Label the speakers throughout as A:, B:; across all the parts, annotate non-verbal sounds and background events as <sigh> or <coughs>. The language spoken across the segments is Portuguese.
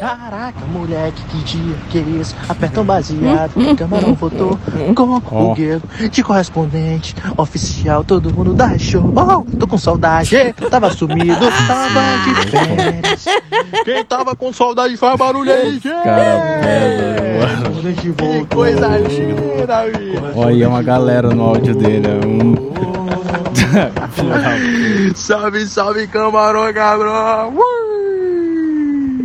A: Caraca, moleque, que dia que é esse? Aperta um baseado, camarão votou com
B: Ó.
A: o Guedo de correspondente oficial. Todo mundo dá show. Oh, tô com saudade, tava sumido, tava de férias. Quem tava com saudade faz barulho aí, gente. É.
B: Cara, merda, mano.
A: Que coisa linda, amigo.
B: Olha, é uma galera no áudio dele. é um-
A: <laughs> Salve, salve, camarão, cabrão.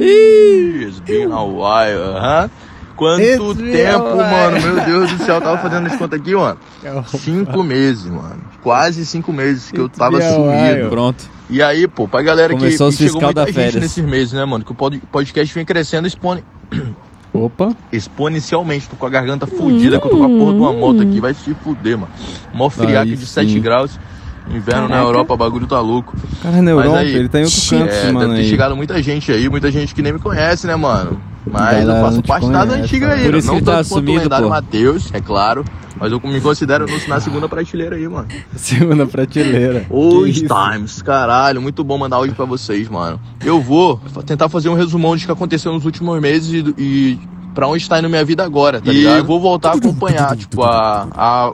A: It's been a while, aham. Quanto
B: It's been
A: tempo,
B: a
A: mano.
B: while. É
A: Meu Deus do céu, eu tava fazendo as contas aqui, mano. Cinco meses, mano. Quase cinco meses que eu
B: It's
A: tava
B: been a
A: sumido.
B: while.
C: Pronto.
A: E aí, pô, pra galera que,
C: Começou
A: que
C: os
A: chegou
C: fiscal
A: muita
C: da
A: gente
C: férias.
A: nesses meses, né, mano? Que o pod- podcast vem crescendo expone,
B: Opa.
A: exponencialmente. Tô com a garganta fudida, que eu tô com a porra de uma moto aqui. Vai se fuder, mano. Mó friaco
B: Aí
A: de 7
B: sim.
A: graus. Inverno na
D: Caraca.
A: Europa, bagulho tá louco.
B: Cara, na
A: Mas
B: Europa,
A: aí-
B: ele tá em outro
D: Shit.
B: canto,
A: É,
B: mano.
A: deve ter
B: Aí.
A: chegado muita gente aí, muita gente que nem me conhece, né, mano? Mas
B: Galera,
A: eu
B: não
A: faço
B: te
A: parte das
B: conhece,
A: antigas
B: cara.
A: aí,
C: Por
A: né?
C: isso
A: não
C: que ele tá
A: tanto quanto o
C: sumido,
A: lendário
C: pô.
A: Matheus, é claro. Mas eu me considero anúncio na segunda prateleira aí, mano. <laughs>
B: Segunda prateleira.
A: Old
B: Que isso?
A: Times, caralho, muito bom mandar áudio pra vocês, mano. Eu vou fa- tentar fazer um resumão de que aconteceu nos últimos meses e, do- e pra onde tá indo minha vida agora, tá
C: E
A: ligado? E vou voltar a acompanhar, tipo, a, a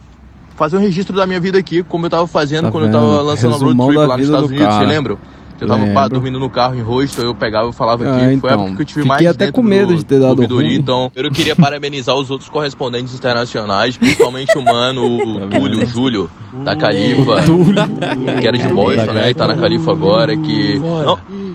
A: fazer um registro da minha vida aqui, como eu tava fazendo
B: Tá
A: quando eu
B: vendo?
A: tava lançando a road
B: Resumão
A: trip
B: da
A: lá nos
B: vida
A: Estados
B: do
A: Unidos, você
B: cara.
A: lembra? Eu tava
B: Lembro.
A: pá, dormindo no carro em rosto, eu pegava e falava aqui.
B: Ah,
A: Foi a
B: então.
A: época que eu tive
B: Fiquei
A: mais
B: até
A: dentro
B: com medo
A: do-
B: de ter dado
A: do Midori,
B: ruim.
A: então, eu queria parabenizar os outros correspondentes internacionais, principalmente o mano,
B: <laughs> É
A: o Túlio, o Júlio, da Califa que era de boys, né? E tá na Califa agora, que.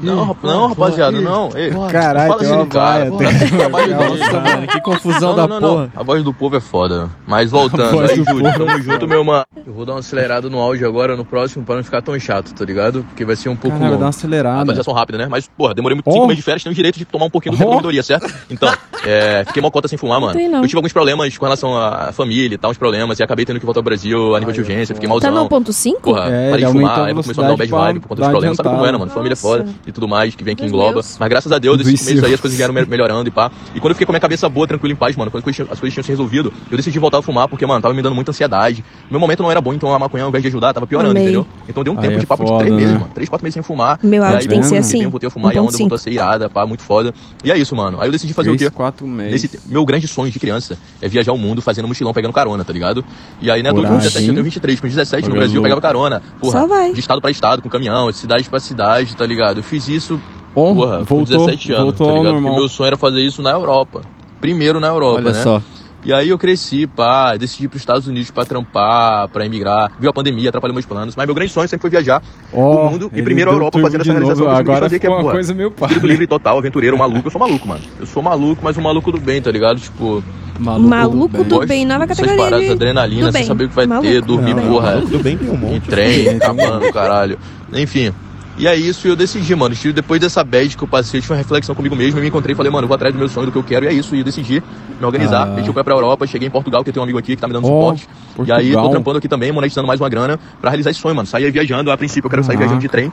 A: Não, não, rap- não rapaziada, não. Ei,
B: Caralho,
A: fala
B: tem
A: assim
B: uma
A: do cara.
B: vaia,
A: pô.
B: tem uma
A: Trabalho
B: vaia.
A: dele,
B: Nossa,
A: cara.
C: Mano, que confusão
A: Não,
C: da
A: não, não,
C: porra.
A: não. A voz do povo é foda. Mas voltando,
B: voz
A: aí,
B: do
A: Júlio,
B: povo é
A: tamo junto, meu mano. Eu vou dar uma acelerada no áudio agora, no próximo, pra não ficar tão chato, tá ligado? Porque vai ser um pouco
B: Caralho, dá uma
A: longo. Ah,
B: acelerada.
A: mas é só rápido, né? Mas, porra, demorei muito
B: Oh.
A: cinco meses de férias, tenho o direito de tomar um pouquinho do tempo
B: Oh.
A: da corredoria, certo? Então, é, fiquei mó cota sem fumar, mano.
D: tem, não.
A: Eu tive alguns problemas com relação à família e tal, uns problemas, e acabei tendo que voltar ao Brasil a nível de urgência, fiquei
D: Tá
A: malzão.
D: no ponto 5?
A: Porra,
B: É,
A: parei de
B: ele
A: fumar,
B: aumentou a
A: aí começou a me dar um
B: velocidade
A: bad vibe por conta dos
B: pra
A: problemas, sabe como é, né,
B: adiantar.
A: mano? Família é foda
D: Nossa.
A: e tudo mais, que vem que
D: Meu
A: engloba.
D: Deus.
A: Mas graças a Deus, esses cinco
B: Vício.
A: meses aí as coisas vieram me- melhorando e pá. E quando eu fiquei com a minha cabeça boa, tranquilo, em paz, mano, quando as coisas tinham- as coisas tinham se resolvido, eu decidi voltar a fumar, porque, mano, tava me dando muita ansiedade. Meu momento não era bom, então a maconha, ao invés de ajudar, tava piorando,
D: Amei.
A: entendeu? Então deu um
B: Aí
A: tempo
B: é
A: de papo de
B: foda,
A: três meses,
B: né?
A: mano. Três, quatro meses sem fumar.
D: Meu
A: E
D: áudio
A: aí,
D: tem que
A: mano,
D: ser
A: eu
D: assim,
A: voltei a fumar e a onda
D: 1.5.
A: voltou a ser irada, pá, muito foda. E é isso, mano. Aí eu decidi fazer o
B: Três,
A: quê?
B: quatro meses.
A: Nesse te- meu grande sonho de criança é viajar o mundo fazendo mochilão, pegando carona, tá ligado? E aí, né, do
B: Coragem.
A: 17, eu tenho 23, com 17 no
B: Olha
A: Brasil eu pegava
B: louco.
A: carona. Porra,
D: Só vai.
A: de estado pra estado, com caminhão, de cidade pra cidade, tá ligado? Eu fiz isso,
B: Oh,
A: porra, com
B: voltou,
A: 17 anos,
B: voltou
A: tá
B: ao
A: ligado? Porque
B: normal.
A: meu sonho era fazer isso na Europa. Primeiro na Europa,
C: Olha
A: né?
C: só.
A: E aí eu cresci, pá, decidi ir pros Estados Unidos pra trampar, pra emigrar. Viu a pandemia, atrapalhou meus planos, mas meu grande sonho sempre foi viajar
B: Ó,
A: o mundo e
B: ele
A: primeiro a
B: deu
A: Europa
B: turbo
A: fazendo
B: de
A: essa realização
B: novo.
A: que eu sempre quis
B: Agora
A: fazer, que é,
B: ficou uma
A: porra,
B: coisa meio pá.
A: Espírito livre total, aventureiro, maluco. Eu sou maluco, mano. Eu sou maluco, mas um maluco do bem, tá ligado? Tipo,
B: Maluco,
D: Maluco do
A: Gosto
D: bem, nova
A: essas
D: categoria
A: paradas,
D: de...
A: adrenalina,
D: do
A: sem
D: bem.
A: saber o que vai
D: Maluco.
A: ter, dormir,
B: Não,
A: porra,
E: Tudo bem, tem um
A: em
E: monte.
B: assim.
A: trem, acabando, caralho. Enfim. E é isso, e eu decidi, mano. Tipo, Depois dessa bad que eu passei, eu tive uma reflexão comigo mesmo e me encontrei e falei, mano, eu vou atrás do meu sonho, do que eu quero, e é isso. E eu decidi me organizar,
B: Ah.
A: meti o pé pra Europa, cheguei em Portugal, que tem um amigo aqui que tá me dando
B: Ó,
A: suporte. E aí, tô
B: Portugal.
A: trampando aqui também, monetizando mais uma grana pra realizar esse sonho, mano. Sair viajando, a princípio eu quero sair viajando de trem.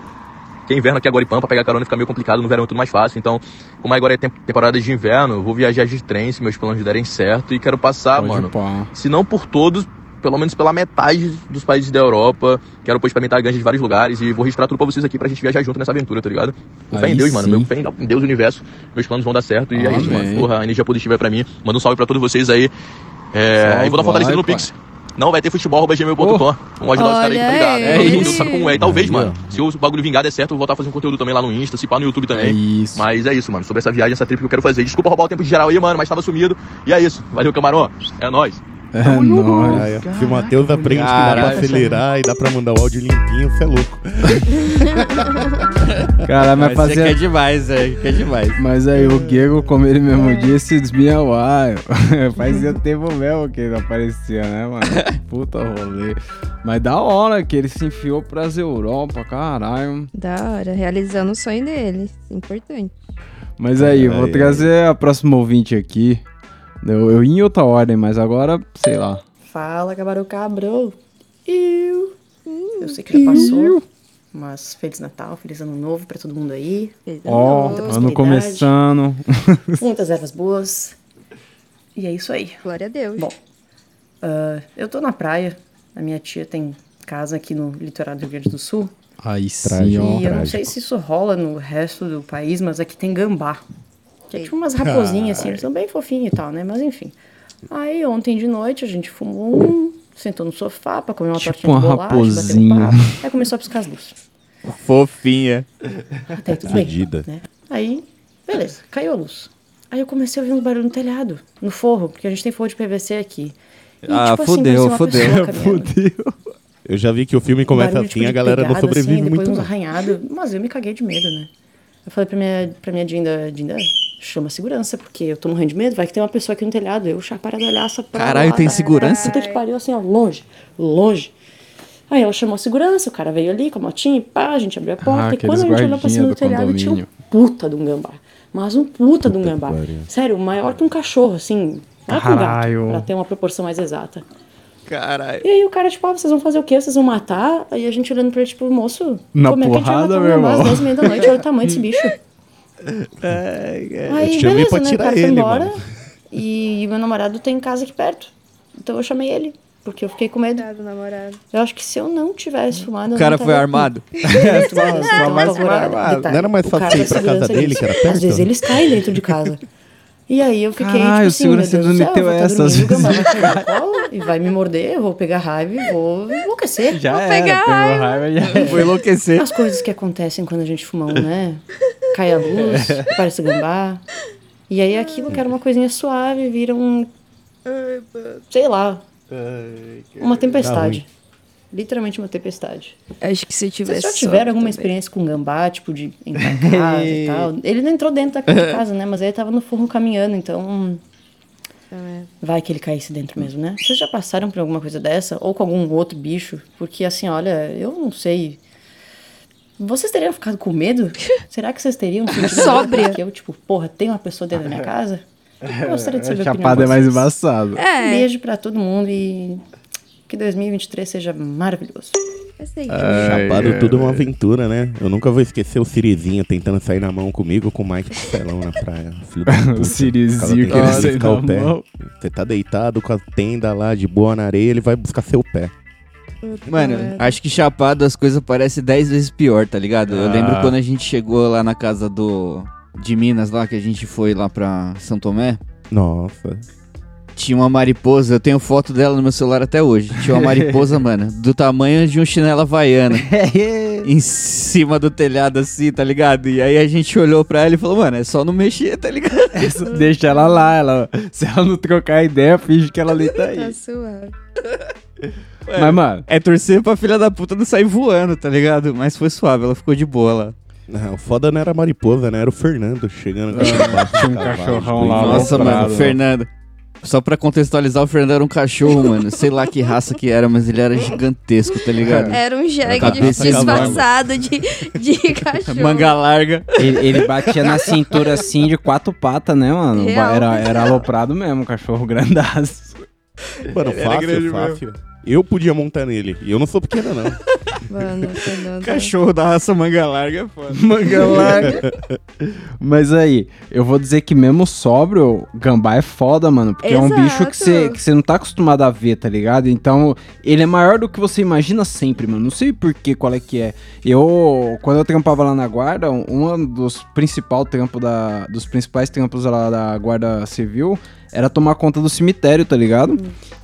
A: Porque inverno aqui agora em Pampa, pegar carona fica meio complicado, no verão é tudo mais fácil. Então, como agora é tem- temporada de inverno, eu vou viajar de trem se meus planos derem certo e quero passar,
B: Pode
A: mano,
B: pá.
A: se não por todos, pelo menos pela metade dos países da Europa. Quero depois experimentar ganjas de vários lugares e vou registrar tudo pra vocês aqui pra gente viajar junto nessa aventura, tá ligado? Com fé
B: Aí
A: em Deus, mano.
B: sim.
A: Meu fé em Deus e o universo. Meus planos vão dar certo e é isso, mano.
B: Amém.
A: Porra, a energia positiva é pra mim. Manda um salve pra todos vocês aí. É,
B: Salve,
A: e vou dar fortalecida no
B: pai.
A: Pix. Não vai ter futebol.gmail.com. Vamos ajudar os caras aí, tá ligado?
D: Olha
A: Todo
C: aí.
A: mundo sabe como é. E talvez,
B: Aí,
A: mano, se o bagulho vingar der certo, eu vou voltar a fazer um conteúdo também lá no Insta, se pá no YouTube
B: É
A: também.
B: isso.
A: Mas é isso, mano. Sobre essa viagem, essa trip que eu quero fazer. Desculpa roubar o tempo de geral aí, mano, mas tava sumido. E é isso. Valeu, camarão. É nóis.
B: É
F: Então,
B: nóis.
E: Aí, ó, se o Matheus aprende que dá pra
C: Caralho.
E: acelerar e dá pra mandar o áudio limpinho, você é
F: <laughs>
E: louco.
B: Caralho, mas
C: Mas
B: fazer...
C: é que é demais, é que é demais.
B: Mas aí, o Diego, como ele mesmo disse, desmia o ar. <laughs> Fazia tempo mesmo que ele não aparecia, né, mano? Puta rolê. Mas da hora que ele se enfiou pras Europa, caralho.
D: Da hora, realizando o sonho dele. Importante.
B: Mas aí, eu vou
E: Ai,
B: trazer a próxima ouvinte aqui. Eu, eu ia em outra ordem, mas agora, sei lá.
F: Fala, cabarão cabrão. Eu.
D: Hum.
F: Eu sei que já passou. Mas Feliz Natal, Feliz Ano Novo pra todo mundo aí.
B: Ó,
D: Nossa,
B: ano
F: prosperidade.
B: começando. <laughs>
F: Muitas ervas boas. E é isso aí.
D: Glória a Deus.
F: Bom, ah, eu tô na praia. A minha tia tem casa aqui no litoral do Rio Grande do Sul.
B: Aí sim,
E: Trágico.
B: ó.
F: e eu não sei se isso rola no resto do país, mas aqui tem é gambá. Que é tipo umas raposinhas, assim, eles são bem fofinhos e tal, né? Mas enfim. Aí ontem de noite a gente fumou um, sentou no sofá pra comer uma
B: Tipo
F: tortinha
B: uma
F: de bolacha,
B: raposinha.
F: bater um papo. Aí começou a piscar as luzes.
C: Fofinha.
F: Até aí tudo bem.
E: Medida.
F: né? Aí, beleza, caiu a luz. Aí eu comecei a ouvir uns barulhos no telhado, no forro, porque a gente tem forro de PVC aqui. E, tipo
C: Ah, fudeu,
F: parecia assim, uma
C: fudeu.
F: pessoa caminhando.
E: <laughs> Eu já vi que o filme começa
F: Barulho,
E: assim,
F: tipo, de
E: a galera não
F: pegada,
E: sobrevive
F: assim, depois
E: muito.
F: uns
E: não.
F: arranhados. Mas eu me caguei de medo, né? Eu falei pra minha, pra minha Dinda, Dinda, chama a segurança, porque eu tô morrendo de medo, vai que tem uma pessoa aqui no telhado, eu chaparadalhaça pra
C: Caralho,
F: lá,
C: tem
F: tá?
C: segurança?
F: Puta que pariu, assim, ó, longe, longe. Aí ela chamou a segurança, o cara veio ali com a motinha, e pá, a gente abriu a porta, e
B: Ah, aqueles
F: quando a gente olhou pra
B: guardinha
F: cima do,
B: do
F: telhado, tinha um
B: condomínio.
F: puta de um gambá. Mas um puta de um gambá.
E: pariu.
F: Sério, maior que um cachorro, assim, lá com um gato,
B: Caralho.
F: pra ter uma proporção mais exata.
C: Caralho.
F: E aí o cara, tipo, ah, vocês vão fazer o quê? Vocês vão matar? Aí a gente olhando pra ele, tipo, moço,
B: Na
F: como
B: porrada,
F: é que a gente vai matar um
B: meu
F: gambá às
B: irmão?
F: 10 da noite? Olha o tamanho
B: <laughs>
F: desse bicho.
E: É, eu
F: aí,
E: te chamei
F: beleza,
E: pra
F: né? O
E: tirar
F: cara foi
E: ele,
D: <laughs>
F: embora.
E: mano.
F: E meu namorado tem casa aqui perto. Então eu chamei ele, porque eu fiquei com medo.
D: Namorado, namorado.
F: Eu acho que se eu não tivesse fumado...
C: O
F: eu
C: cara
F: não
C: foi
F: estaria
C: armado.
E: <laughs>
F: aqui. <laughs> Eu
C: só
F: tava
C: mais
F: apavorada.
C: armado.
F: Detalhe,
E: Não era mais
F: o
E: fácil
F: cara
E: ir
F: da
E: pra casa
F: segurança
E: dele, que era
F: Às
E: perto? né?
F: vezes eles caem dentro de casa. E aí eu fiquei,
B: Caralho, o
F: tipo assim, meu Deus
B: segurança não
F: do céu, eu
B: meteu
F: vou estar
B: essa, às
F: dormindo, o gambá vai pegar no colo e vai me morder, eu vou pegar raiva e vou enlouquecer.
B: Já
D: Vou
B: era,
D: pegar
B: pegou
D: raiva.
B: raiva já
E: <laughs>
B: era.
C: Foi enlouquecer.
F: As coisas que acontecem quando a gente fuma um, né? Cai a luz, <laughs> parece gambá. E aí aquilo que era uma coisinha suave vira um. Sei lá. Uma tempestade. Literalmente uma tempestade.
D: Acho que se tivesse.
F: Vocês já tiveram alguma
D: alguma
F: experiência com gambá, tipo, de entrar em
D: <laughs>
F: casa e tal? Ele não entrou dentro da de casa, né? Mas ele tava no forro caminhando, então.
D: É.
F: Vai que ele caísse dentro mesmo, né? Vocês já passaram por alguma coisa dessa? Ou com algum outro bicho? Porque, assim, olha, eu não sei. Vocês teriam ficado
D: <laughs>
F: com medo? Será que vocês teriam sentido
D: Sóbria. É.
F: Que eu, tipo, porra, tem uma pessoa dentro da minha casa? Eu gostaria de saber a opinião
B: <laughs> Chapada é
F: de
B: mais
F: vocês.
B: embaçado.
F: Um
D: É,
F: beijo pra todo mundo e que 2023 seja maravilhoso.
D: essa É aí.
E: Chapado tudo é uma aventura, né? Eu nunca vou esquecer o Sirizinho tentando sair na mão comigo com o Mike Celão
B: <laughs>
E: na praia. Filho da puta.
B: O Sirizinho
E: O cara tem
B: querendo sair
E: riscar
B: na
E: o pé.
B: mão.
E: Você tá deitado com a tenda lá de boa na areia, ele vai buscar seu pé.
C: Mano,
G: É.
C: acho que chapado as coisas parecem 10 vezes pior, tá ligado? Eu lembro
E: Ah.
C: quando a gente chegou lá na casa do. De Minas lá, que a gente foi lá pra São Tomé.
E: Nossa.
C: Tinha uma mariposa, eu tenho foto dela no meu celular até hoje. Tinha uma
B: <laughs>
C: mariposa, mano, do tamanho de um chinelo havaiana. em cima do telhado, assim, tá ligado? E aí a gente olhou pra ela e falou, mano, é só não mexer, tá ligado?
B: Essa- <laughs> Deixa ela lá, ela, se ela não trocar ideia, finge que ela nem tá
D: Tá
B: aí. <laughs>
D: suave.
B: Mas, mano,
C: É torcer pra filha da puta não sair voando, tá ligado? Mas foi suave, ela ficou de boa lá.
E: Não, o foda não era a mariposa, né? Era o Fernando chegando com aquele bafo de
B: um
E: cavalo, né?
B: cachorrão
E: dois
B: lá, tá
E: anos.
C: Nossa,
B: aloprado,
C: mano,
B: ó.
C: Fernando. Só pra contextualizar, o Fernando era um cachorro, mano. Sei lá que raça que era, mas ele era gigantesco, tá ligado?
D: Era um jegue
C: Cabeça
D: de-
C: de cavalo.
D: disfarçado de,
B: <laughs>
D: de cachorro.
C: Manga larga.
B: ele, ele batia na cintura assim de quatro patas, né, mano?
D: Real.
B: Era, era aloprado mesmo, cachorro grandaço.
E: Mano, fácil, fácil. Eu podia montar nele. E eu não sou pequeno, não.
D: Mano, Fernando.
C: Cachorro da raça manga larga, é foda.
B: Manga larga. <laughs> Mas aí, eu vou dizer que mesmo sóbrio, gambá é foda, mano. Porque é um
D: Exato.
B: bicho que você que você não tá acostumado a ver, tá ligado? Então, ele é maior do que você imagina sempre, mano. Não sei por que, qual é que é. Eu, quando eu trampava lá na guarda, um- um dos, principal trampo da, dos principais trampos lá da guarda civil era tomar conta do cemitério, tá ligado?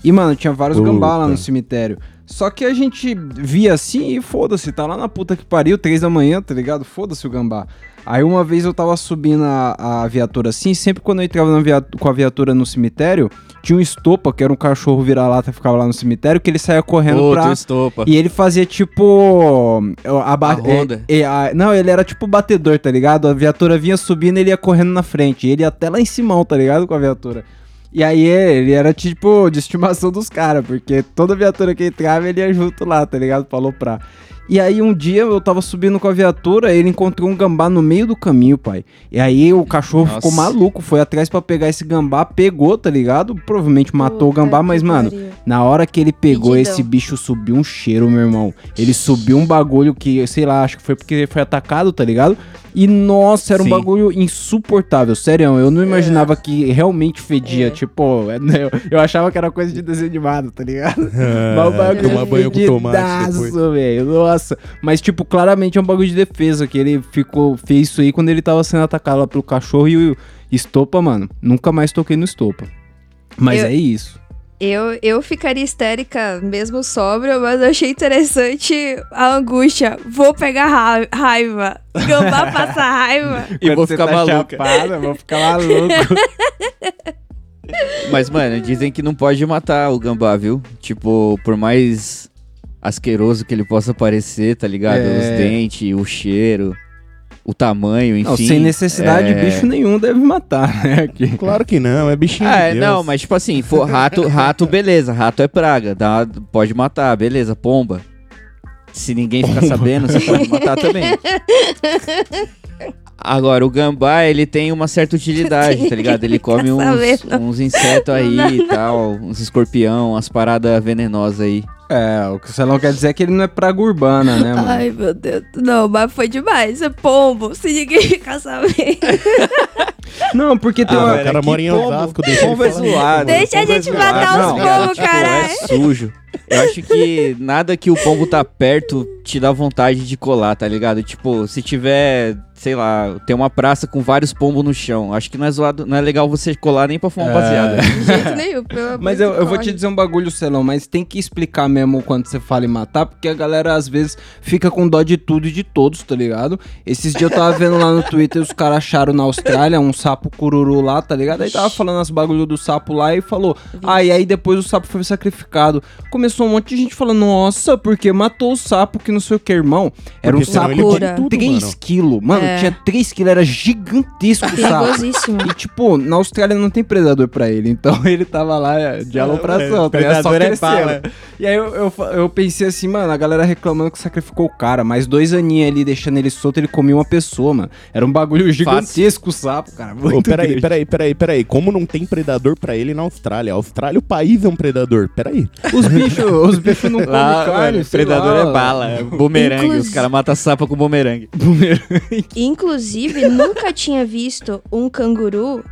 B: E, mano, tinha vários gambá lá
E: Puta.
B: no cemitério. Só que a gente via assim e foda-se, tá lá na puta que pariu, três da manhã, tá ligado? Foda-se o gambá. Aí uma vez eu tava subindo a, a viatura assim, sempre quando eu entrava na via- com a viatura no cemitério, tinha um estopa, que era um cachorro vira-lata que ficava lá no cemitério, que ele saía correndo pra...
C: Outro estopa.
B: E ele fazia tipo. A ba-
C: A ronda.
B: é- é- a- não, ele era tipo batedor, tá ligado? A viatura vinha subindo ele ia correndo na frente. Ele ia até lá em cima, tá ligado? Com a viatura. E aí é, ele era tipo de estimação dos caras, porque toda viatura que entrava ele ia junto lá, tá ligado? Pra aloprar. E aí um dia eu tava subindo com a viatura, ele encontrou um gambá no meio do caminho, pai. E aí o cachorro
C: Nossa.
B: ficou maluco, foi atrás pra pegar esse gambá, pegou, tá ligado? Provavelmente matou o
D: Puta
B: gambá,
D: que
B: mas mano,
D: pariu.
B: na hora que ele pegou,
D: Pedidão.
B: esse bicho subiu um cheiro, meu irmão. Ele subiu um bagulho que, sei lá, acho que foi porque ele foi atacado, tá ligado? E nossa, era um
C: Sim.
B: bagulho insuportável. Sério, eu não
D: É.
B: imaginava que realmente fedia. Tipo, <laughs> é, né, eu, eu achava que era coisa de desenho animado, tá
F: <laughs>
B: ligado? Mas o bagulho é
E: É, tomar banho com tomate
B: fedidaço,
E: depois.
B: velho. Nossa. Mas, tipo, claramente é um bagulho de defesa. Que ele ficou, fez isso aí quando ele tava sendo atacado lá pelo cachorro e o. Estopa, mano, nunca mais toquei no estopa. Mas
D: Eu-
B: é isso.
D: Eu, eu ficaria histérica mesmo sobra, mas eu achei interessante a angústia. Vou pegar ra- raiva.
B: <laughs>
D: Gambá passa raiva.
C: <laughs> E vou
B: Quando você
C: ficar
B: tá
C: maluca.
B: chapada, vou ficar maluco.
C: <laughs> Mas, mano, dizem que não pode matar o gambá, viu? Tipo, por mais asqueroso que ele possa parecer, tá ligado?
B: É.
C: Os dentes, o cheiro, o tamanho, enfim.
B: Não, sem necessidade,
C: é...
B: bicho nenhum deve matar, né? Aqui.
E: Claro que não, é bichinho
C: Ah,
E: de
C: é,
E: Deus.
C: não, mas tipo assim, for rato, rato, beleza, rato é praga, dá, pode matar, beleza, pomba. Se ninguém ficar sabendo, você pode matar também. Agora, o gambá, ele tem uma certa utilidade,
D: Ninguém
C: tá ligado? Ele
D: fica
C: come uns,
D: sabendo.
C: uns insetos aí
D: Não,
C: e tal, uns escorpião, umas paradas venenosas aí.
B: É, o que o Celão quer dizer é que ele não é praga urbana, né, mano?
D: Ai, meu Deus. Não, mas foi demais. É pombo, se ninguém <laughs> ficar sabendo.
B: Não, porque tem
E: Ah,
B: uma. É
E: velho, o cara
B: que
E: mora em
B: pombo-
E: Osasco, deixa ele
B: pombo é
E: falar.
B: zoado.
D: Deixa a
B: pombo é
D: gente
B: zoado.
D: matar os
B: Não, tipo,
D: pombos.
C: cara,
D: caralho.
C: É sujo. Eu acho que nada que o pombo tá perto te dá vontade de colar, tá ligado? Tipo, se tiver, sei lá, tem uma praça com vários pombos no chão. Acho que não é zoado, não é legal você colar nem pra fumar um
B: É.
C: uma
B: <laughs>
C: baseada.
D: De jeito nenhum, pelo amor
B: Mas
D: de
B: eu, eu vou
D: corre.
B: te dizer um bagulho, Celão, mas tem que explicar mesmo quando você fala em matar, porque a galera às vezes fica com dó de tudo e de todos, tá ligado? Esses dias eu tava vendo lá no Twitter, os caras acharam na Austrália um sapo cururu lá, tá ligado? Aí tava falando as bagulho do sapo lá e falou, ah, e aí depois o sapo foi sacrificado. Começou um monte de gente falando, nossa, porque matou o sapo que não sei o que, irmão. Era um
E: Porque senão
B: sapo
E: ele
D: de
E: come tudo,
B: 3
E: mano.
B: quilos, mano, tinha 3 quilos, era gigantesco o sapo.
D: Perigosíssimo.
B: E, tipo, na Austrália não tem predador pra ele, então <laughs> ele tava lá é, de alopração, tá ligado?
E: predador
B: só
E: é
B: crescendo.
E: bala.
B: E aí eu, eu, fa- eu pensei assim, mano, a galera reclamando que sacrificou o cara, mas dois aninhos ali deixando ele solto, ele comia uma pessoa, mano. Era um bagulho gigantesco o sapo, cara. Muito
E: Ô, peraí,
B: grande.
E: peraí, peraí, peraí. Como não tem predador pra ele na Austrália? A Austrália, o país é um predador. Peraí. <laughs>
B: Os bichos <laughs> os bicho não comem carne, sei
C: predador
B: lá,
C: é bala, é bumerangue.
D: Inclusi-
C: Os caras matam sapa com bumerangue.
D: Inclusive, nunca tinha visto um canguru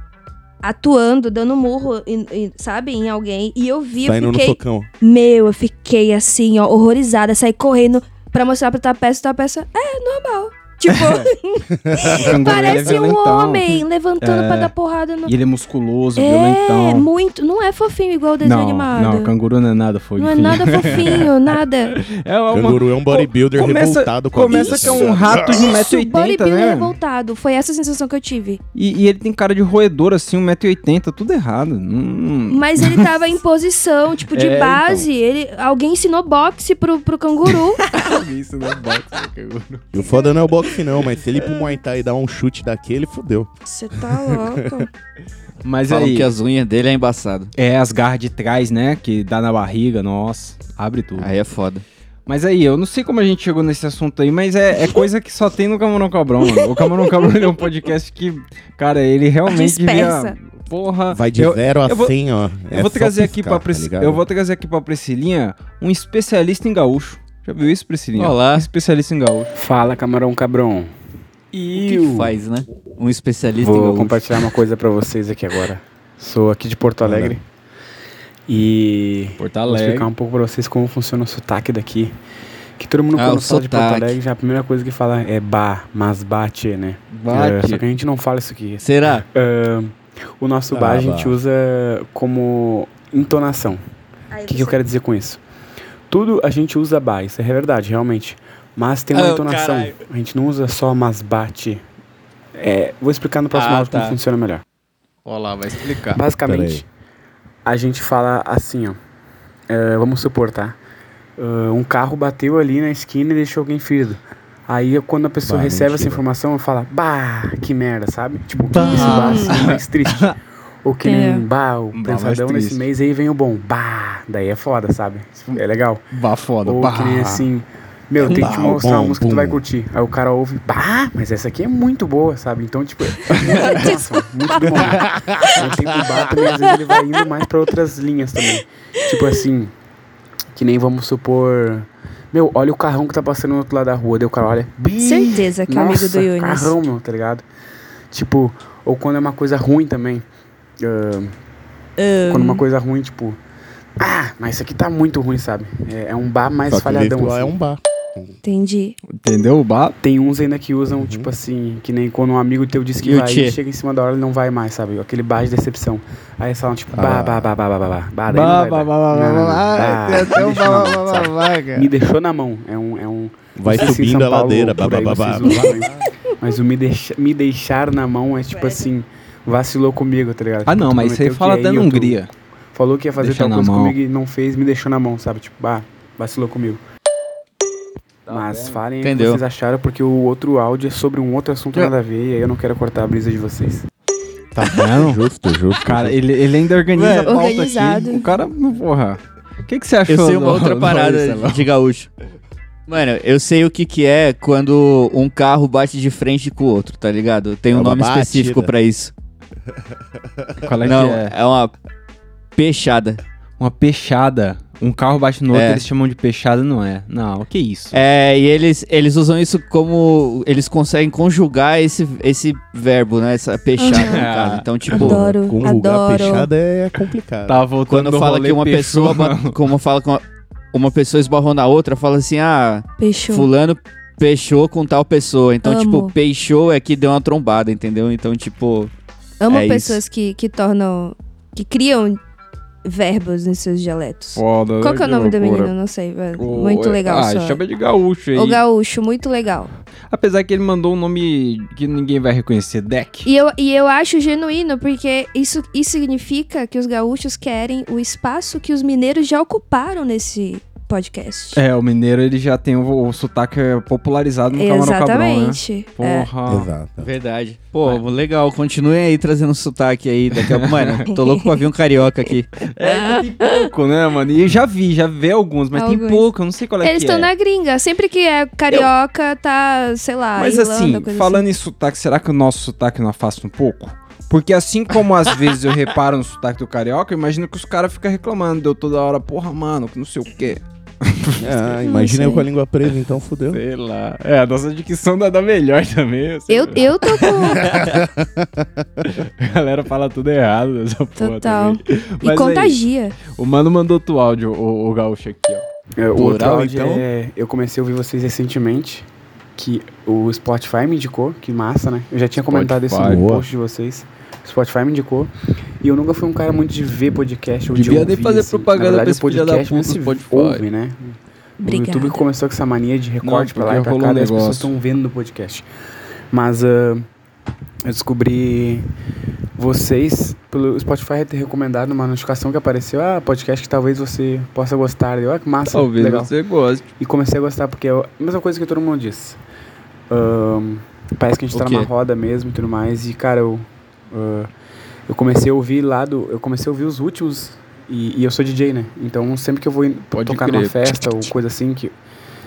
D: atuando, dando murro, em- em- sabe, em alguém. E eu vi, eu
E: Saindo no
D: fiquei.
E: socão.
D: Meu, eu fiquei assim, ó, horrorizada. Saí correndo pra mostrar pra tua peça, tua peça. É normal. Tipo,
B: O canguru, ele é
D: parece um
B: violentão.
D: homem levantando pra dar porrada no.
B: E ele é musculoso,
D: É,
B: violentão.
D: muito. Não é fofinho igual o desenho
B: Não,
D: animado.
B: não, canguru não é nada fofinho.
D: não é nada fofinho, nada.
B: <laughs> É uma,
E: Canguru é um bodybuilder
B: começa-
E: revoltado com a
B: Começa
E: vida.
B: que é um rato de
D: Isso,
B: 1,80m,
D: bodybuilder
B: né?
D: revoltado. Foi essa a sensação que eu tive.
B: E, e ele tem cara de roedor, assim, 1,80m, tudo errado. Hum,
D: Mas ele tava
B: <laughs>
D: em posição, tipo, de
B: É,
D: base. Ele, alguém ensinou boxe pro,
B: <laughs>
D: pro canguru.
B: isso não é boxe, canguru.
E: E o foda não é o boxe, não, mas se ele ir pro Muay Thai e dar um chute daquele, fodeu.
D: Você tá louco.
B: Mas
C: Falam
B: aí,
C: que as unhas dele é embaçado.
B: é as garras de trás, né? Que dá na barriga, nossa, abre tudo.
C: Aí é foda.
B: Mas aí, eu não sei como a gente chegou nesse assunto aí, mas é, é coisa que só tem no Camarão Cabrão, mano. O Camarão Cabrão ele é um podcast que, cara, ele realmente
D: Dispersa.
B: devia... Porra,
E: Vai de
B: eu,
E: zero a
B: eu vou-
E: 100, ó. É
B: eu vou trazer aqui pra
E: tá
B: Pris- eu vou trazer aqui pra Priscilinha um especialista em gaúcho. Já viu isso, Priscilinha?
C: Olá.
B: Especialista em gaúcho.
H: Fala, camarão cabrão.
C: O que que faz, né? Um especialista em
H: Vou
C: gaúcho.
H: compartilhar uma coisa pra vocês aqui agora. Sou aqui de Porto
E: Manda.
H: Alegre e
B: Porto
H: vou
B: Alegre.
H: explicar um pouco pra vocês como funciona o sotaque daqui. Que todo mundo
C: Ah,
H: quando
C: o
H: fala de Porto
C: sotaque.
H: Alegre, já a primeira coisa que fala é ba, mas bate, né? É, só que a gente não fala isso aqui.
C: Será?
H: É, O nosso
E: Ah,
H: ba a
E: bah.
H: gente usa como entonação. O que, que eu quero dizer com isso? Tudo a gente usa ba, isso é verdade, realmente. Mas tem uma
C: Ah,
H: entonação.
C: caralho.
H: A gente não usa só mas bate. É, vou explicar no próximo
C: Ah,
H: áudio
C: tá.
H: como funciona melhor.
B: Olha lá, vai explicar.
H: Basicamente, a gente fala assim, ó. É, vamos supor, tá? É, um carro bateu ali na esquina e deixou alguém ferido. Aí eu- quando a pessoa
E: Bah,
H: recebe essa
E: mentira.
H: informação, eu falo, bah, que merda, sabe? Tipo,
E: Bah.
H: esse bah assim, mais triste.
E: <laughs>
H: Ou que nem,
D: É.
H: bah, o
B: Bah, mais
H: pensadão nesse
B: triste.
H: mês aí vem o bom. Bah, daí é foda, sabe? É legal.
B: Bah, foda.
H: Ou
B: bah.
H: que nem assim, meu, tem que te
E: Bah,
H: mostrar
E: bom,
H: uma música que tu vai
E: bom.
H: curtir. Aí o cara ouve, bah, mas essa aqui é muito boa, sabe? Então, tipo, é- nossa, muito
I: <laughs>
H: do bom. Aí tem o bah também, às vezes ele vai indo mais pra outras linhas também. Tipo assim, que nem vamos supor. Meu, olha o carrão que tá passando no outro lado da rua. Daí o cara olha. "Bii,
D: Certeza que é amigo
H: nossa,
D: do Yunis."
H: Carrão, meu, tá ligado? Tipo, ou quando é uma coisa ruim também. ah, Quando uma coisa ruim, tipo. Ah, mas isso aqui tá muito ruim, sabe? É, é um bar mais
E: Só que ele
H: falhadão.
E: lá
H: assim.
E: é um bar.
D: Entendi.
B: Entendeu o Uhum. bap?
H: Tem uns ainda que usam, tipo assim, que nem quando um amigo teu diz que
C: E o
H: vai,
C: tchê?
H: e chega em cima da hora e não vai mais, sabe? Aquele bar de decepção. Aí eles falam,
B: Ah.
H: tipo, bah, bah, bah, bah, bah, bah, bah, bah, daí não
B: Bah,
H: vai,
B: bah, bah,
H: bah.
B: bah,
H: Não,
B: bah,
H: não, não.
B: bah. Ah,
H: Bah,
B: Tem até
H: me
B: um
H: deixou na
B: bah,
H: mão,
B: bah, bah,
H: sabe?
B: bah, cara.
H: Me deixou na mão. É um. É um
E: Vai
H: não sei se em
E: subindo
H: São
E: a
H: Paulo
E: ladeira,
H: ou por
E: bah,
H: aí
E: bah, bah,
H: vocês usam, mas- Mas o me, deixa, me deixar na mão é tipo assim, vacilou comigo, tá ligado?
B: Ah, não,
H: Tu
B: mas isso aí
H: prometeu
B: fala
H: que ia
B: da
H: ir, tu
B: Hungria.
H: Falou que ia fazer
B: Deixar
H: tal
B: na
H: coisa
B: mão.
H: comigo e não fez, me deixou na mão, sabe? Tipo, bah, vacilou comigo. Mas falem aí o que
C: Entendeu.
H: vocês acharam, porque o outro áudio é sobre um outro assunto
C: Eu-
H: nada a ver, e aí eu não quero cortar a brisa de vocês.
B: Tá vendo?
E: Justo, justo.
B: Cara, ele, ele ainda organiza a
C: Velho.
B: pauta
D: Organizado.
B: aqui. O cara, porra. O que, que você achou
C: Eu sei
B: do-
C: uma outra
B: do
C: parada
B: Marcelo?
C: de gaúcho. Mano, eu sei o que que é quando um carro bate de frente com o outro, tá ligado? Tem
E: É
C: um
E: uma
C: nome
E: batida.
C: específico
B: né?
C: pra isso.
B: <laughs> Qual é
C: Não,
B: que é?
C: é uma peixada.
B: Uma peixada. Um carro bate no outro,
C: É.
B: eles chamam de peixada, não é? Não, que isso?
C: É, e eles, eles usam isso como. Eles conseguem conjugar esse, esse verbo, né? Essa peixada, no
B: Ah.
C: caso. Então, tipo.
D: Adoro,
E: Conjugar
D: adoro.
E: peixada é complicado.
B: Tava Tá voltando
C: Quando
B: do
C: fala
B: rolê,
C: que uma
B: peixou,
C: pessoa. bat- Como fala que uma, uma pessoa esbarrou na outra, fala assim: ah,
D: Fechou.
C: fulano peixou com tal pessoa. Então,
D: Amo.
C: tipo, peixou é que deu uma trombada, entendeu? Então, tipo.
D: Amo
C: É
D: pessoas que, que tornam. que criam verbos em seus dialetos.
B: Foda, né,
D: Qual que é o
B: que
D: nome do
B: loucura.
D: menino? Não sei, velho.
B: O-
D: Muito legal
B: Ah,
D: só.
B: chama de gaúcho aí.
D: O gaúcho, muito legal.
B: Apesar que ele mandou um nome que ninguém vai reconhecer, Deck.
D: E eu, e eu acho genuíno, porque isso, isso significa que os gaúchos querem o espaço que os mineiros já ocuparam nesse podcast.
B: É, o mineiro ele já tem o, o sotaque é, popularizado no Camarão Cabrão, né?
D: Exatamente. É.
B: Porra.
E: Exato.
C: Verdade. Pô, legal. Continuem aí trazendo sotaque aí. Daqui a pouco. Mano, tô louco pra ver um carioca aqui.
B: <laughs> É, que tem pouco, né, mano? E eu já vi, já vi alguns, mas tem
D: Alguns.
B: pouco, eu não sei qual é
D: Eles
B: que é.
D: estão na gringa. Sempre que é carioca, tá, sei lá,
B: Mas
D: Irlanda,
B: assim,
D: coisa
B: falando em sotaque, será que o nosso sotaque não afasta um pouco? Porque assim como às vezes eu reparo no sotaque do carioca, eu imagino que os caras ficam reclamando, deu toda hora, porra, mano, que não sei o quê.
E: <laughs> Ah, imagina
D: sei.
E: eu com a língua presa, então fudeu.
B: Sei lá. É, a nossa dicção dá, dá melhor também. assim,
D: Eu, eu tô com.
B: <laughs> A galera fala tudo errado nessa porra
D: Total.
B: também.
D: e
B: Mas aí,
D: contagia.
B: o mano mandou tu áudio, o, o gaúcho aqui, ó.
H: É, o outro
E: Plural,
H: áudio
E: então?
H: é. Eu comecei a ouvir vocês recentemente, que o Spotify me indicou, que massa, né? Eu já tinha comentado isso no
B: Spotify.
H: post de vocês. O Spotify me indicou. E eu nunca fui um cara muito de ver podcast ou
B: Devia
H: de ouvir. assim.
B: nem fazer propaganda
H: Na verdade,
B: pra
H: o
B: esse filho da
H: podcast
B: puta
H: não se
B: do Spotify.
H: ouve, né?
D: Obrigada.
H: O YouTube que começou com essa mania de recorte pra lá e
B: porque
H: pra
B: rolou
H: cá,
B: um
J: né?
H: daí as pessoas
B: negócio.
H: estão vendo no podcast. Mas
B: <laughs>
H: ah, eu descobri vocês, pelo Spotify ter recomendado uma notificação que apareceu, ah, podcast que talvez você possa gostar. Eu, ah, que massa,
B: Talvez
H: legal.
B: você goste.
H: E comecei a gostar, porque é a mesma coisa que todo mundo diz. Ahn, parece que a gente
C: O
H: tá
C: quê?
H: numa roda mesmo e tudo mais. E, cara, eu, ah, eu comecei a ouvir lá do. Eu comecei a ouvir os últimos. E, e eu sou DJ, né? Então sempre que eu vou em-
B: Pode
H: tocar
B: crer.
H: numa festa ou coisa assim que.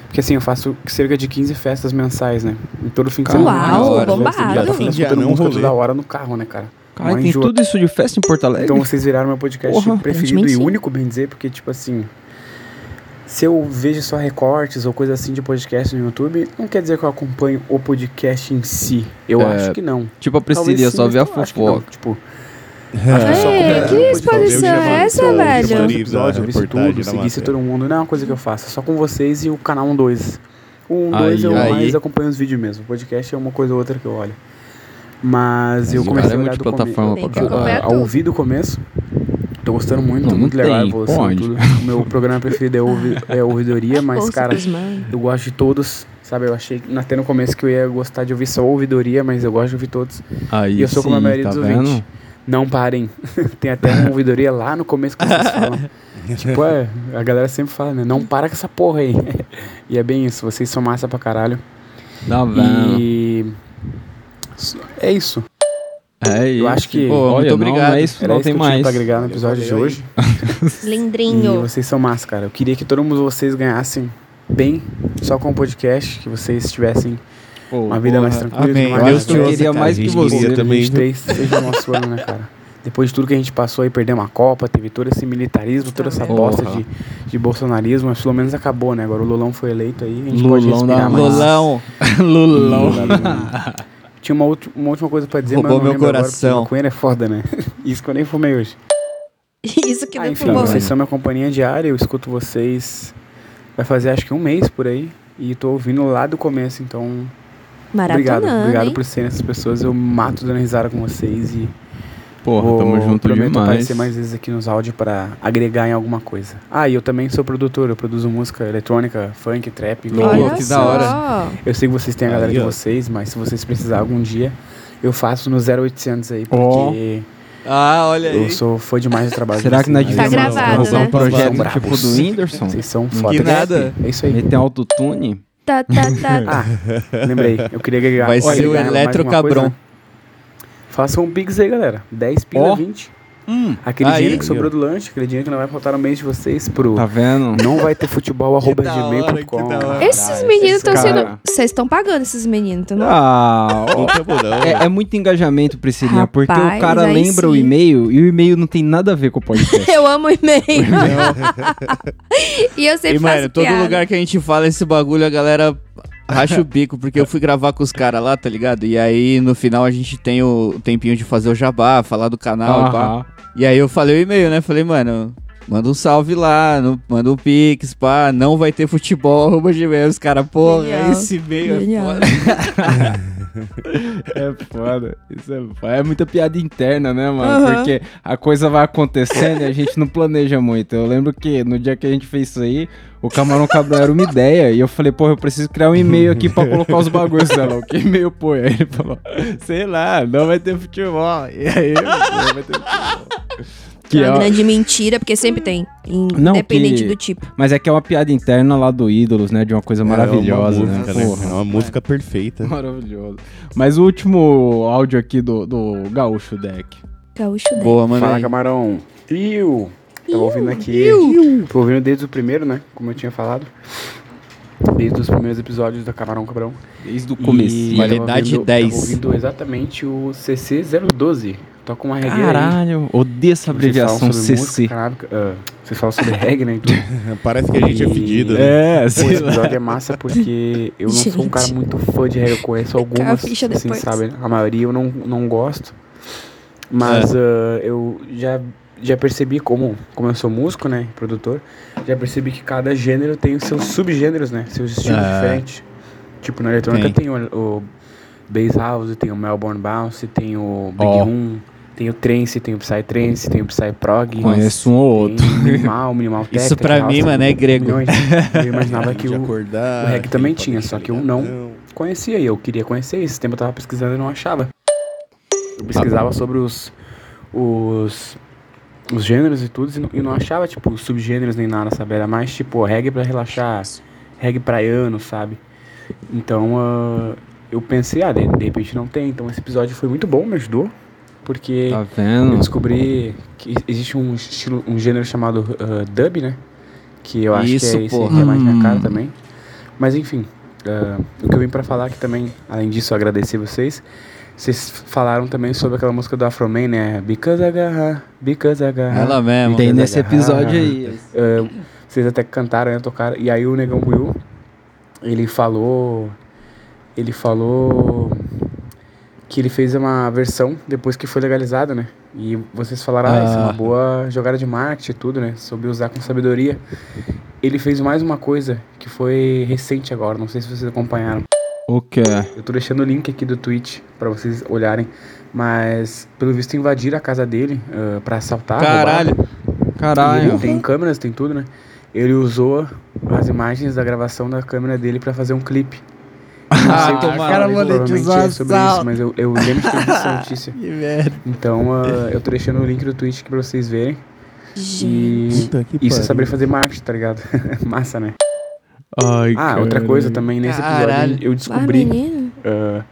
H: Porque assim, eu faço cerca de 15 festas mensais, né? E todo fim de semana.
D: Uau,
H: várias horas,
D: bombado.
H: né? Eu tô
E: Fim de
H: escutando
E: anão,
H: música
E: rolê.
H: toda hora no carro, né, cara?
B: Cara,
H: Uma
B: tem
H: enjoa-
B: tudo isso de festa em Porto Alegre?
H: então vocês viraram meu podcast
B: Porra,
H: preferido e
D: sim.
H: único, bem dizer, porque, tipo assim. Se eu vejo só recortes ou coisa assim de podcast no YouTube, não quer dizer que eu acompanho o podcast em si. Eu
B: É,
H: acho que não.
B: tipo a
H: Talvez
B: Priscilia,
H: sim,
B: só
H: mas
B: vê a
H: eu acho que não.
B: fofoca.
H: Tipo,
D: É, que exposição
E: Talvez
D: é essa,
E: eu já-
D: velho?
E: Maria,
H: episódio, eu
B: né,
H: visse
E: reportagem
H: tudo,
E: da
H: seguisse todo
E: matéria.
H: mundo. Não é uma coisa que eu faço, é só com vocês e o canal 1, 2. é O 1,
B: Aí,
H: 2 eu
C: aí.
H: mais acompanho os vídeos mesmo. O podcast é uma coisa ou outra que eu olho. Mas eu
B: o
H: comecei
B: cara é
H: a olhar do come-
B: multiplataforma
D: Tem
B: pra
D: que
B: caralho.
D: acompanhar
H: a, a ouvir do começo. Tô gostando muito,
B: Não,
H: muito
B: não
H: legal a
B: tem,
H: evolução.
B: pode.
H: Tudo. O meu programa preferido é, ouvi, é
D: <laughs>
H: ouvidoria, mas,
D: Ouça
H: cara,
D: pros mano.
H: eu gosto de todos. Sabe, eu achei que até no começo que eu ia gostar de ouvir só ouvidoria, mas eu gosto de ouvir todos.
B: Aí
H: e eu sou como a
B: sim,
H: maioria
B: tá
H: dos
B: vendo?
H: ouvintes. Não parem. <laughs> Tem até uma ouvidoria lá no começo que
B: <laughs>
H: vocês falam. tipo, é, a galera sempre fala, né? Não para com essa porra aí. <laughs> e é bem isso, vocês são massa pra caralho.
B: Tá vendo?
H: E. É isso.
B: É isso.
H: Eu acho que-
B: Pô,
C: Pô, muito
B: olha,
C: obrigado.
B: Não, não é isso,
H: Era
B: não
H: isso
B: tem
H: que eu tinha
B: mais.
H: pra agregar no episódio de
E: Valeu aí.
H: hoje. E
D: Lindrinho.
H: vocês são massa, cara. Eu queria que todos vocês ganhassem bem, só com o podcast, que vocês tivessem
B: Pô,
H: uma vida mais
B: porra.
H: tranquila. e
C: Amém.
H: tudo
B: Eu
H: mais.
B: acho que eu
H: Então,
B: queria
E: cara,
B: mais
E: a
B: que
E: gente queria
B: você.
E: também.
H: 23 seja o nosso ano, né, cara? Depois de tudo que a gente passou aí, perdemos a Copa, teve todo esse militarismo, toda essa
B: Porra.
H: bosta de, de bolsonarismo, mas pelo menos acabou, né? Agora o Lulão foi eleito aí, a gente pode
B: Lulão da
H: respirar mais. <laughs>
C: Lolão.
B: Lulão.
H: Tinha uma, ulti- uma última coisa pra dizer, mas
C: Roubou
H: eu não
C: meu
H: lembro agora,
C: coração.
H: porque maconheiro é foda, né? <laughs> Isso que eu nem fumei hoje.
D: assim. <laughs> Isso que
H: Ah,
D: não
H: enfim,
D: fumou.
H: vocês são minha companhia diária, eu escuto vocês. Vai fazer acho que um mês por aí. E tô ouvindo lá do começo, então.
D: Maravilhoso.
H: obrigado. Obrigado por serem essas pessoas. Eu mato dando risada com vocês e
B: Porra,
H: vou,
B: tamo junto
H: prometo
B: demais.
H: aparecer mais vezes aqui nos áudios pra agregar em alguma coisa. Ah, e eu também sou produtor, eu produzo música eletrônica, funk, trap,
B: Olha
H: global.
B: que da hora.
H: Eu sei que vocês têm a galera
E: Aí,
H: de
E: ó.
H: vocês, mas se vocês precisarem algum dia, eu faço no 0800 aí,
B: Ó.
H: porque
C: Ah, olha aí.
H: eu sou fã demais do trabalho
B: Será
H: de
B: que é nós
H: vocês.
D: Tá
B: devíamos
D: gravado,
B: lançar
D: né?
B: um projeto
H: São
B: tipo
H: bravos.
B: do Whindersson?
H: Vocês são foda.
C: Que nada.
H: É isso aí.
B: Meter um autotune?
D: Tá, tá, tá.
B: <laughs>
H: <laughs> Ah, lembrei. Eu queria agregar.
C: Vai
H: Olha,
C: ser o
H: agregar mais
C: Eletro
H: uma coisa.
C: Cabron.
H: Façam um Pix aí, galera. 10 pila,
B: Ó. Hum.
H: 20. Aquele
C: Aí.
H: dinheiro que sobrou do lanche, aquele dinheiro que não vai faltar no mês de vocês pro...
B: Tá vendo?
H: Não vai ter futebol, arroba
C: da hora,
H: gmail.com.
C: que da hora.
D: esses
B: tá,
D: meninos estão sendo.
B: cara.
D: Vocês estão pagando esses meninos, então não.
B: Ah, ó,
E: Não tamo não.
B: é, é muito engajamento, Priscilinha, porque o
D: Rapaz,
B: cara
D: aí
B: lembra o
D: sim.
B: e-mail e o e-mail não tem nada a ver com o podcast.
D: Eu amo e-mail. <laughs> e eu sempre
C: E, mano,
D: faço
C: todo
D: piada.
C: lugar que a gente fala esse bagulho, a galera racha o bico, porque eu fui gravar com os caras lá, tá ligado? E aí, no final, a gente tem o tempinho de fazer o jabá, falar do canal e pá.
B: Aham.
C: E aí eu falei o e-mail, né? Falei, mano, manda um salve lá, no- manda um pix, pá, não vai ter futebol, <laughs> arroba gmail. Os caras, porra, é
D: Genial.
C: esse <laughs> e-mail é
D: Genial.
C: foda.
B: É foda. Isso é foda. É muita piada interna, né, mano?
D: Aham.
B: Porque a coisa vai acontecendo e a gente não planeja muito. Eu lembro que no dia que a gente fez isso aí, o Camarão Cabral era uma ideia. E eu falei, porra, eu preciso criar um e-mail aqui pra colocar os bagulhos dela. Que e-mail, pô? Aí ele falou, sei lá, não vai ter futebol. E aí, não vai ter futebol. Que
D: é uma
B: ó,
D: grande mentira, porque sempre tem. in-
B: Não,
D: Independente
B: que-
D: do tipo.
B: mas é que é uma piada interna lá do Ídolos, né? De uma coisa maravilhosa,
E: é uma música,
B: né?
E: né?
B: Porra.
E: É uma música perfeita.
B: <laughs> Maravilhoso. Mas o último áudio aqui do, do Gaúcho Deck.
D: Gaúcho dele.
C: Boa, mano.
H: Fala,
C: aí.
H: camarão. Iu! Tava ouvindo aqui. Tô ouvindo desde o primeiro, né? Como eu tinha falado. Desde os primeiros episódios da Camarão Cabrão.
B: Desde o
H: E
C: Valeu.
B: começo.
C: Qualidade
H: tava ouvindo-
C: 10.
H: Tava ouvindo exatamente o CC012. Toca uma reggae aí.
B: Caralho, odeio
H: Vocês
B: essa
H: falam
B: abreviação
H: sobre
B: CC.
H: música canábica, ah, vocês falam sobre <laughs> reggae, né? Então,
E: <laughs> Parece que a gente é fedido, né?
B: É,
H: pô,
B: sei
H: esse
B: lá.
H: episódio é massa porque eu não sou um
D: Gente.
H: cara muito fã de reggae. Eu conheço algumas,
D: ficha
H: assim,
D: depois.
H: sabe? A maioria eu não, não gosto. Mas
E: É.
H: ah, eu já, já percebi como, como eu sou músico, né? Produtor. Já percebi que cada gênero tem os seus subgêneros, né? Seus estilos
E: É.
C: Ah.
H: diferentes. Tipo, na eletrônica tem, o, o Bass House, tem o Melbourne Bounce, tem o Big
B: Ó.
H: Room, tem o Trance, tem o Psytrance, tem o Psyprog.
B: Conheço um ou outro.
H: Tem Minimal, minimal técnica,
C: Isso pra
H: house,
C: mim, mano, é grego.
H: milhões.
C: <laughs>
H: Eu imaginava que
E: De
H: eu
E: acordar,
H: o reggae também
E: aquele
H: tinha,
E: toque
H: só
E: de
H: que eu não.
E: ligadão.
H: conhecia e eu queria conhecer. Esse tempo eu tava pesquisando e não achava.
C: Tá
H: Eu pesquisava sobre os, os, os gêneros e tudo e não, e não achava, tipo, subgêneros nem nada, sabe? Era mais, tipo, reggae pra relaxar, reggae praiano, sabe? Então, ah, eu pensei, ah, de, de repente não tem. Então, esse episódio foi muito bom, me ajudou. Porque
B: Tá
H: eu
B: vendo?
H: descobri que existe um estilo, um gênero chamado ah, dub, né? Que eu acho
C: Isso,
H: que é esse
C: porra.
H: que é mais minha cara
B: Hum.
H: também. Mas enfim, ah, o que eu vim pra falar aqui também, além disso, eu agradecer vocês. Vocês falaram também sobre aquela música do Afroman, né? Because Agarra, Because Agarra.
C: Ela mesmo.
B: Tem nesse episódio aí.
H: Ah, vocês até cantaram, né? Tocaram. E aí o Negão Buiu, ele falou. Ele falou. Que ele fez uma versão depois que foi legalizada, né? E vocês falaram, ah, isso é uma
C: Ah.
H: boa jogada de marketing e tudo, né? Soube usar com sabedoria. Ele fez mais uma coisa que foi recente agora, não sei se vocês acompanharam.
B: O que é?
H: Eu tô deixando o link aqui do tweet pra vocês olharem. Mas, pelo visto, invadiram a casa dele ah, pra assaltar. roubar.
C: Caralho.
H: Ele
B: Caralho.
H: tem câmeras, tem tudo, né? Ele usou as imagens da gravação da câmera dele pra fazer um clipe. Eu Não sei o que
C: Ah,
H: o
C: tomara.
H: cara provavelmente
C: Monetizar
H: é sobre isso, mas eu, eu lembro de ter visto essa notícia.
C: Que merda.
H: Então ah, eu tô deixando o link do Twitch aqui pra vocês verem. E
E: Puta que
H: isso é
E: pariu.
H: saber fazer marketing, tá ligado? <laughs> Massa, né?
B: Ai,
H: Ah, outra coisa também, nesse
C: Caralho.
H: episódio eu
D: Ah,
H: descobri
D: menino.
H: ah,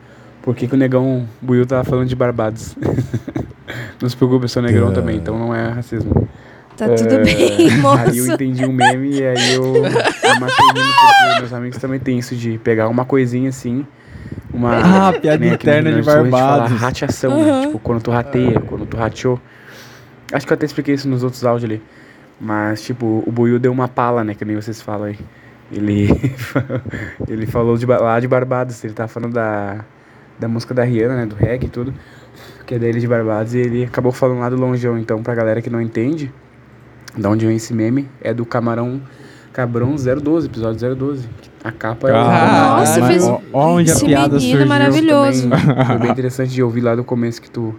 H: por que, que o negão Buiu tava falando de Barbados. <laughs> Não se preocupe, eu sou negrão também, então não é racismo.
D: Tá tudo
H: É,
D: bem,
H: Aí eu
D: moço.
H: entendi um meme e aí eu eu matei o meme porque meus amigos também têm isso de pegar uma coisinha assim. Uma, né,
B: Ah, piada
H: aqui no
B: interna
H: Rio Grande do
B: de
H: Sul a gente
B: Barbados.
H: Fala rateação, né? Tipo, quando tu rateia, quando tu rateou. Acho que eu até expliquei isso nos outros áudios ali. Mas, tipo, o Buiu deu uma pala, né? Que nem vocês falam aí. Ele, <laughs> ele falou de, Ba- lá de Barbados, ele tava falando da, da música da Rihanna, né? Do reggae e tudo. Que é dele de Barbados e ele acabou falando lá do Longeão. Então, pra galera que não entende, da onde vem esse meme, é do camarão Cabrão 012, episódio 012. A capa é
B: Caralho,
D: Nossa,
B: mas
D: fez-
B: ó- ó onde a
D: esse
B: piada
D: menino
B: surgiu.
H: Isso
D: maravilhoso.
H: também Foi bem interessante de ouvir lá do começo que tu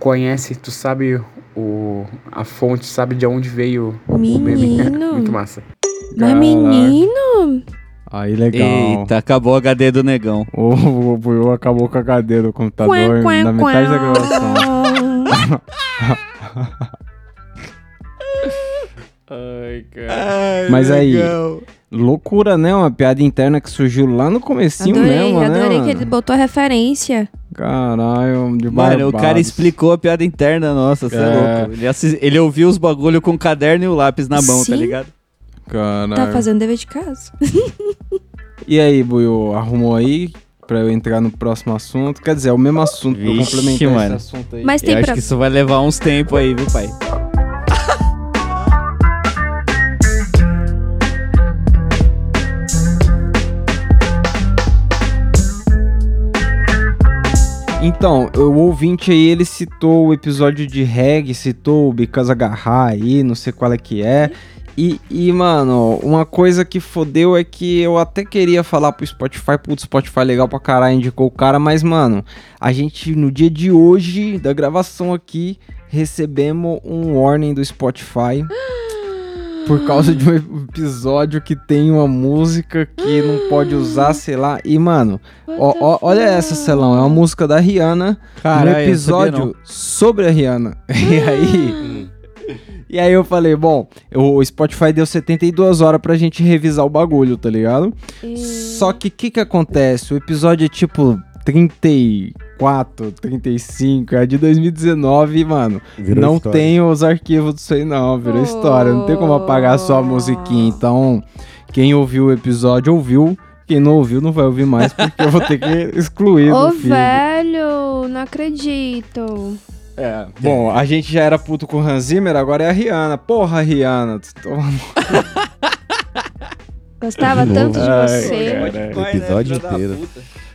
H: conhece, tu sabe o, a fonte, sabe de onde veio o meme.
D: Menino.
H: <laughs> Muito massa.
D: Mas
B: Caraca.
D: menino,
B: Aí, legal.
C: Eita, acabou o HD do negão.
B: O Buiu acabou com a HD do computador
D: quen,
B: na
D: quen,
B: metade da gravação.
D: quen.
C: <laughs>
B: Mas aí, loucura, né? Uma piada interna que surgiu lá no comecinho
D: Adorei,
B: mesmo, né?
D: adorei que
B: mano?
D: ele botou a referência.
B: Caralho, de
C: Mano, o cara
B: Barbados.
C: explicou a piada interna nossa, você é,
B: É.
C: louco. Ele, assis- ele ouviu os bagulho com o caderno e o lápis na mão, tá
D: Sim.
C: ligado?
B: Caralho.
D: Tá fazendo dever de casa.
B: E aí, Buiu, arrumou aí pra eu entrar no próximo assunto? Quer dizer, é o mesmo assunto, pra eu
C: Vixe,
B: complementar esse
C: mano.
B: assunto aí.
D: Mas
C: Eu
D: tem
C: acho
D: pra...
C: que isso vai levar uns tempos aí, viu, pai?
B: Então, o ouvinte aí, ele citou o episódio de reggae, citou o Because Agarrar aí, não sei qual é que é. E, e, mano, uma coisa que fodeu é que eu até queria falar pro Spotify, putz, Spotify é legal pra caralho, indicou o cara, mas, mano, a gente, no dia de hoje, da gravação aqui, recebemos um warning do
D: <gasps>
B: Spotify por causa de um episódio que tem uma música que não pode usar, sei lá. E, mano, ó- ó- olha essa, Celão, é uma música da Rihanna,
C: Caralho, eu
B: um
C: sabia não.
B: episódio sobre a Rihanna. <laughs> E aí. E aí eu falei, bom, o Spotify deu 72 horas pra gente revisar o bagulho, tá ligado? Só que o que que acontece? O episódio é tipo 34, 35, é de 2019, mano.
E: Virou
B: não
E: história.
B: tem os arquivos disso aí não, virou
D: Oh.
B: história. Não tem como apagar só a musiquinha. Então, quem ouviu o episódio, ouviu. Quem não ouviu, não vai ouvir mais, porque eu vou ter que excluir
D: Ô,
B: do feed.
D: velho, não acredito.
B: É, bom, a gente já era puto com o Hans Zimmer, agora é a Rihanna. Porra, Rihanna. tu toma-
D: Gostava
E: De
D: tanto de
B: novo.
D: você.
B: Ai,
E: O episódio inteiro.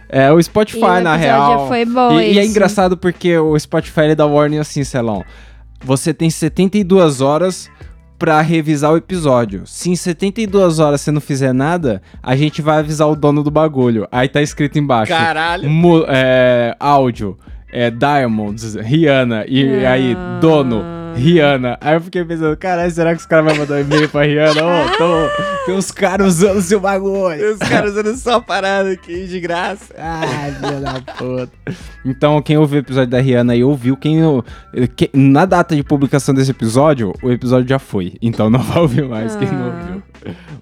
B: É, o
D: E o
B: Spotify, na
D: episódio
B: real.
D: foi bom
B: E, e é
D: esse.
B: engraçado porque o Spotify ele dá warning assim, Celão. Você tem 72 horas pra revisar o episódio. Se em 72 horas você não fizer nada, a gente vai avisar o dono do bagulho. Aí tá escrito embaixo.
C: Caralho.
B: Mu- é, áudio, é, Diamonds, Rihanna, e aí, dono, Rihanna. Aí eu fiquei pensando, caralho, será que os caras vão mandar um e-mail pra Rihanna? Ô, tô- tem uns caras usando seu bagulho.
C: Os caras usando só parada aqui de graça.
B: Ai, filha da puta. Então, quem ouviu o episódio da Rihanna aí ouviu, quem, ou- que- na data de publicação desse episódio, o episódio já foi. Então não vai ouvir mais quem
D: Ah.
B: não ouviu.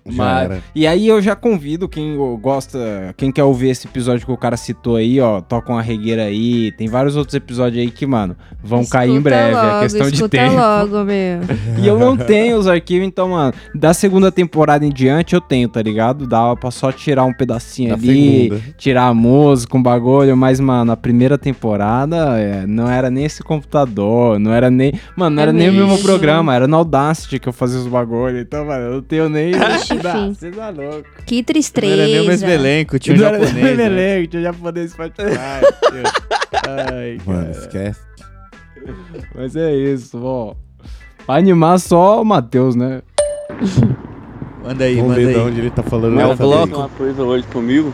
E: Já
B: Mas,
E: era.
B: e aí eu já convido quem gosta, quem quer ouvir esse episódio que o cara citou aí, ó, toca uma regueira aí, tem vários outros episódios aí que, mano, vão cair em
D: Escuta
B: breve,
D: logo,
B: é questão de
D: escuta
B: tempo.
D: logo, meu.
B: <laughs> E eu não tenho os arquivos, então, mano, da segunda temporada em diante eu tenho, tá ligado? Dá pra só tirar um pedacinho
E: Da
B: ali,
E: segunda.
B: tirar a música, um bagulho, mas, mano, a primeira temporada é, não era nem esse computador, não era nem. Mano, não
D: É
B: era nem o mesmo
D: mesmo.
B: programa, era no Audacity que eu fazia os bagulho, então, mano, eu não tenho nem.
D: Ixi,
B: Dá,
D: fim.
B: Você tá louco.
D: Que
C: Não
D: tristeza.
C: era nem o mesmo elenco, tinha um
B: Não era
C: japonês.
B: nem
C: né? <laughs>
B: elenco, tinha japonês Spotify. tio. Ai,
E: Mano,
B: cara.
E: esquece.
B: Mas é isso, bom. Pra animar só o Matheus, né?
C: Manda aí,
E: Vamos ver de
C: manda aí.
E: onde ele tá falando.
C: É o
E: dessa
C: bloco.
E: vez.
I: uma coisa hoje comigo,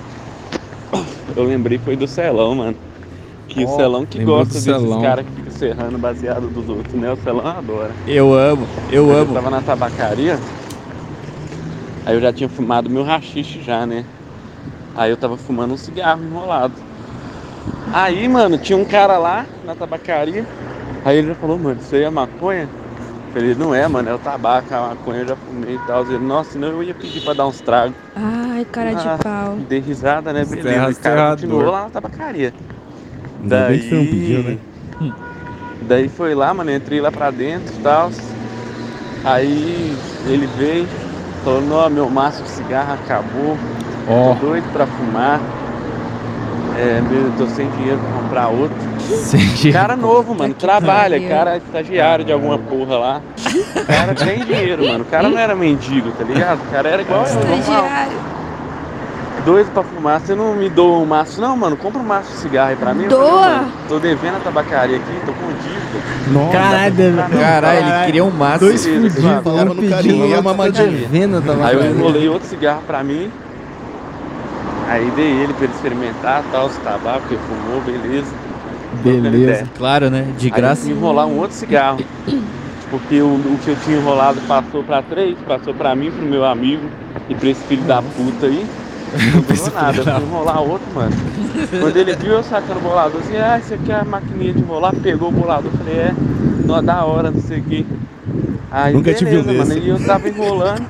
I: eu lembrei foi do Celão, mano. Que o Celão que
B: lembrou do
I: gosta desses
B: Celão.
I: caras que ficam serrando baseado dos outros, né? O Celão adora.
C: Eu amo, eu
I: Eu
C: amo.
I: tava na tabacaria, aí eu já tinha fumado meu rachixe já, né? Aí eu tava fumando um cigarro enrolado. Aí, mano, tinha um cara lá na tabacaria, aí ele já falou, mano, isso aí é maconha? Eu Falei, não é, mano, é o tabaco, a maconha eu já fumei e tal. Ele, nossa, senão eu ia pedir pra dar uns tragos.
D: Ai, cara
I: Ah.
D: de pau.
I: Dei risada, né?
B: Serra
I: Beleza, o cara
B: serrador.
I: continuou lá na tabacaria.
E: Ainda bem que
J: um
E: você não pediu, né?
I: Daí foi lá, mano, eu entrei lá pra dentro e tal. Aí ele veio, falou, não, meu maço de cigarro acabou,
B: Ó.
I: tô doido pra fumar. É, meu, tô sem dinheiro pra comprar outro. Cara novo, mano,
D: que
I: trabalha,
D: pariu.
I: cara é estagiário de alguma porra lá. O cara tem dinheiro, mano. O cara não era mendigo, tá ligado? O cara era igual eu, normal.
D: Estagiário.
I: doido pra fumar, você não me doa um maço? Não, mano, compra um maço de cigarro aí pra mim. Eu
D: Doa!
I: falei, "Não, mano, tô devendo a tabacaria aqui, tô com dívida.
E: Nossa,
B: Caralho,
I: deve-
C: Caralho, ele queria um maço.
I: Dois fudidos,
E: eu falava no carinho, ia mamadinha.
B: vendo, tava
I: Aí eu enrolei outro cigarro pra mim. Aí dei ele pra ele experimentar, tal, os tabacos, ele fumou, beleza.
B: Beleza.
C: Claro, né? De
I: Aí eu
C: graça.
I: fui enrolar um outro cigarro. Porque o, o que eu tinha enrolado passou pra três, passou pra mim, pro meu amigo e pra esse filho da puta aí. Não durou nada, eu fui enrolar outro, mano. Quando ele viu eu sacando o bolador, assim, ah, isso aqui é a maquininha de enrolar, pegou o bolador, eu falei, é, não é da hora, não sei o quê. Aí,
E: Nunca tive um
I: beleza, mano,
E: desse.
I: e eu tava enrolando,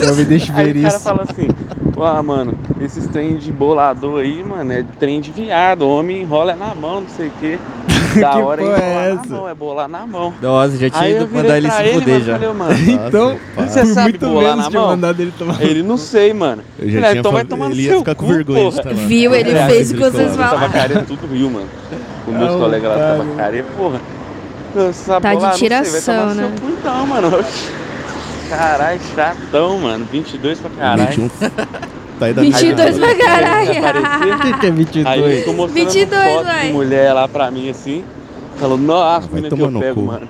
B: Eu me deixo
I: aí
B: ver
I: o cara
B: isso.
I: fala assim, ó, mano, esses trem de bolador aí, mano, é trem de viado, homem enrola é na mão, não sei o quê. <laughs> Da
B: Que
I: hora é
B: porra
I: enrolar
B: é
I: na
B: essa?
I: mão, é bolar na mão.
C: Nossa, já tinha
I: Aí eu
C: ido
I: virei
C: mandar ele
I: pra
C: se
I: ele,
C: fuder
I: mas
C: já.
I: falei, <laughs> mano, tá,
B: Então,
I: você
B: Por
I: sabe
B: muito
I: bolar
B: menos
I: na
B: de
I: mão?
B: mandar dele tomar.
I: Ele <laughs> não sei, mano.
E: Eu já
I: Falei,
E: tinha
I: então vai
E: falado-
I: tomar no
E: ele ia
I: seu
E: ficar com
I: cu,
E: vergonha de
I: porra.
E: estar lá.
D: Viu? Ele
E: É,
D: fez o que
E: acredito,
D: vocês
E: claro.
D: falaram.
I: Tabacaria tudo Rio, mano. Com meus
B: Ah,
I: colegas lá da
B: otário.
I: tabacaria, porra. Eu só
D: Tá de
I: bolar, não sei, vai tomar
D: tiração,
I: no seu
D: né?
I: cu então, mano. <laughs> Caralho, chatão, mano. 22 pra
E: Meti
I: <laughs> caralho.
E: um- Tá aí da
D: 22
E: minha-
D: pra
I: <laughs>
D: caralho.
I: Aparecer.
B: O que, que é
I: Aí ele
B: 22?
I: ficou mostrando
D: 22,
I: foto
D: vai.
I: de mulher lá pra mim assim. Falou, nossa,
E: Vai
I: menina que
E: tomar
I: eu
E: no
I: pego,
E: cu.
I: mano.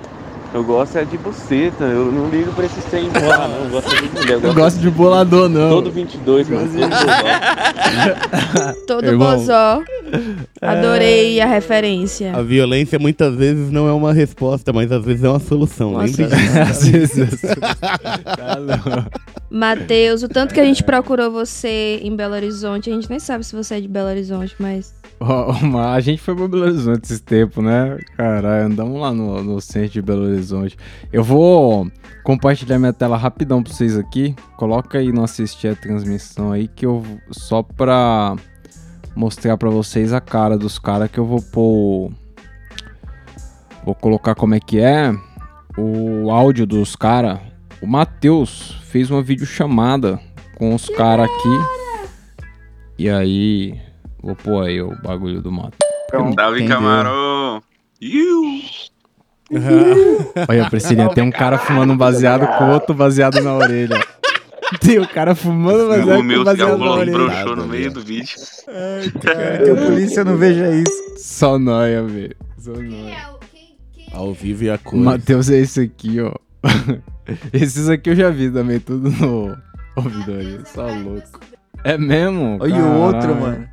I: Eu gosto é de buceta, eu não ligo pra esses trem embora, não. Eu gosto de mulher, eu
B: Eu
I: gosto
B: gosto de bolador, não.
I: todo 22, mano. todo bozó.
D: Todo
E: Irmão.
D: bozó. Adorei a referência.
E: A violência muitas vezes não é uma resposta, mas às vezes é uma solução. Lembre disso.
B: <laughs> Às vezes. é Tá louco.
D: Matheus, o tanto que a gente procurou você em Belo Horizonte, a gente nem sabe se você é de Belo Horizonte, mas.
B: Ó, <laughs> uma- a gente foi pra Belo Horizonte esses tempos, né? Caralho, andamos lá no, no centro de Belo Horizonte. Eu vou compartilhar minha tela rapidão pra vocês aqui. Coloca aí, não assistir a transmissão aí, que eu vou- só pra mostrar pra vocês a cara dos caras que eu vou pôr. Vou colocar como é que é o áudio dos caras. O Matheus fez uma videochamada com os caras aqui. E aí, Vou pôr aí o bagulho do mato.
I: É Então, Davi um Camarão. Iu.
B: Olha, Priscilinha, tem um cara fumando um baseado com outro baseado na orelha. Tem o cara fumando um baseado
I: O
B: com
I: meu
B: é baseado
I: cigarro
B: na
I: rolou
B: orelha. É
I: broxou no meio do vídeo.
B: Que a polícia não veja isso. Só nóia, velho. Só nóia.
E: Ao vivo e a
B: O
E: cor.
B: Matheus é esse aqui, ó. <laughs> Esses aqui eu já vi também, tudo no ouvidoria. Só louco. É mesmo?
C: Olha o outro,
B: Caralho.
C: mano.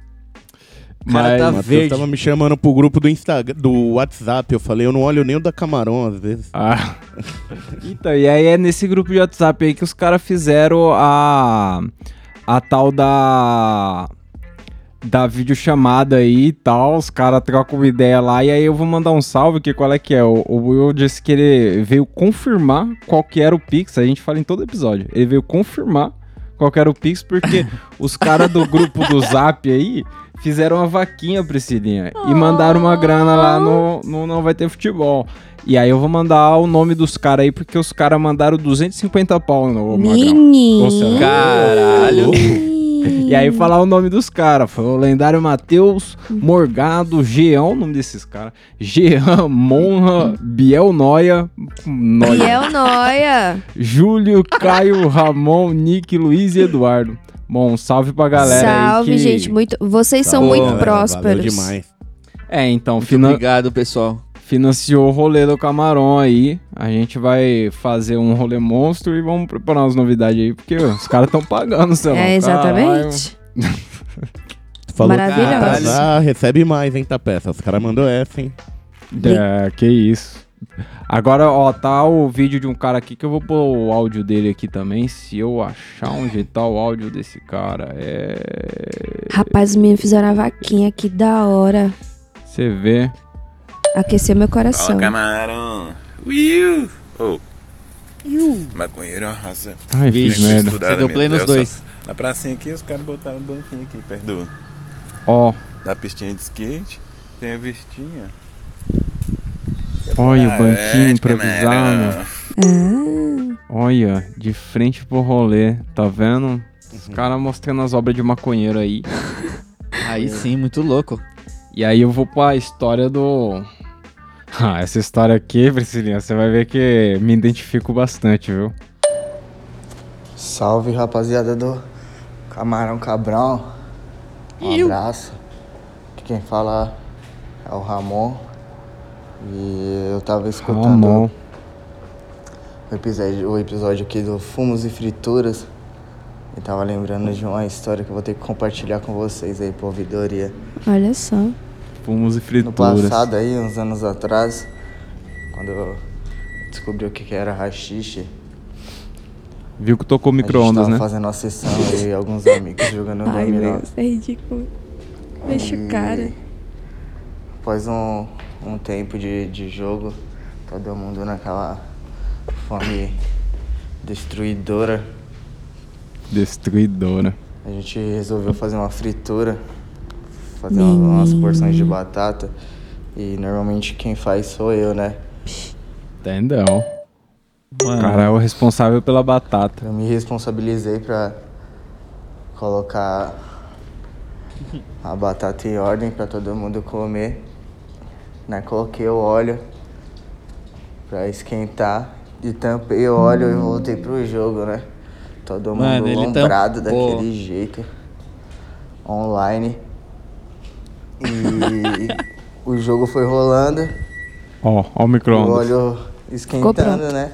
C: O cara
B: Mas,
C: tá
E: Matheus
C: verde.
E: tava me chamando pro grupo do Instagram, do WhatsApp. Eu falei, eu não olho nem o da Camarão às vezes.
B: Ah. Então, e aí é nesse grupo de WhatsApp aí que os caras fizeram a a tal da da videochamada aí e tal, os caras trocam uma ideia lá, e aí eu vou mandar um salve, que qual é que é? O, o Will disse que ele veio confirmar qual que era o Pix, a gente fala em todo episódio, ele veio confirmar qual que era o Pix, porque os caras do grupo do Zap aí fizeram uma vaquinha, Priscilinha, e mandaram uma grana lá no, no Não Vai Ter Futebol. E aí eu vou mandar o nome dos caras aí, porque os caras mandaram 250 pau no Magrão. Nossa,
D: Menino.
C: Caralho.
B: E aí falar o nome dos caras. Foi o lendário Matheus, Morgado, Jean, o nome desses caras. Jean, Monra, Biel Noia, Noia,
D: Biel Noia.
B: Júlio, Caio, Ramon, Nick, Luiz e Eduardo. Bom, um salve pra galera
D: Salve,
B: aí. que- Tá né?
D: gente. Muito... Vocês são
C: Pô,
D: muito
C: galera,
D: prósperos.
E: Valeu demais.
B: É, então,
C: Muito
B: finan-
C: obrigado, pessoal.
B: financiou o rolê do Camarão aí. A gente vai fazer um rolê monstro e vamos preparar umas novidades aí, porque os caras estão pagando, sei lá.
D: É, exatamente.
E: Falou,
D: Maravilhoso.
E: "Caralho, Ah, recebe mais, hein, Tapeça. Os caras mandou essa, hein.
B: É, que isso. Agora, ó, tá o vídeo de um cara aqui que eu vou pôr o áudio dele aqui também. Se eu achar onde tá o áudio desse cara, é.
D: Rapaz, os meninos fizeram a vaquinha que da hora.
B: Você vê.
D: Aqueceu meu coração.
K: camarão. Will. Oh. Maconheiro é uma raça.
B: Ai, fiz
C: Vixe,
B: merda.
K: Estudada
C: você deu
K: mesmo,
C: play nos
K: eu só-
C: dois.
K: Na pracinha aqui, os caras botaram um banquinho aqui perto do-
B: Ó,
K: da pistinha de skate. Tem a vestinha.
B: olha o
K: Ah,
B: banquinho
K: é,
B: improvisado.
K: camarão.
D: É.
L: Hum,
B: Olha, de frente pro rolê, tá vendo? Os
M: Uhum.
B: caras mostrando as obras de maconheiro
M: <laughs>
B: aí.
C: Aí sim, muito louco.
B: E aí eu vou pra história do. <laughs> Ah, essa história aqui, Priscilinha, você vai ver que me identifico bastante, viu?
M: Salve rapaziada do Camarão Cabrão. Um abraço. Aqui quem fala é o Ramon. E eu tava escutando
B: Ramon.
M: O, episódio, o episódio aqui do Fumos e Frituras. E tava lembrando de uma história que eu vou ter que compartilhar com vocês aí, por ouvidoria.
D: Olha só.
B: Fumos e
M: No
B: frituras.
M: passado aí, uns anos atrás, quando eu descobri o que que era rachixe,
B: Viu que tocou
M: a
B: micro-ondas,
M: gente tava
B: né?
M: fazendo uma sessão
B: <laughs>
M: aí, alguns amigos jogando
D: Ai, meu
M: dominó.
D: Deus, é ridículo. Deixa o cara.
M: Após um, um tempo de, de jogo, todo mundo naquela fome destruidora,
B: Destruidora.
M: a gente resolveu fazer uma fritura, fazer umas, umas porções de batata. E normalmente quem faz sou eu, né?
B: Entendeu? O cara é o responsável pela batata.
M: Eu me responsabilizei pra colocar a batata em ordem pra todo mundo comer. Né? Coloquei o óleo pra esquentar e tampei o óleo e voltei pro jogo, né? Todo
C: Mano,
M: mundo
C: ele
M: lombrado
C: tampou.
M: daquele jeito. Online. E o jogo foi rolando.
B: Ó, ó o
M: O
B: micro-ondas.
M: óleo esquentando,
D: pronto.
M: né?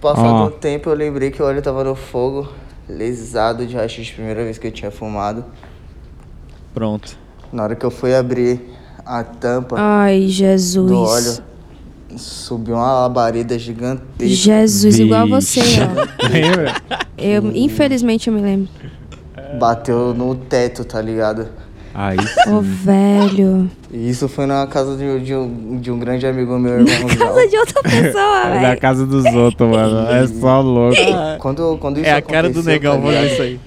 M: Passado
B: Ó.
M: um tempo, eu lembrei que o óleo tava no fogo, lesado de rachixe, primeira vez que eu tinha fumado.
C: Pronto.
M: Na hora que eu fui abrir a tampa
D: Ai,
M: do
D: Jesus.
M: óleo, subiu uma labareda gigantesca.
D: Jesus, igual você,
B: <laughs>
D: ó.
B: Lembra?
D: Eu, infelizmente eu me lembro.
M: Bateu no teto, tá ligado?
B: Aí
D: Ô, velho.
M: E isso foi na casa de, de um, de um grande amigo meu, irmão. João.
D: Casa de outra
B: <laughs>
D: pessoa,
B: É da
D: velho.
B: casa dos outros, mano. É só
M: <laughs>
B: louco.
M: Quando, quando isso
C: É a cara do
M: aconteceu,
C: negão,
M: tá
C: vamos
M: ligado?
C: ver isso aí.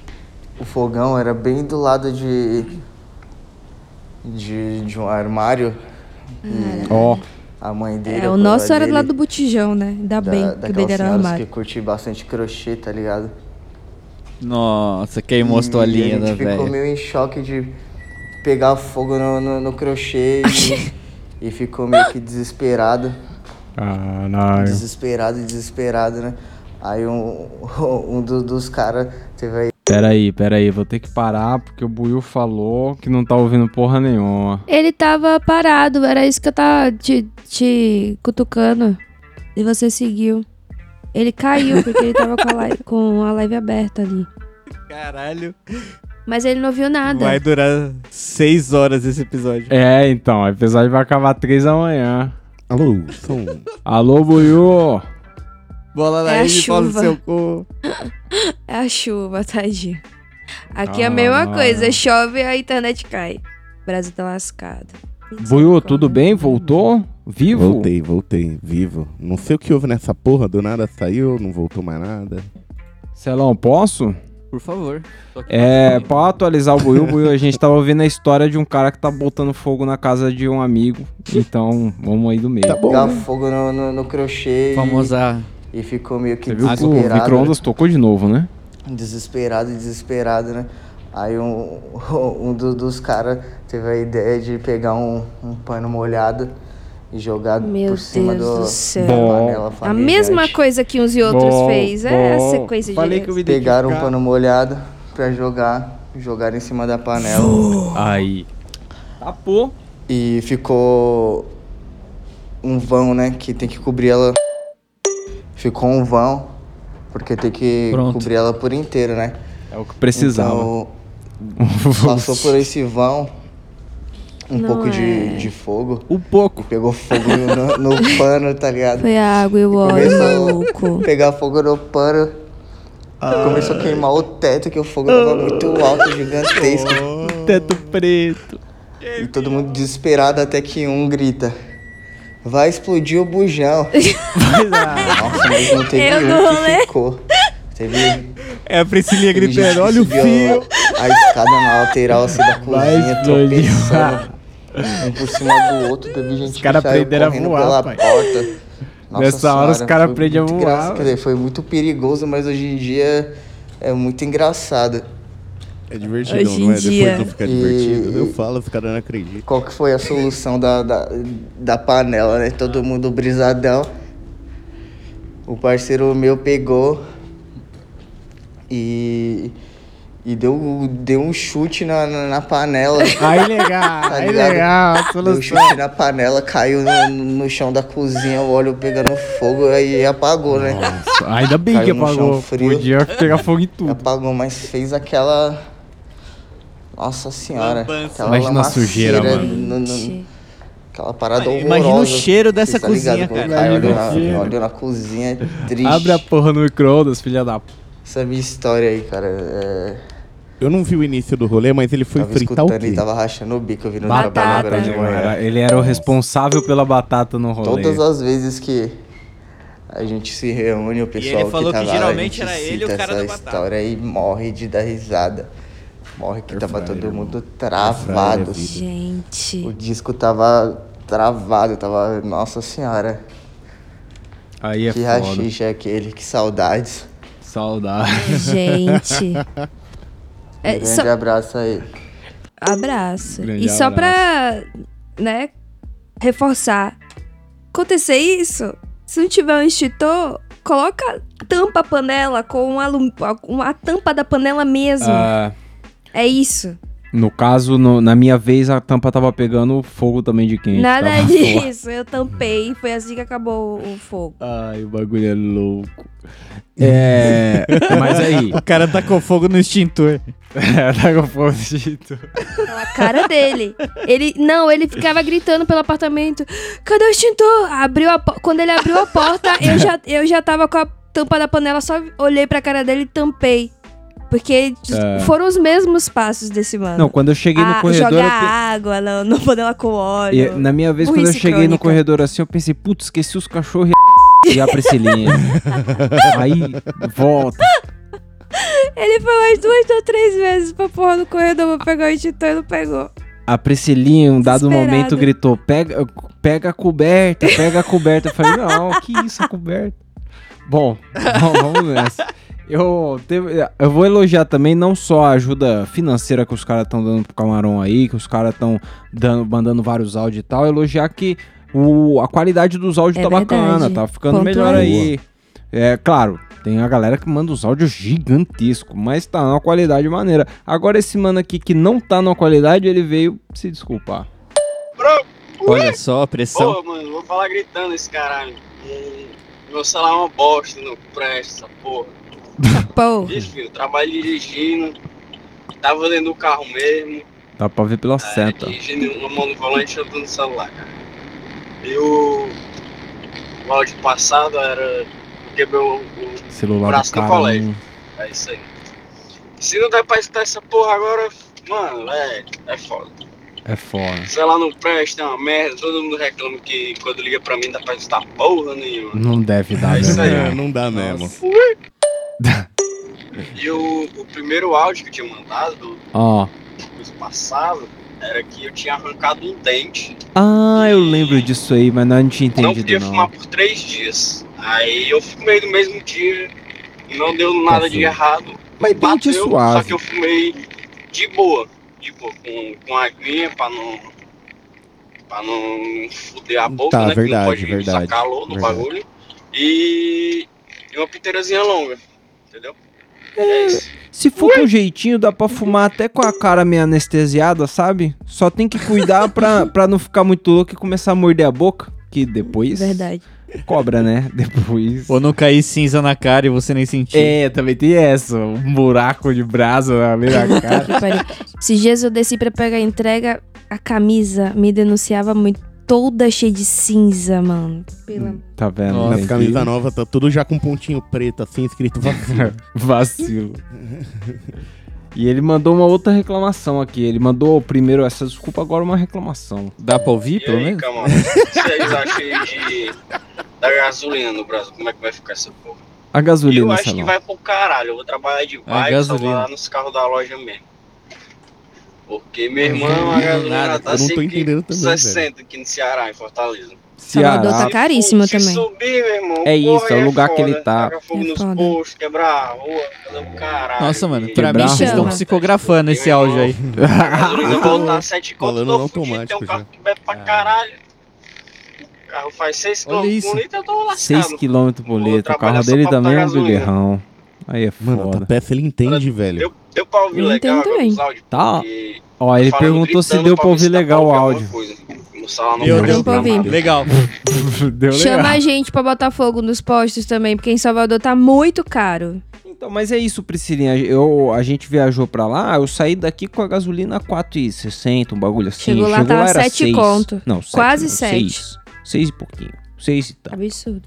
M: O fogão era bem do lado de. de, de um armário. E
B: Ó,
M: a mãe dele.
D: Hum. É, o
M: a
D: nosso
M: colega
D: era do lado do
M: dele,
D: botijão, né? Ainda
M: da-
D: bem que o
M: daquelas
D: dele era
M: senhoras
D: armário.
M: que curti bastante crochê, tá ligado?
C: Nossa, queimou as
M: e
C: toalhinhas
M: a
C: da
M: gente ficou
C: velha.
M: meio em choque de pegar fogo no, no, no crochê
C: <laughs>
M: e, e ficou meio que desesperado.
B: caralho.
M: Desesperado, desesperado, né? Aí um, <laughs> um do- dos caras teve aí.
B: Peraí, peraí. Vou ter que parar porque o Buiu falou que não tá ouvindo porra nenhuma.
D: Ele tava parado, era isso que eu tava te, te cutucando. E você seguiu. Ele caiu porque ele tava com a, live, <laughs> com a live aberta ali.
C: Caralho.
D: Mas ele não viu nada.
C: Vai durar seis horas esse episódio.
B: É, então. O episódio vai acabar três da manhã.
E: Alô, som.
B: Alô, Buiu.
C: Bola na
D: É a
C: rede, bola no
D: chuva.
C: seu cu.
D: <laughs> É a chuva, tadinho. Aqui é a
B: Ah,
D: mesma
B: não.
D: coisa, chove e a internet cai. O Brasil tá lascado.
B: Buiu, tudo bem? Voltou? Vivo?
E: Voltei, voltei, vivo. Não sei o que houve nessa porra, do nada saiu, não voltou mais nada.
B: Celão, posso?
C: Por favor.
B: É, pra atualizar o Buiu, Buiu, a gente tava ouvindo a história de um cara que tá botando fogo na casa de um amigo. Então, vamos aí do meio.
E: Tá bom,
M: Pegar
E: né?
M: fogo no, no, no crochê e-
C: Famosa.
M: E ficou meio
B: Você
M: que
B: viu que o
M: desesperado.
B: micro-ondas tocou de novo, né?
M: Desesperado, desesperado, né? Aí um, <laughs> um do- dos caras teve a ideia de pegar um, um pano molhado e jogar
D: Meu
M: por cima
D: Deus
M: do,
D: do céu.
M: da
B: Bom.
M: panela
D: A
M: flamejante.
D: mesma coisa que uns e outros
B: Bom,
D: fez. É a
B: bom.
D: sequência de
B: Falei que eu
D: erros.
B: me
M: Pegaram um
B: identificar.
M: pano molhado pra jogar, jogar em cima da panela.
B: Aí. Tapou.
M: E ficou um vão, né? Que tem que cobrir ela. Ficou um vão, porque tem que
C: Pronto.
M: cobrir ela por inteiro, né?
B: É o que precisava. <laughs>
M: Então, passou por esse vão um
D: Não
M: pouco
D: é.
M: de, de fogo.
C: Um pouco.
M: Pegou fogo no, no pano, tá ligado?
D: Foi a água e o óleo,
M: Começou-
D: maluco.
M: Pegar fogo no pano.
C: Ah.
M: Começou a queimar o teto, que o fogo tava muito alto,
C: <laughs>
M: gigantesco.
B: Teto preto.
M: E todo mundo desesperado até que um grita. Vai explodir o
D: <laughs>
M: bujão. Nossa, mas não teve
D: Eu
M: um
D: não né?
M: que
D: lembro.
M: ficou. Teve
C: É a Priscilinha
M: Teve gente que
C: gritando, olha o
M: subiu
C: fio.
M: A escada na lateral assim da cozinha,
B: explodir.
M: tropeçando. Um por cima do outro, teve gente
B: cara
M: que saiu
B: aprenderam a
M: correndo
B: voar,
M: pela
B: pai. <laughs>
M: porta. Nossa
B: Nessa hora os
M: senhora,
B: cara
M: foi
B: aprendem a
M: muito
B: voar,
M: engraçado, Quer dizer, foi muito perigoso, mas hoje em dia é muito engraçado.
E: É divertido,
D: Hoje
E: não é?
D: em dia.
E: Depois não fica
M: E-
E: divertido. né? Eu falo, os caras não acreditam.
M: Qual que foi a solução da, da, da panela, né? Todo mundo brisadão. O parceiro meu pegou e, E deu, deu um chute na, na, na panela.
B: <laughs> Aí legal,
M: Tá
B: aí
M: ligado?
B: legal. a
M: Deu um
B: solução.
M: chute na panela, caiu no, no chão da cozinha, o óleo pegando fogo, aí apagou, né?
B: Ainda bem
M: Caiu
B: que
M: no chão
B: apagou.
M: frio.
B: Podia pegar fogo em tudo.
M: Apagou, mas fez aquela. Nossa senhora. Aquela
C: Imagina a
M: lamaceira
C: sujeira, mano.
M: no- no- aquela parada horrorosa.
C: Imagina o cheiro dessa
M: Vocês tá
C: cozinha,
M: ligado? Quando
C: cara.
M: cai óleo
B: Imagina
M: na-
B: o cheiro.
M: óleo na cozinha, é triste.
B: Abre a porra no micro-ondas, filha da p.
M: Essa é a minha história aí, cara. É...
E: Eu não vi o início do rolê, mas ele foi
M: Tava
E: fritar o
M: escutando
E: quê?
M: e tava rachando o bico vindo do
B: Batata.
M: trabalho agora de manhã.
B: Cara, Ele era o responsável pela batata no rolê.
M: Todas as vezes que a gente se reúne, o pessoal
C: ele falou
M: que, tá
C: que
M: lá,
C: geralmente
M: a
C: era
M: gente cita
C: ele o cara
M: essa
C: da batata.
M: história e morre de dar risada. Morre que tava todo mundo
B: é
M: travado.
D: Gente.
M: O disco tava travado, tava. Nossa senhora.
B: Aí é
M: que
B: foda.
M: rachixe é aquele, que saudades.
B: Saudade. <laughs>
D: Gente. É,
M: Um grande
D: só-
M: abraço aí.
D: Abraço.
B: Grande
D: e só pra, né, reforçar. Acontecer isso, se não tiver um extintor, coloca tampa a panela com um alum... a tampa da panela mesmo.
B: Ah,
D: É isso.
B: no caso, no- na minha vez, a tampa tava pegando fogo também de quente.
D: Nada
B: tava-
D: disso. Eu tampei. Foi assim que acabou o fogo.
B: Ai, o bagulho é louco. É. <laughs> mas aí.
C: O cara tá com fogo no extintor.
B: <laughs> É, tá com fogo dito.
D: A cara dele. Ele. Não, ele ficava gritando pelo apartamento. Cadê o extintor? Abriu a po- Quando ele abriu a porta, eu já, eu já tava com a tampa da panela, só olhei pra cara dele e tampei. Porque foram os mesmos passos desse mano.
B: É. Não, quando eu cheguei no
D: Ah,
B: corredor. eu
D: Jogar
B: pe-
D: água na, na panela com óleo.
B: E, na minha vez, quando eu
D: Burrice
B: cheguei no
D: crônica.
B: corredor assim, eu pensei, putz, esqueci os cachorros e a- <laughs> e a
D: <laughs>
B: Priscilinha. Aí, volta.
D: Ele foi umas duas ou três vezes pra porra no corredor pra pegar o extintor e não pegou.
B: A Priscilinha, em um dado
D: Desesperada.
B: momento, gritou, pega, pega a coberta, pega a coberta. Eu falei, não, que isso, a coberta. Bom, bom, vamos nessa. Eu, teve- eu vou elogiar também não só a ajuda financeira que os caras estão dando pro Camarão aí, que os caras estão mandando vários áudios e tal, elogiar que o- a qualidade dos áudios
D: É
B: tá bacana,
D: verdade.
B: tá ficando
D: Ponto
B: melhor
D: aí.
B: aí. É claro, tem a galera que manda os áudios gigantescos, mas tá numa qualidade maneira. Agora esse mano aqui que não tá numa qualidade, ele veio se desculpar.
C: Olha só a pressão.
K: Pô, mano, vou falar gritando esse caralho. Hum, Meu celular é uma bosta, não presta, essa porra.
D: Pô,
K: Diz, filho, trabalho dirigindo, tava dentro do carro mesmo,
B: Dá pra ver pela
C: Tá.
B: seta.
K: dirigindo uma mão no volante e outra no celular, cara. E o, o áudio passado era quebrou o, o
B: Celular do
K: Braço no
B: cara.
K: colégio.
B: não-
K: é isso aí. Se não der pra escutar essa porra agora, mano, é, é foda.
B: É foda.
K: Sei lá, não presta, é uma merda. Todo mundo reclama que quando liga pra mim dá pra escutar porra nenhuma.
B: Não deve dar,
K: É isso aí.
B: né?
E: É, não dá mesmo.
K: E o, o primeiro áudio que eu tinha mandado,
B: Ó.
K: mês passado, era que eu tinha arrancado um dente.
B: Ah, eu lembro disso aí, mas nós não tinha
K: não podia
B: entendido, não.
K: fumar por três dias. Aí eu fumei no mesmo dia, não deu nada de errado.
E: Mas dente
K: só
E: suave.
K: que eu fumei de boa. De boa, com, com aguinha pra não. pra não fuder a boca,
E: Tá,
K: né? que
E: verdade,
K: não pode
E: verdade,
K: sacar calor no
E: verdade.
K: bagulho. E, e uma piteirazinha longa, entendeu? E é isso.
B: Se for com jeitinho, dá pra fumar até com a cara meio anestesiada, sabe? Só tem que cuidar pra, pra não ficar muito louco e começar a morder a boca. Que depois.
D: verdade.
B: Cobra, né? <laughs> Depois.
C: Ou não cair cinza na cara e você nem sentir.
B: É, também tem essa. Um buraco de brasa na minha
K: <laughs>
B: cara.
D: Que pariu. Esses dias eu desci pra pegar a entrega, a camisa me denunciava muito. Toda cheia de cinza, mano. Pela...
B: Tá vendo?
C: Nossa,
E: As
B: gente?
E: camisas novas tá tudo já com um pontinho preto assim, escrito vacina.
B: <laughs>
K: <laughs>
B: Vacilo. E ele mandou uma outra reclamação aqui. Ele mandou primeiro essa desculpa, agora é uma reclamação.
C: Dá pra ouvir,
K: E
C: pelo
K: aí,
C: menos?
E: <laughs>
K: Camão, o que vocês acham aí de, da gasolina no Brasil? Como é que vai ficar essa porra?
B: A
K: Eu
B: gasolina,
K: acho
B: sei
K: que
B: lá.
K: vai pro caralho. Eu vou trabalhar de bike, só vou
C: gasolina.
K: lá nos carros da loja mesmo. Porque, meu irmão, a gasolina
C: nada,
K: tá
E: eu não tô entendendo
K: 5,60
E: também,
K: aqui no Ceará, em Fortaleza.
D: Salvador tá
B: Ceará.
D: caríssimo
K: se
D: também.
K: subir, meu irmão,
B: É
K: porra,
B: isso, é o
K: aí
B: lugar que
K: foda.
B: ele tá.
K: Taca fogo
D: É
K: nos
D: foda.
K: postos, quebrar a rua, fazer um caralho.
C: Nossa, mano,
K: E-
C: pra mim
B: Quebrar
C: vocês estão
D: chama.
C: psicografando esse áudio
B: <laughs>
C: aí.
K: A
C: <laughs>
K: gasolina voltar 7 conto,
E: Falando
K: eu
E: no
K: tô fudido, tem um
E: automático
K: carro
E: já.
K: que bebe pra caralho. O carro faz 6
C: Olha
K: km
C: isso.
K: por litro, eu tô lascado.
B: 6km por
K: Vou
B: litro. O
K: trabalhar
B: carro
K: só
B: dele
K: pra
B: também é um
K: pagar gasolina.
B: bilhão. Aí é
E: Mano,
B: foda.
E: a peça ele entende, velho.
K: Eu
J: Deu pra ouvir
D: Eu
J: legal
D: entendo
J: agora
D: também.
J: os áudios?
B: Tá.
J: Porque
B: Ó, ele
J: falando,
B: perguntou se
J: gritando
B: deu
J: pra
B: pra ouvir
J: ver se tá dá
B: legal o
J: ouvir alguma
B: áudio.
J: coisa. No salão não
C: Deu,
J: pode
C: deu.
J: escutar
D: Deu pra
J: nada.
D: ouvir.
C: Legal.
B: <laughs> Deu
D: Chama a gente pra botar fogo nos postos também, porque em Salvador tá muito caro.
B: Então, mas é isso, Priscilinha. Eu, a gente viajou pra lá, eu saí daqui com a gasolina 4,60, um bagulho assim.
D: Chegou lá, tava
B: era
D: sete
B: seis.
D: conto.
B: Não, sete,
D: Quase
B: não,
D: sete.
B: Seis, seis e pouquinho. Seis e tal.
D: Absurdo.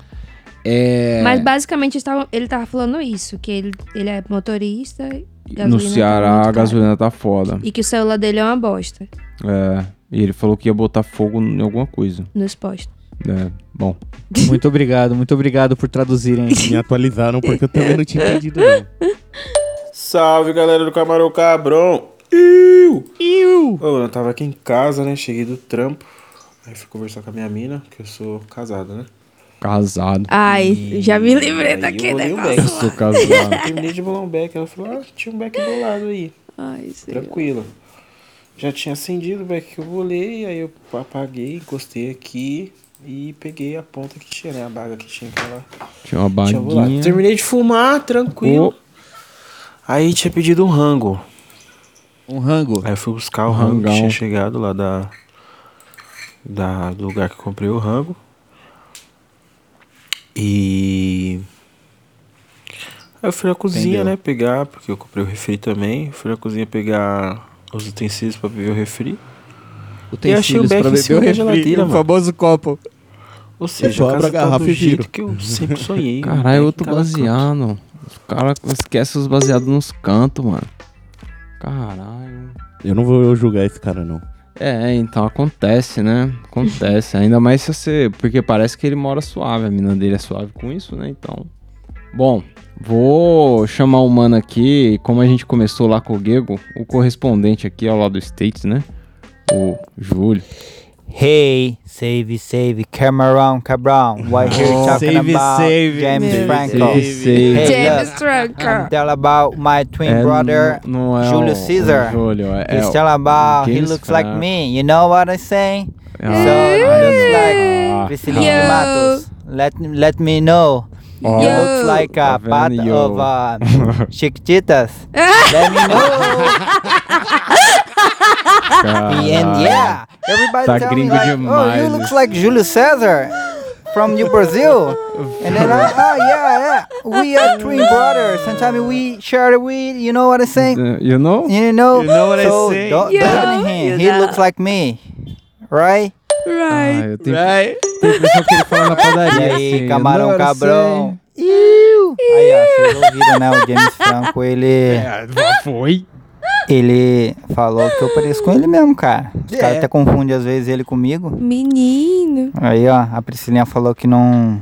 B: É,
D: Mas basicamente eles tavam- ele tava falando isso, que ele, ele é motorista
B: no
D: gasolina tá
B: Ceará
D: muito
B: a
D: cara.
B: gasolina tá foda.
D: e que o celular dele é uma bosta
B: É, e ele falou que ia botar fogo em alguma coisa.
D: nos postos.
B: É, bom.
C: Muito obrigado, muito obrigado por traduzirem.
K: <laughs>
E: Me atualizaram porque eu também não tinha
K: É.
E: entendido, não.
K: Salve galera do Camarão Cabrão! Iu! Iu! Ô, eu tava aqui em casa, né? Cheguei do trampo. Aí fui conversar com a minha mina, que eu sou casado, né? <laughs>
B: Casado.
D: Ai, já me livrei
K: Aí
D: daquele
K: eu olhei o
D: negócio.
K: Beck.
D: lá.
B: Sou casado.
K: Terminei de bolar um beck. Ela falou, ah, tinha um beck bolado aí.
D: Ai, sei.
K: Tranquilo. Já tinha acendido o beck que eu bolei, aí eu apaguei, encostei aqui e peguei a ponta que tinha, né? A baga que tinha aquela.
B: Tinha uma
K: Tinha bolado.
B: baguinha. Oh.
K: Terminei de fumar, tranquilo.
B: Ô.
K: Aí tinha pedido um rango.
C: Um rango.
K: Aí eu fui buscar o rango que
B: Um Rangão.
K: tinha chegado lá da, da- do lugar que eu comprei o rango. E aí eu fui na cozinha, né, pegar, porque eu comprei o refri também. Eu fui na cozinha pegar os utensílios pra beber o refri. achei um o
C: Utensílios
K: Beck
C: pra
K: em cima da
C: beber o
K: geladeira,
C: refri, o
K: mano.
C: famoso copo.
K: Ou seja,
C: Só
K: a
C: abre a
K: casa tá
C: garrafa
K: do
C: e
K: jeito
C: gira.
K: que eu sempre
B: <laughs>
K: sonhei.
B: Caralho, é outro
K: Tá na cama.
B: baseado. Os caras esquecem os baseados nos cantos, mano. Caralho.
E: Eu não vou julgar esse cara, não.
B: É, então acontece, né?
K: <laughs>
B: Acontece. Ainda mais se você. Porque parece que ele mora suave, a mina dele é suave com isso, né? Então. Bom, vou chamar o mano aqui. Como a gente começou lá com o Gego, o correspondente aqui ao lado do States, né? O Júlio.
N: Hey, save, save, Cameron, Cabron. What you talking
C: Save,
N: about?
C: save,
N: James
C: save,
N: Franco.
B: save, save.
N: Hey,
D: James
N: look,
D: Franco.
N: I'm tell about my twin
B: É,
N: brother.
B: n- não é
N: Júlio
B: o-
N: César.
B: o Júlio, é, é
N: He's
B: o-
N: tell about he
B: James
N: looks like
B: Franco.
N: me. You know what I say?
B: Ah,
N: so he
B: ah,
N: looks like
D: Yo.
N: Priscilinha Matos. Let me- let me know.
B: Ó,
N: He looks like
B: Tá
N: a
B: vendo,
N: part
B: yo?
N: of uh,
B: <laughs>
N: Chiquititas. let me know. And yeah, everybody
B: Tá
N: tell me
B: gringo
N: like, oh, you
B: demais
N: looks
B: isso.
N: like Júlio César from New Brazil. and then, I, oh yeah, yeah, we are twin brothers. Sometimes we share the weed. You know what I'm saying?
B: You know?
N: You know,
C: You know what I
N: so
C: say.
N: Don,
D: Yeah,
N: Donahue,
D: you
N: he
D: know.
N: looks like me, right?
B: Ah,
D: Right.
B: eu tenho, tenho a impressão que ele fala na
N: <laughs> E
B: padaria.
N: aí,
B: assim,
N: camarão
B: "Agora
N: cabrão. Iu. Aí, ó, vocês ouviram, né? O James Franco, ele...
C: É,
B: sei." Foi?
N: Ele falou que eu pareço com ele mesmo, cara. Os
C: É.
N: caras até confundem às vezes ele comigo.
D: <laughs> Menino.
N: Aí, ó, a Priscilinha falou que não.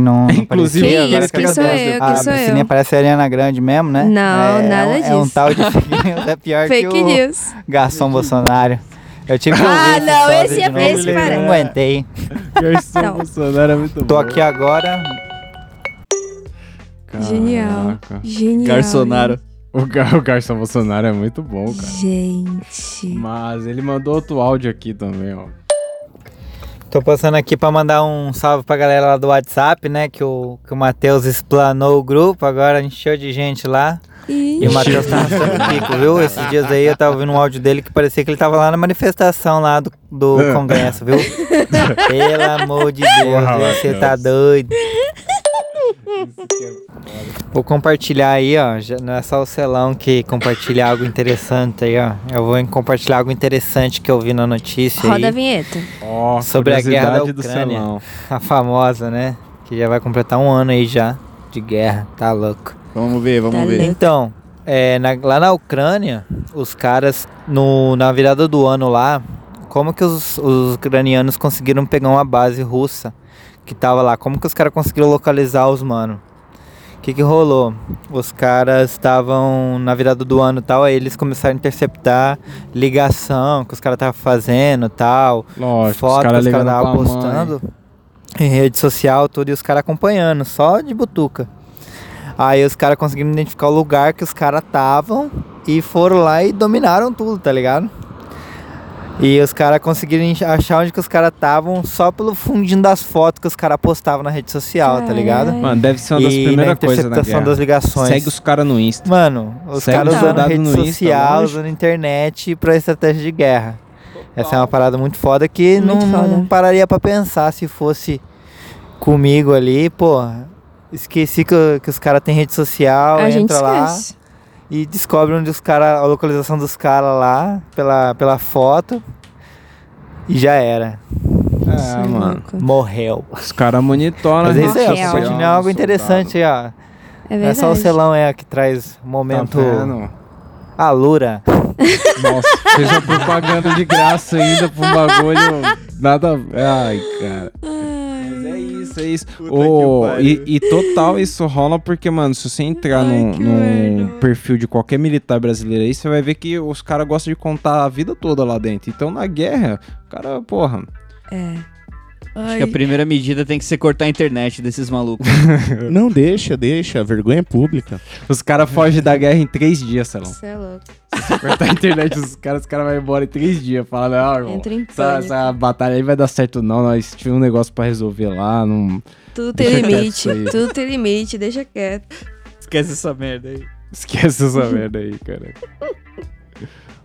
D: <laughs>
N: não. não
B: Inclusive,
N: parecia,
D: Que
N: agora
D: isso,
N: eu
D: que sou
N: quero saber.
D: eu, que
N: a
D: sou eu.
N: Priscilinha parece a Ariana Grande mesmo, né?
D: Não,
N: é,
D: nada
N: é um, É um
D: disso. <laughs>
N: tal de fake news, é pior que
D: Fake
N: o
D: news.
N: garçom Bolsonaro. Eu tive que
D: Ah,
N: ouvir esse
D: não,
N: sódio
D: esse
N: de
D: é-
N: novo,
D: esse
N: eu
D: parece.
N: Não
D: <laughs>
N: aguentei.
B: Garçom
D: Não.
B: Bolsonaro é muito
N: Tô
B: bom.
N: aqui agora.
D: Genial.
B: Caraca.
D: Genial.
C: Garçonaro.
B: O, gar o garçom Bolsonaro é muito bom, cara.
D: Gente.
B: Mas ele mandou outro áudio aqui também, ó.
N: Tô passando aqui pra mandar um salve pra galera lá do WhatsApp, né? Que o, que o Matheus explanou o grupo, agora encheu de gente lá. E o Matheus tá raspando o bico, viu? Esses dias aí eu tava ouvindo um áudio dele que parecia que ele tava lá na manifestação lá do, do
B: É.
N: Congresso,
B: <laughs>
N: viu? Pelo amor de Deus,
B: Porra,
N: você
B: Matheus. é
N: tá doido. Vou compartilhar aí, ó. já- Não é só o Celão que compartilha algo interessante aí, ó. Eu vou em- compartilhar algo interessante que eu vi na notícia
D: Roda a
N: aí.
D: vinheta.
B: Ó,
N: Sobre a guerra da
B: curiosidade do
N: Ucrânia.
B: Celão.
N: A famosa, né? Que já vai completar um ano aí já de guerra. Tá louco.
C: Vamos ver, vamos
D: Tá
C: ver.
D: louco.
N: Então, é, na- lá na Ucrânia, os caras, no, na virada do ano lá, como que os, os ucranianos conseguiram pegar uma base russa que tava lá? Como que os caras conseguiram localizar os mano? O que, que rolou? Os caras estavam na virada do ano e tal, aí eles começaram a interceptar ligação que os caras estavam fazendo e tal
B: Lógico,
N: foto
B: os caras
N: que os
B: ligando
N: caras estavam
B: pra mãe.
N: postando em rede social, tudo, e os caras acompanhando, só de butuca. Aí os caras conseguiram identificar o lugar que os caras estavam e foram lá e dominaram tudo, tá ligado? E os caras conseguiram enx- achar onde que os caras estavam só pelo fundinho das fotos que os caras postavam na rede social, tá ligado?
O: É.
B: Mano, deve ser uma das
N: E
B: primeiras
N: na
B: coisas na
K: tá
N: interceptação
B: guerra.
N: das ligações.
B: Segue os caras no Insta.
N: Mano, os
B: Segue
N: caras
B: o
N: usando
B: soldado
N: rede
B: no Insta,
N: social,
B: lógico.
N: usando internet pra estratégia de guerra. Essa é uma parada muito foda que não, não pararia pra pensar se fosse comigo ali, pô. Esqueci que, que os caras têm rede social,
J: A gente
N: entra lá
J: esquece.
N: e descobre onde os cara, a localização dos caras lá pela, pela foto e já era.
B: Ah, mano.
N: Morreu.
B: Os caras monitoram.
N: Mas
B: a
N: é isso aí,
B: rede
N: ó,
B: social,
N: compartilhar algo interessante aí, ó.
D: É
N: É só o
D: verdade.
N: Celão é que traz momento.
B: Tá vendo?
N: Alura.
B: Nossa, fez uma propaganda de graça ainda pro bagulho. Nada. Ai, cara. Mas é isso, é isso. Ô, e, e total, isso rola porque, mano, se você entrar num, num perfil de qualquer militar brasileiro aí, você vai ver que os caras gostam de contar a vida toda lá dentro. Então, na guerra, o cara, porra.
D: É.
C: Acho
K: é
C: que a
D: Ai.
C: primeira medida tem que ser cortar a internet desses malucos.
E: <laughs> Não deixa, deixa. A vergonha é pública.
B: Os caras fogem da guerra em três dias, Salão.
D: Você é louco.
B: Se cortar a internet dos caras, os caras vão embora em três dias. Fala, não, irmão,
D: Entra em
B: essa,
D: pânico.
B: essa batalha aí vai dar certo não. Nós tivemos um negócio pra resolver lá. Não...
D: Tudo tem
B: Deixa quieto
D: limite.
B: isso aí.
D: Tudo tem limite, deixa quieto.
C: Esquece essa merda aí.
B: Esquece essa merda aí, cara.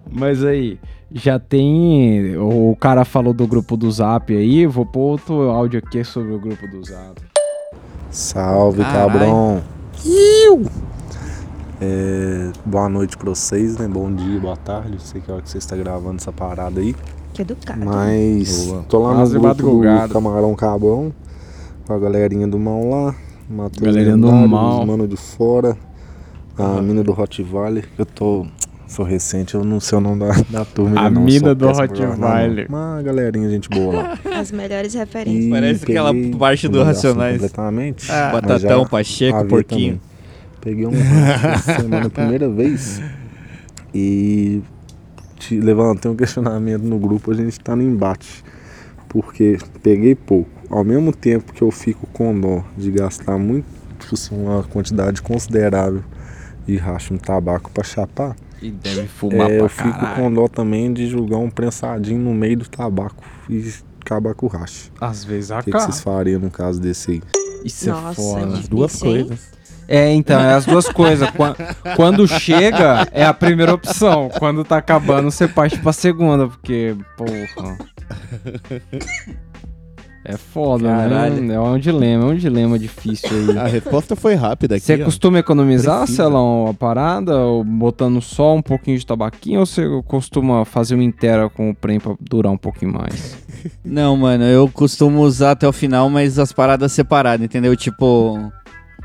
B: Mas aí, já tem... O cara falou do grupo do Zap aí. Vou pôr outro áudio aqui sobre o grupo do Zap.
P: Salve,
B: Carai.
P: cabrão. É, boa noite pra vocês, né? Bom dia, boa tarde. Não sei que é hora que você está gravando essa parada aí.
D: Que educado.
P: Mas
D: Boa.
P: tô lá no
B: Quase
P: grupo
B: madrugada.
P: do Camarão Cabrão com a galerinha do mal lá. Matheus
B: Galerinha do
P: Lendário,
B: mal. Ah.
P: os mano de fora. A mina do Hot Valley. Eu tô... Sou recente, eu não sei o nome da, da turma.
B: A
P: ainda não,
B: mina
P: sou
B: do
P: péssimo jornalista, não.
B: Rottweiler.
P: Mas a galerinha, gente boa lá.
D: As melhores
P: E
D: referências.
P: peguei-
C: aquela parte do
P: mudei o
C: Racionais.
P: assunto Completamente.
C: Ah.
P: mas
C: Batatão,
P: já
C: Pacheco,
P: havia
C: Porquinho.
P: também. Peguei um ranço essa semana a primeira vez e te levantei um questionamento no grupo, a gente tá no embate. Porque peguei pouco. Ao mesmo tempo que eu fico com dó de gastar muito, tipo assim, uma quantidade considerável de racha no tabaco pra chapar,
B: E deve fumar
P: é,
B: pra
P: eu fico
B: caralho.
P: com dó também de julgar um prensadinho no meio do tabaco e acabar com o racha.
B: Às vezes
P: O que, que
B: acaba.
P: vocês fariam no caso desse aí?
B: Isso é foda.
P: Duas coisas.
B: É, então, é as duas coisas. Quan- Quando, chega, é a primeira opção. Quando tá acabando, você parte pra segunda, porque, porra. É foda,
E: Caralho.
B: né? É um dilema, é um dilema difícil aí.
E: <laughs> <laughs> A resposta foi rápida aqui.
B: Você
E: ó.
B: costuma economizar,
E: Precisa.
B: Celão, a parada? Ou botando só um pouquinho de tabaquinho? Ou você costuma fazer uma inteira com o prêmio pra durar um pouquinho mais?
C: Não, mano, eu costumo usar até o final, mas as paradas separadas, entendeu? Tipo,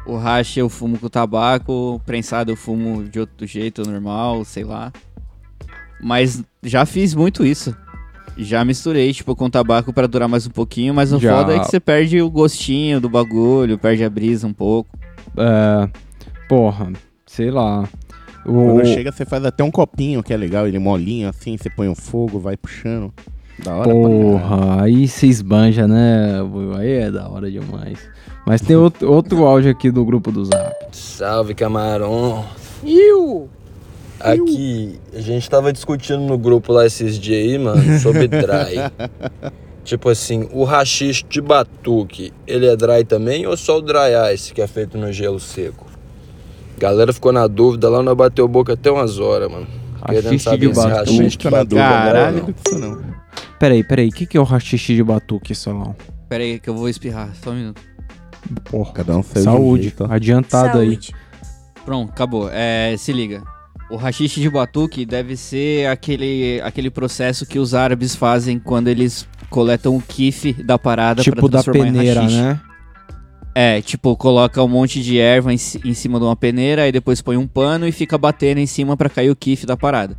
C: o hash eu fumo com tabaco, o prensado eu fumo de outro jeito, normal, sei lá. Mas já fiz muito isso. Já misturei, tipo, com tabaco pra durar mais um pouquinho, mas o
B: Já.
C: foda é que você perde o gostinho do bagulho, perde a brisa um pouco.
B: É. Porra, sei lá.
E: Quando chega, você faz até um copinho que é legal, ele molinho assim, você põe o fogo, vai puxando. é Da hora pra caralho.
B: Porra, aí se esbanja, né? Buiu? Aí é da hora demais. Mas tem outro, outro áudio aqui do grupo do Zap.
Q: Salve, camarão. Aqui, a gente tava discutindo no grupo lá esses dias aí,
B: <laughs>
Q: mano, sobre dry. tipo assim, o rachixe de batuque, ele é dry também ou só o dry ice que é feito no gelo seco? Galera ficou na dúvida lá, nós bateu boca até umas horas, mano.
B: Haxixe de batuque. Ficou na
Q: é
B: dúvida, caralho. Peraí, peraí, o que, que é o rachixe de batuque, Solão?
C: Pera aí, que eu vou espirrar, só um minuto.
B: Porra,
E: Cada um fez de um
B: saúde,
E: jeito, ó.
B: adiantado
C: Pronto, acabou. É, se liga. O rachixe de batuque deve ser aquele, aquele processo que os árabes fazem quando eles coletam o kife da parada
B: Tipo
C: pra
B: da
C: transformar em
B: peneira,
C: haxixe.
B: né?
C: É, tipo, coloca um monte de erva em, ci- em cima de uma peneira, aí depois põe um pano e fica batendo em cima pra cair o kife da parada.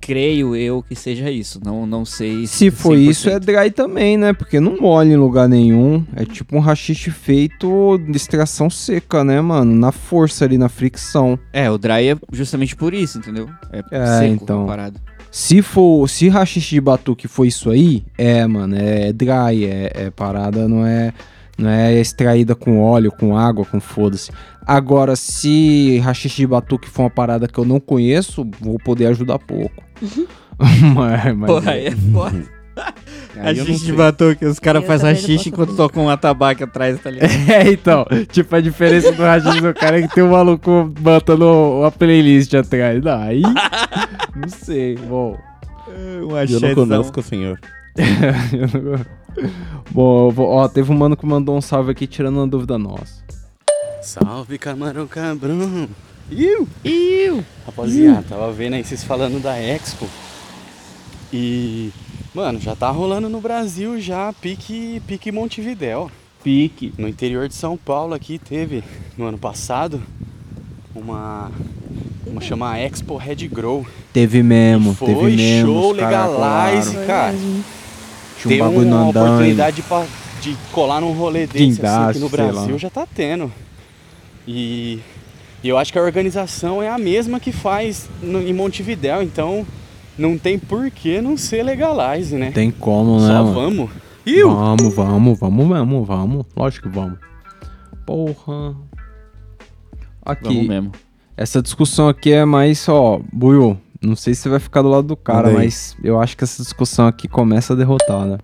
C: Creio eu que seja isso, não, não sei...
B: Se for
C: 100%.
B: isso, é dry também, né? Porque não molha em lugar nenhum. É tipo um rachixe feito de extração seca, né, mano? Na força ali, na fricção.
C: É, o dry é justamente por isso, entendeu? É,
B: É,
C: seco
B: então.
C: a parada.
B: Se for, se rachixe de batuque foi isso aí, é, mano, é dry, é, é parada, não é, não é extraída com óleo, com água, com foda-se. Agora, se rachixe de batuque for uma parada que eu não conheço, vou poder ajudar pouco. <laughs> Mas- mas-
C: Uhum. Porra, aí é foda.
B: <laughs> Aí eu não
C: Rachixe de
B: sei.
C: batuque, os caras
B: Eu
C: fazem
B: também não
C: rachixe enquanto tocam um atabaque atrás, tá ligado?
B: <laughs> É, então, tipo, a diferença do Rajin do cara é que tem um maluco botando uma playlist atrás. Não,
J: <laughs>
B: aí. Não sei, bom.
C: Um
E: Eu não conosco, senhor.
B: <laughs> Eu não go- Bom, eu vou- ó, teve um mano que mandou um salve aqui tirando uma dúvida nossa.
J: Salve, camarão cabrão.
B: Iu!
J: Iu! Rapaziada, tava vendo aí vocês falando da Expo. E, mano, já tá rolando no Brasil já, pique, pique Montevidéu. Pique. No interior de São Paulo aqui teve, no ano passado, uma, uma chama Expo Red Grow.
B: Teve mesmo,
J: Foi
B: teve mesmo.
J: show,
B: os cara
J: legalize,
B: colaram.
J: cara.
B: Tinha um
J: Ter
B: bagulho no
J: uma
B: andaime.
J: oportunidade de, pa- de colar num rolê desse assim,
B: Guindaste,
J: aqui no
B: sei lá.
J: Brasil já tá tendo. E, e eu acho que a organização é a mesma que faz no- em Montevidéu, então não tem por que não ser legalize, né?
B: Tem como, né?
J: Só
B: mano?
J: vamos.
B: Vamos, vamos, vamos, vamos, vamos. Lógico que vamos. Porra. Aqui.
C: Vamos mesmo.
B: Essa discussão aqui é mais, ó, Buiu, não sei se você vai ficar do lado do cara,
R: Manda aí.
B: mas eu acho que essa discussão aqui começa a derrotar, né?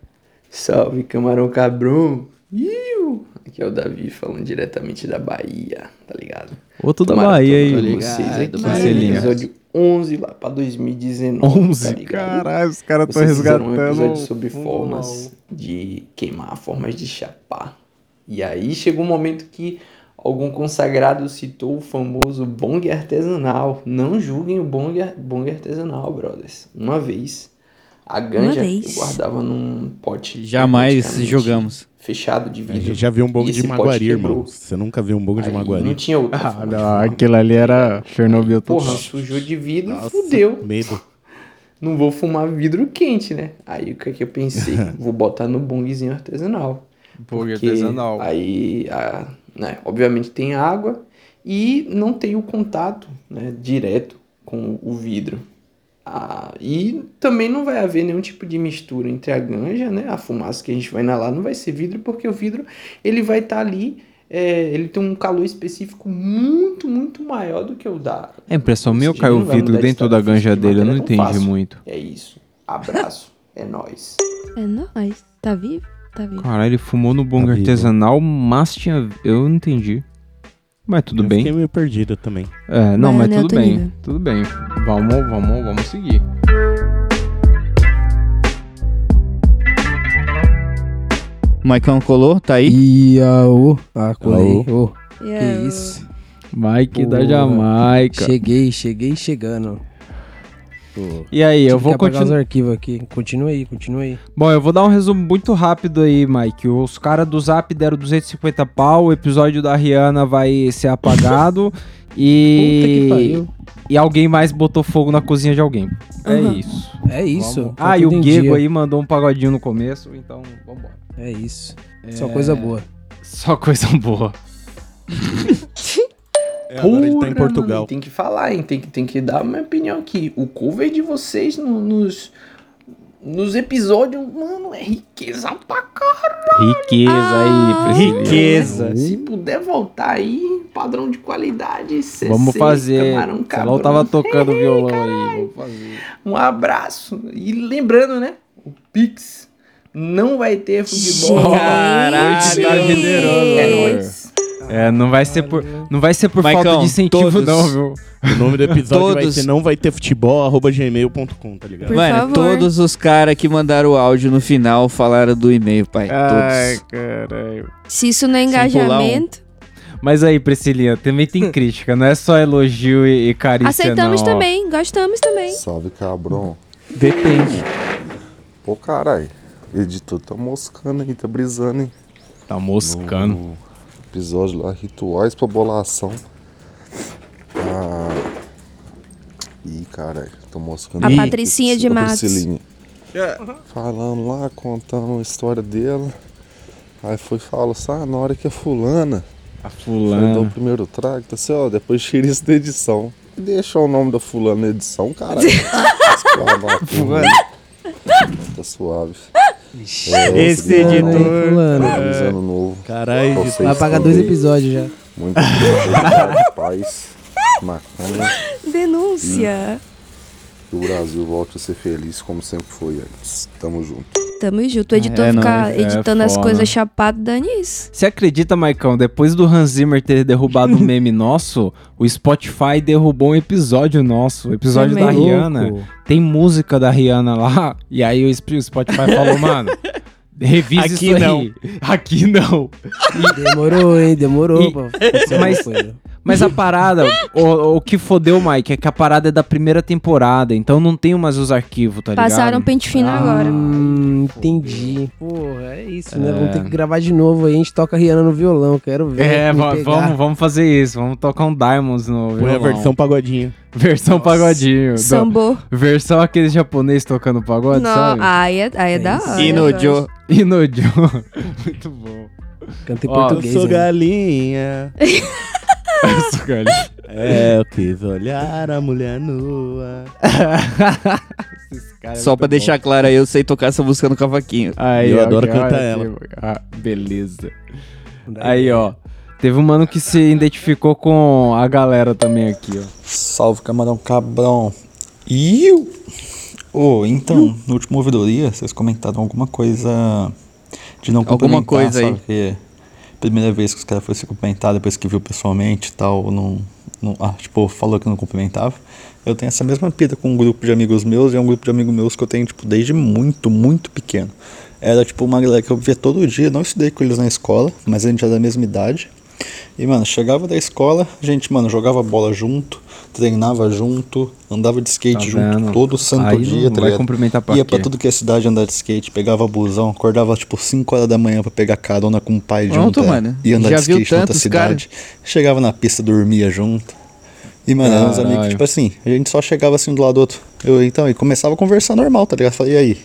R: Salve, camarão cabrão! Iu! Aqui é o Davi falando diretamente da Bahia, tá ligado?
B: Outro da
R: Maratona
B: Bahia aí,
R: com
B: mano.
R: vocês aqui,
B: Vai ser lindo.
R: episódio 11 lá pra 2019.
B: 11?
R: tá ligado?
B: Caralho, os caras tão
R: Vocês fizeram
B: resgatando
R: um episódio
B: um-
R: sobre
B: um
R: formas de queimar, formas de chapar. E aí chegou um momento que algum consagrado citou o famoso bong artesanal. Não julguem o bong, ar- bong artesanal, brothers. Uma vez. A ganja eu
C: vez.
R: guardava num pote.
C: Jamais
R: hermeticamente
C: jogamos.
R: Fechado de
E: A
R: vidro.
E: gente já viu um
R: E
E: bogo
R: esse
E: de
R: pote
E: Maguari,
R: quebrou.
E: irmão. Você nunca viu um bogo de Maguari.
R: Não tinha outra.
B: Ah, não, aquilo ali era Chernobyl todo.
R: Porra, sujou de vidro, fudeu.
E: Medo.
R: Não vou fumar vidro quente, né? Aí o que é que eu pensei? vou botar no bongzinho artesanal.
B: Bong
R: Porque
B: artesanal.
R: Aí, a- né, obviamente tem água e não tem o contato né, direto com o vidro. Ah, e também não vai haver nenhum tipo de mistura entre a ganja, né? A fumaça que a gente vai inalar não vai ser vidro, porque o vidro ele vai estar ali, é, ele tem um calor específico muito, muito maior do que o da
B: É impressão
R: Ou
B: minha ou
R: seja,
B: caiu
R: ele
B: o
R: não vai mudar
B: vidro
R: de
B: dentro da ganja dele? Eu não entendi
R: fácil.
B: muito.
R: É isso. Abraço. é nóis.
D: É nóis. Tá vivo? Tá vivo.
B: Caralho, ele fumou no bong artesanal, mas tinha. Eu não entendi. Mas tudo
E: Eu
B: bem.
E: fiquei meio perdido também.
B: É, não, mas
D: Mas é
B: tudo
D: outro
B: bem.
D: nível.
B: Tudo bem. Vamos, vamos, vamos seguir.
C: Maicão colou, tá aí?
L: Iaô. Ah, colei.
C: Aô.
L: Ô,
D: Iaô.
B: é
L: Que isso.
B: Mike da
L: Porra.
B: Jamaica.
L: Cheguei, cheguei chegando.
B: E aí, eu
L: Tive
B: vou
L: que apagar os
B: continuar.
L: arquivos aqui. Continua aí, continua aí.
B: Bom, eu vou dar um resumo muito rápido aí, Mike. Os caras do Zap deram 250 pau, o episódio da Rihanna vai ser
L: <laughs>
B: apagado e
L: Puta que pariu.
B: e alguém mais botou fogo na cozinha de alguém. É
L: Uhum.
B: isso.
L: É isso.
B: Vamos.
L: Tá
B: Ah, e o
L: tudo em
B: Gego
L: dia.
B: aí mandou um pagodinho no começo, então vambora.
L: É isso. Só coisa boa.
B: Só coisa
E: <laughs>
B: boa.
E: agora ele tá em
R: Porra,
E: Portugal.
R: mano, tem que falar, hein? Tem que, tem que dar minha opinião aqui. O cover de vocês no- nos, nos episódios, mano, é riqueza pra
B: Riqueza
L: Ah,
B: aí, Priscila.
R: caralho. Se puder voltar aí, padrão de qualidade, um CC,
B: Vamos fazer.
R: Camarão
L: um
B: Salão
R: Cabrão.
B: tava
L: <laughs>
B: tocando violão aí. Vamos fazer.
R: Um abraço. E lembrando, né? O Pix não vai ter futebol.
B: Caralho, tá generoso.
R: É nóis.
B: É, não vai ser por, não vai ser por falta
E: Maicão,
B: de incentivo,
E: todos.
B: não, viu?
E: O nome do episódio vai
C: Todos.
E: ser não vai ter futebol, arroba gmail.com, tá ligado?
C: Mano, todos os caras que mandaram o áudio no final falaram do e-mail, pai.
B: Ai,
C: É todos.
B: caralho.
D: Se isso não é
C: pular um.
D: engajamento,
B: Mas aí, Priscilinha, também tem crítica, não é só elogio e, e carícia,
D: aceitamos
B: não, ó.
D: também, gostamos também.
S: Salve, cabrão.
B: Depende.
S: Pô, caralho. Editor tá moscando aí, tá brisando, hein?
B: Tá moscando.
S: episódio lá, rituais pra bolação. Ah. Ih, caralho, tô moscando
D: A
S: aí.
D: Patricinha de
S: A
D: Matos.
S: Priscilinha. Falando lá, contando a história dela. Aí foi e falou assim, ah, na hora que a fulana.
B: A
S: Falei, dá o
B: fulana.
S: primeiro trago, tá assim, ó, depois tira isso da edição. Deixa o nome da fulana na edição,
D: <laughs>
S: caralho. Esclava a turma aí. Tá suave.
L: Esse editor. Fulano.
S: Avisando um novo.
L: Caralho,
S: Pra
L: editor.
S: vocês
L: Vai pagar dois
S: também.
L: episódios já.
S: Muito <laughs> obrigado, paz, maconha.
D: Denúncia.
S: E o Brasil volte a ser feliz como sempre foi antes. Tamo junto.
D: Tamo junto. O editor
B: É, não,
D: ficar
B: é
D: editando as
B: foda. Tá
D: coisas chapado, Danis.
B: Você acredita, Maicão? Depois do Hans Zimmer ter derrubado um meme nosso, o Spotify derrubou um episódio nosso, o episódio
L: Você é
B: da
L: meio
B: Rihanna.
L: louco.
B: Tem música da Rihanna lá, e aí o Sp- o Spotify falou, mano, revisa
L: Aqui
B: isso
L: não.
B: aí. Aqui não.
L: Demorou, hein? Demorou.
B: E- <laughs>
L: pra acontecer alguma
B: mas-
L: coisa.
B: Mas a parada, o, o que fodeu, Mike, é que a parada é da primeira temporada, então não tem mais os arquivos, tá
D: Passaram
B: ligado?
D: pente fino agora.
L: Hum, entendi. Porra, é isso, né?
B: É.
L: Vamos ter que gravar de novo aí. A gente toca a Rihanna no violão. Quero ver.
B: É,
L: me
B: va-
L: pegar.
B: vamos, vamos fazer isso, vamos tocar um Diamonds no
E: Põe a
B: violão.
E: é versão pagodinho.
B: Versão pagodinho. do-
D: Sambô.
B: Versão aquele japonês tocando pagode,
D: Não,
B: sabe?
D: aí é, aí é da hora. eu gosto.
B: Inojo. <laughs> Muito bom.
L: Cantei
E: Ó, eu
B: né?
E: sou galinha.
B: <laughs> eu sou galinha.
E: É, eu quis olhar a mulher nua.
C: Só pra deixar claro aí, eu sei tocar essa música no cavaquinho.
B: Aí, ó, que olha, que- Ah, beleza.
G: é.
B: Aí, ó. Teve um mano que se identificou com a galera também aqui, ó.
G: Salve, camarão cabrão. Iu! Ô, então, no último ouvidoria, vocês comentaram alguma coisa de não
C: Alguma
G: cumprimentar,
C: coisa aí.
G: sabe? Que primeira vez que os caras foram se cumprimentar, depois que viu pessoalmente e tal, não, não, ah, tipo, falou que não cumprimentava. Eu tenho essa mesma pira com um grupo de amigos meus, e é um grupo de amigos meus que eu tenho, tipo, desde muito, muito pequeno. Era, tipo, uma galera que eu via todo dia, não estudei com eles na escola, mas a gente era da mesma idade. E, mano, chegava da escola, a gente, mano, jogava bola junto, treinava junto, andava de skate
B: Tá
G: junto
B: vendo?
G: todo santo
B: Aí
G: dia,
B: não
G: tá
B: vai
G: ligado?
B: cumprimentar pra
G: Ia
B: quê?
G: pra tudo que é cidade andar de skate, pegava busão, acordava tipo 5 horas da manhã pra pegar carona com o pai de um
C: Pronto,
G: tra-
C: mano.
G: e andar
C: Já
G: de
C: viu
G: skate na outra
C: tantos
G: cidade. Chegava na pista, dormia junto. E, mano, eram uns
C: Caralho.
G: amigos que, tipo assim, a gente só chegava assim do lado do outro. Eu, então, e começava a conversar normal, tá ligado? Falei, e aí?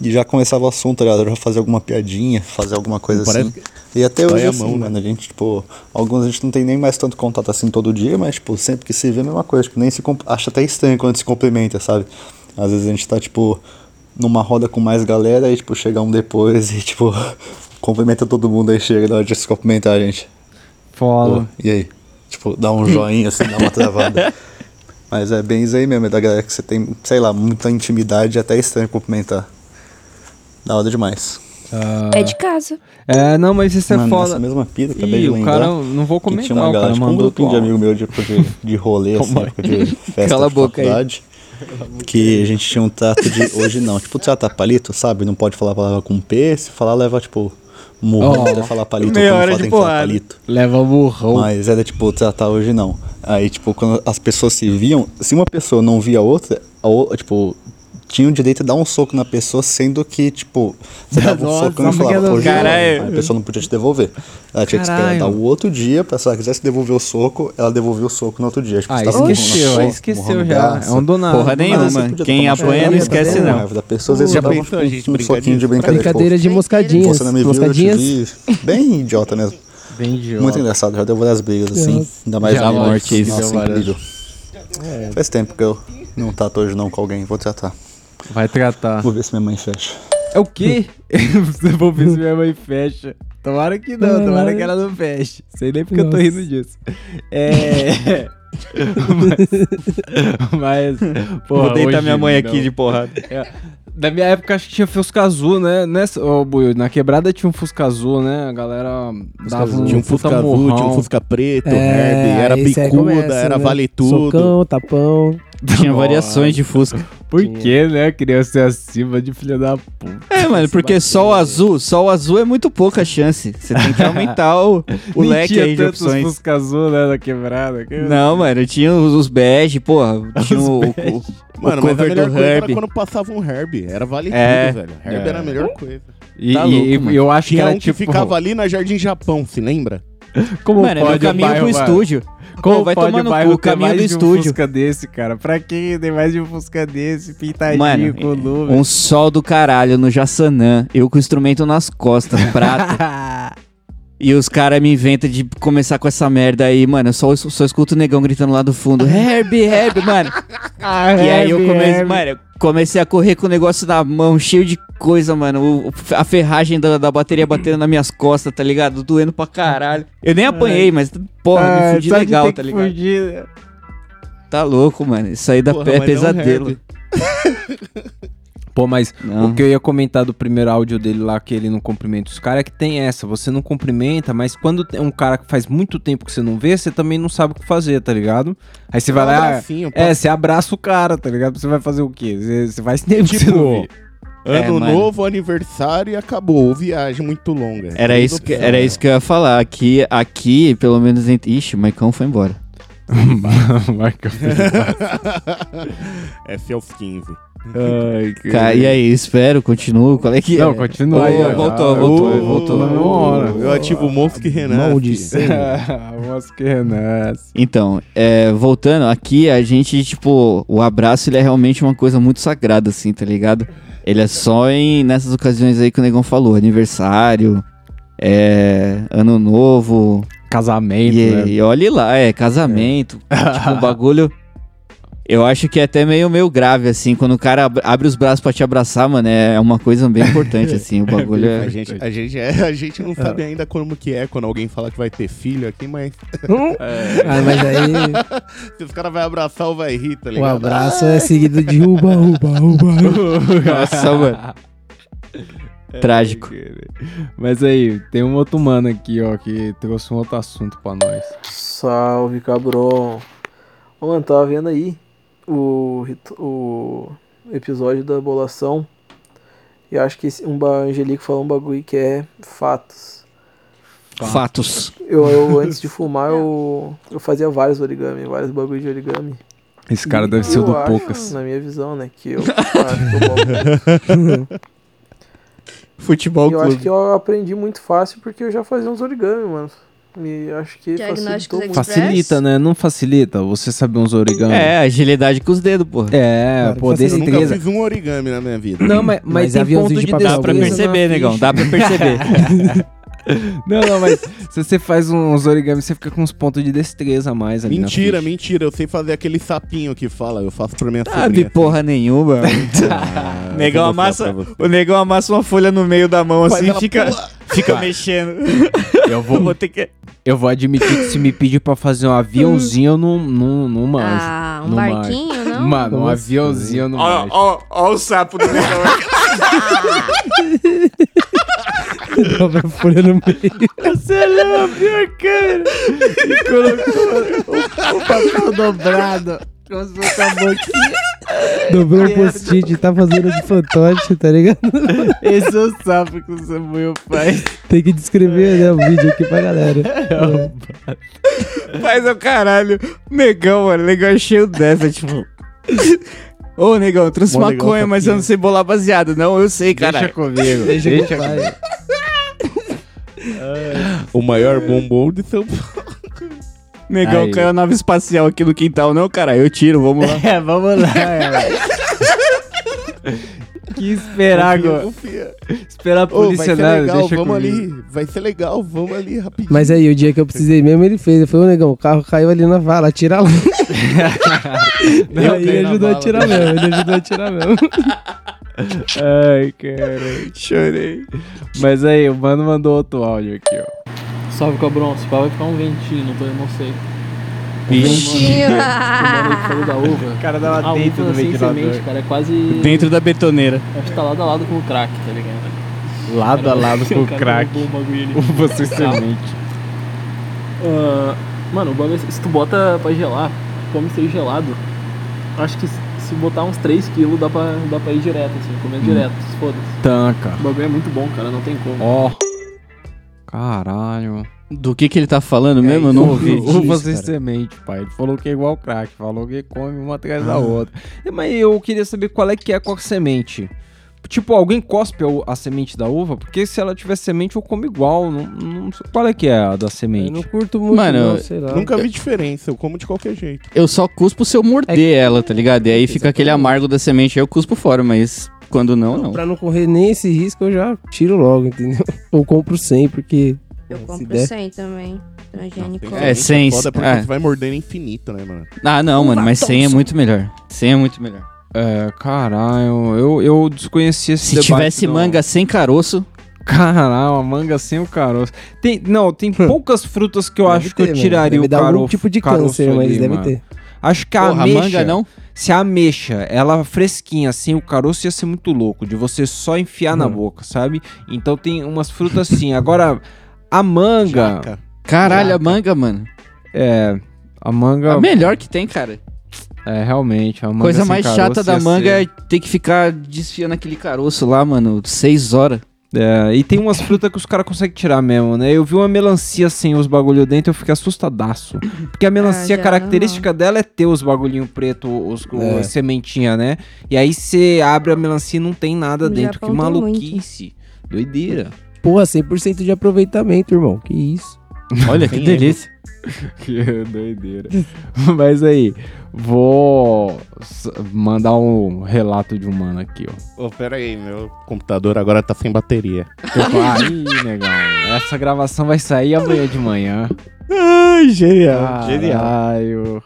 G: E já começava o assunto, tá ligado? Já fazia alguma piadinha, fazer alguma coisa
E: Parece
G: assim. E até
E: Dói
G: hoje,
E: a
G: assim,
E: mão, né?
G: mano, a gente, tipo, alguns a gente não tem nem mais tanto contato assim todo dia, mas, tipo, sempre que se vê é a mesma coisa, tipo, nem se comp- acha até estranho quando se cumprimenta, sabe? Às vezes a gente tá, tipo, numa roda com mais galera, aí, tipo, chega um depois e, tipo, <laughs> cumprimenta todo mundo, aí chega na hora de se cumprimentar, gente.
B: Foda.
G: Pô, e aí? Tipo, dá um joinha, assim, dá uma
B: <laughs>
G: travada. Mas é bem isso aí mesmo, é da galera que você tem, sei lá, muita intimidade, é até estranho cumprimentar. Da hora demais.
D: É de casa.
B: Ah. É, não, mas isso é
G: Mano,
B: foda.
G: nessa mesma pira, acabei
B: Ih,
G: de
B: o
G: lembrar.
B: cara, não vou
G: que
B: comentar,
G: tinha uma
B: o cara
G: galera, tipo, um
B: mandou
G: grupinho de
B: atual.
G: amigo meu, tipo, de, de
B: <laughs>
G: rolê, assim,
B: Calma
G: época
B: aí.
G: de festa
B: Cala a
G: de
B: boca aí.
G: faculdade, que a gente tinha um trato de,
B: <laughs>
G: hoje não, tipo, trata palito, sabe? Não pode falar a palavra com P, se falar, leva, tipo, murro,
B: Ó.
G: até falar palito,
B: Meia
G: quando
B: hora
G: fala,
B: de
G: tem que falar
B: porrada.
G: palito.
B: Leva burrão.
G: Mas era tipo, tratar hoje não. Aí, tipo, quando as pessoas se viam, se uma pessoa não via a outra, a ou- tipo, tinha o direito de dar um soco na pessoa, sendo que, tipo, você dava um
C: Nossa,
G: soco e não
C: como que é
G: falava,
C: do
G: hoje não.
C: caralho.
G: Aí a pessoa não podia te devolver. Ela tinha que
C: Caralho.
G: esperar dar o outro dia, pra se ela quisesse devolver o soco, ela devolveu o soco no outro dia. Tipo,
B: Ah,
G: você tava
B: esqueceu,
G: murrando na
B: aí
G: porra, Ah,
B: esqueceu
G: murrando
B: já.
G: graça.
B: É um do nada.
G: Porra
B: Do nada,
G: nenhuma.
B: você podia
G: Quem
B: tomar
G: apanha não
B: porrada,
G: esquece,
B: né?
G: não. Raiva da pessoa, às vezes
B: Já
G: eu dava
B: pensou a
G: um-
B: gente
G: um
B: brincar
G: soquinho de
B: disso?
G: brincadeira. tipo,
L: Brincadeira de moscadinhas.
G: Você não me viu, eu te
L: Moscadinhas.
G: vi. tipo, Bem idiota mesmo.
B: Bem idiota.
G: Muito engraçado, já deu várias brigas assim.
L: Nossa.
G: Ainda mais
B: Já,
G: na
B: nossa,
G: morte,
B: deu
G: isso
B: várias.
G: incrível.
L: É.
G: Faz tempo que eu não trato hoje não com alguém, vou tratar.
B: Vai tratar.
G: Vou ver se minha mãe fecha.
B: É o quê? <laughs> Eu Vou ver se minha mãe fecha. Tomara que não, tomara que ela não feche. Sei nem porque eu tô
L: Nossa.
B: rindo disso. É. <laughs> mas. mas porra,
C: Vou deitar
B: hoje
C: minha mãe aqui
B: não.
C: de porrada.
B: É. Da minha época acho que tinha Fusca Azul, né? Nessa, ô, Buiu, na quebrada tinha um Fusca Azul, né? A galera dava um,
E: Tinha
B: puta
E: um Fusca azul, tinha um
B: morrão.
E: Fusca preto,
B: É,
E: herb, era
B: aí cê
E: bicuda,
B: começa,
E: era
B: né?
E: vale tudo.
L: é, Socão, tapão.
C: Tinha variações de Fusca.
B: Por que, né? Queria ser acima de filha da puta.
C: É, mano, porque só o azul, só o azul é muito pouca chance. Você tem que <laughs> aumentar o, o
B: Nem
C: leque
B: tinha
C: aí de
B: tantos
C: opções.
B: Fusca Azul, né? Na quebrada. Que-
C: Não, mano, tinha os, os bege, porra. Tinha o, o, o
E: Mano, mas a
C: cover
E: melhor
C: do
E: coisa era
C: Herb.
E: quando passava um herb. Era vale
C: É.
E: tudo, velho. Herb
C: É. Tá
E: era a melhor coisa. Tá
B: E- e- e eu acho que
E: Tinha
B: era
E: um
B: tipo-
E: que ficava ali na Jardim Japão, se lembra?
B: <laughs> Como
C: é
E: Mano, era
B: pode
E: o caminho
B: o bairro,
E: pro
B: vai-
E: estúdio.
B: Como
C: Pô, vai
B: pode
C: tomar no
B: bairro
C: cu, o
B: ter
C: caminho
B: mais
C: do
B: de um
C: estúdio.
B: Fusca desse, cara. Pra que tem mais de um Fusca desse pintadinho
C: Mano,
B: com nuvem?
C: um sol do caralho no Jaçanã. Eu com o instrumento nas costas,
B: <laughs>
C: prata. E os caras me inventam de começar com essa merda aí, mano. Eu só, só escuto o negão gritando lá do fundo. Herb, Herb, mano.
B: <laughs>
C: e aí eu
B: Ah, Herb,
C: comecei,
B: Herb.
C: mano, eu comecei a correr com o negócio na mão, cheio de coisa, mano. O- a ferragem da, da bateria batendo nas minhas costas, tá ligado? Doendo pra caralho. Eu nem apanhei, mas, porra,
B: É, né?
C: me fudi legal, tá ligado? Tá louco, mano. Isso aí dá
E: Porra,
C: pé- é
E: mas é um
C: pesadelo.
E: herb.
C: <laughs>
B: Pô, mas
C: Não.
B: o que eu ia comentar do primeiro áudio dele lá, que ele não cumprimenta os caras, é que tem essa. Você não cumprimenta, mas quando tem um cara que faz muito tempo que você não vê, você também não sabe o que fazer, tá ligado? Aí você
J: É
B: vai
J: um
B: lá.
J: abracinho, pô.
B: é, você abraça o cara, tá ligado? Você vai fazer o quê? Você, você faz tempo que você não vê.
E: Tipo, Ano
C: É, mano.
E: novo, aniversário e acabou. Viagem muito longa.
C: Era
E: Tudo
C: isso, que,
E: opção.
C: era
E: <laughs>
C: isso que eu ia falar. Aqui, aqui pelo menos. Ent... Ixi, o Maicão foi
B: <laughs>
C: embora.
B: Marcão.
E: Esse é os 15.
B: Ai, que-
C: Cara, e aí, espero, continuo. Qual é que é?
B: Não, continua aí,
C: Ô,
B: ó.
C: voltou,
B: Ah,
C: voltou,
B: ô,
C: voltou.
B: na mesma hora. Eu ativo
E: o monstro que renasce.
C: <laughs>
B: o monstro que renasce.
C: Então, é, voltando, aqui a gente, tipo, o abraço ele é realmente uma coisa muito sagrada, assim, tá ligado? Ele é só em, nessas ocasiões aí que o Negão falou, aniversário, é, ano novo...
B: Casamento,
C: e,
B: né?
C: E olhe lá, é, casamento, tipo, um bagulho... Eu acho que é até meio, meio grave, assim, quando o cara ab- abre os braços pra te abraçar, mano, é é uma coisa bem
E: <laughs>
C: importante, assim, o bagulho é...
E: A gente, a, gente, é- a gente não sabe ainda como que é quando alguém fala que vai ter filho aqui, mas...
B: Hum?
E: <laughs>
L: É. Ah, mas aí-
E: Se os caras vão abraçar ou vai rir, tá
L: O
E: ligado?
L: abraço
B: assim,
L: é seguido de uba,
E: <laughs>
L: uba, uba.
C: Nossa, mano. É, Trágico.
B: Mas aí, tem um outro mano aqui, ó, que trouxe um outro assunto pra nós.
T: Salve, cabrão. Ô, mano, tava vendo aí o, rit- o episódio da bolação. E acho que esse- um ba- Angelico falou um bagulho que é fatos.
C: Fatos.
T: Eu, eu, antes de fumar, eu, eu fazia vários origami, vários bagulhos de origami.
B: Esse cara
T: E
B: deve ser o
T: eu
B: do
T: acho,
B: Poucas.
T: Na minha visão, né?
B: <laughs>
T: Que eu acho que eu bom.
C: Futebol
T: eu
C: clube.
T: acho que eu aprendi muito fácil porque eu já fazia uns origami, mano. E acho que
D: Diagnósticos
T: facilitou muito.
B: Facilita, né? Não facilita você saber uns origami.
C: É, agilidade com os dedos, pô.
B: É, pô,
E: eu nunca
B: destreza.
E: fiz um origami na minha vida.
B: Não, mas, mas, tem ponto de, destreza
C: Dá pra
B: na
C: perceber,
B: ficha.
C: negão, dá pra perceber.
B: <laughs> não, não, mas se você faz uns origami, você fica com uns pontos de destreza a mais ali na
E: Mentira, <laughs> mentira. Eu sei fazer aquele sapinho que fala. Eu faço pra minha
C: Ah, de
E: sobrinha.
C: porra nenhuma. negão
E: vou mostrar
C: amassa, o negão amassa uma folha no meio da mão
E: Faz
C: assim e
E: ela
C: fica,
E: pular.
C: fica
B: Vai.
C: mexendo.
B: Eu vou-
C: ter que.
B: Eu vou admitir que se me pedir pra fazer um aviãozinho, eu não, não, não manjo.
D: Ah, um
B: Não manjo.
D: barquinho, não?
B: Mano, um
D: Nossa,
E: assim?
B: aviãozinho eu não
E: Ah.
C: Ó, <laughs> ó,
B: manjo.
C: ó o sapo do negão.
E: <laughs>
L: Dobra a folha no
B: <laughs>
L: meio.
B: Marcelo abriu a câmera né, e colocou o, o papel dobrado. Como se fosse uma boquinha.
T: <laughs>
L: Dobrou
T: É.
L: o post-it, tá fazendo de fantoche, tá ligado? <laughs>
B: Esse é o sapo que o Samuel faz.
L: Tem que descrever, né, o vídeo aqui
B: <laughs>
L: pra galera.
B: É
C: Mas o caralho, negão, mano, negão é cheio dessa, tipo. Ô, negão, eu trouxe
B: Bom, negão,
C: maconha, mas eu não sei bolar baseado. Não, eu sei, cara.
B: Deixa comigo.
C: Deixa,
B: Deixa
C: comigo.
B: comigo.
A: É,
E: O maior bombom de São
C: <laughs>
E: Paulo.
C: Negão,
E: Aí.
C: caiu a nave espacial aqui no quintal. Não, cara, eu tiro, vamos
E: <laughs>
C: lá.
B: É, vamos lá. Que esperar agora. Esperar a
E: Ô, vai
B: polícia
E: ser
B: nada,
E: legal,
B: deixa
E: vamos
B: comigo.
E: ali. Vai ser legal, vamos ali rapidinho.
L: Mas aí, o dia que eu precisei mesmo, ele fez. Eu falei, ô negão, o carro caiu ali na vala, atira lá.
B: Não,
L: Não,
B: tem
L: ele
B: na
L: ajudou a
B: vala.
L: tirar mesmo, ele ajudou a tirar
B: <laughs>
L: mesmo.
B: Ai, cara. Chorei. Mas aí, o mano mandou outro áudio aqui, ó.
A: Salve, cabrão. Esse pau vai ficar um ventinho, não tô, eu não sei.
B: Ventinho.
A: O mano que falou da uva.
B: O cara dava
A: a
B: dentro
A: uva
B: do
A: sem
B: ventilador.
A: semente, cara, é quase...
C: Dentro da betoneira.
A: Acho que tá lado a lado com o crack, tá ligado?
B: Lado a
A: Cara, <laughs>
B: lado com o
A: cara
F: Ah,
B: crack.
A: derrubou o bagulho
B: <laughs>
F: <laughs>
A: ali.
B: Uva sem
A: Tá.
B: semente.
A: Ah, mano, o bagulho, se tu bota pra gelar, come isso aí gelado, acho que se- se botar uns 3kg dá pra, dá pra ir direto, assim, comendo
B: Hum.
A: direto, foda-se.
B: Tá, cara.
A: O bagulho é muito bom, cara, não tem como.
B: Ó. Caralho.
C: Do que que ele tá falando
E: É,
C: mesmo? Eu não ouvi.
B: Uva sem semente, pai. Ele falou que é igual crack. Falou que come uma atrás da outra. E, Mas eu queria saber qual é que é com a semente. Tipo, alguém cospe a u- a semente da uva? Porque se ela tiver semente, eu como igual. Não, não sei qual é que é a da semente. Eu não
L: curto
C: muito, Mano, não, sei lá.
E: Nunca vi diferença, eu como de qualquer jeito.
C: Eu só cuspo se eu morder ela, tá ligado? E aí fica aquele amargo da semente, aí eu cuspo fora, mas quando
L: <laughs>
C: não, não.
L: Pra não correr nem esse risco, eu já tiro logo, entendeu? Ou compro sem, porque.
D: Eu compro
L: der.
D: 100 também. Transgênico.
C: É, sem-
E: Foda porque
C: é.
E: você vai mordendo infinito, né, mano?
C: Ah, não, mano, mas
E: Thompson.
C: 100 é muito melhor. 100 é muito melhor.
B: É, caralho, eu, eu desconhecia esse
C: Se tivesse manga sem caroço.
B: Caralho, a manga sem o caroço.
L: <laughs>
B: Tem, não, tem poucas frutas que eu acho que eu
L: ter, mano.
B: tiraria
L: Deve
B: o
L: dar algum
B: caroço.
L: tipo de
B: caroço
L: câncer, mas
B: ali,
L: deve
B: mano.
L: ter.
B: Acho que a
C: Porra,
B: ameixa.
C: manga não?
B: Se a ameixa, ela fresquinha, assim, o caroço ia ser muito louco, de você só enfiar
L: Hum.
B: na boca, sabe? Então tem umas frutas assim. Agora, a manga.
C: Caralho,
B: a manga, mano. É. A manga.
C: A melhor que tem, cara.
B: É, realmente. A manga
C: Coisa
B: sem
C: mais
B: caroço
C: chata da
B: ia
C: manga
B: ser-
C: é ter que ficar desfiando aquele caroço lá, mano, seis horas.
B: É, e tem umas frutas que os caras conseguem tirar mesmo, né? Eu vi uma melancia sem os bagulho dentro, eu
C: <coughs>
B: fiquei assustadaço. Porque a melancia, já a característica dela é ter os bagulhinho preto, os, É. os sementinha, né? E aí você abre a melancia e não tem nada
R: No
B: dentro. Que
R: Japão tem
B: maluquice. Doideira.
L: Porra, 100% de aproveitamento, irmão. Que isso.
B: Olha, que delícia. que doideira. <laughs> Mas aí, vou s- mandar um relato de um mano aqui, ó.
E: Ô, pera aí, meu computador agora tá sem bateria.
B: Tipo,
E: <laughs>
B: aí,
C: né,
B: negão, essa gravação vai sair amanhã de manhã.
E: Ai, genial,
B: Caralho.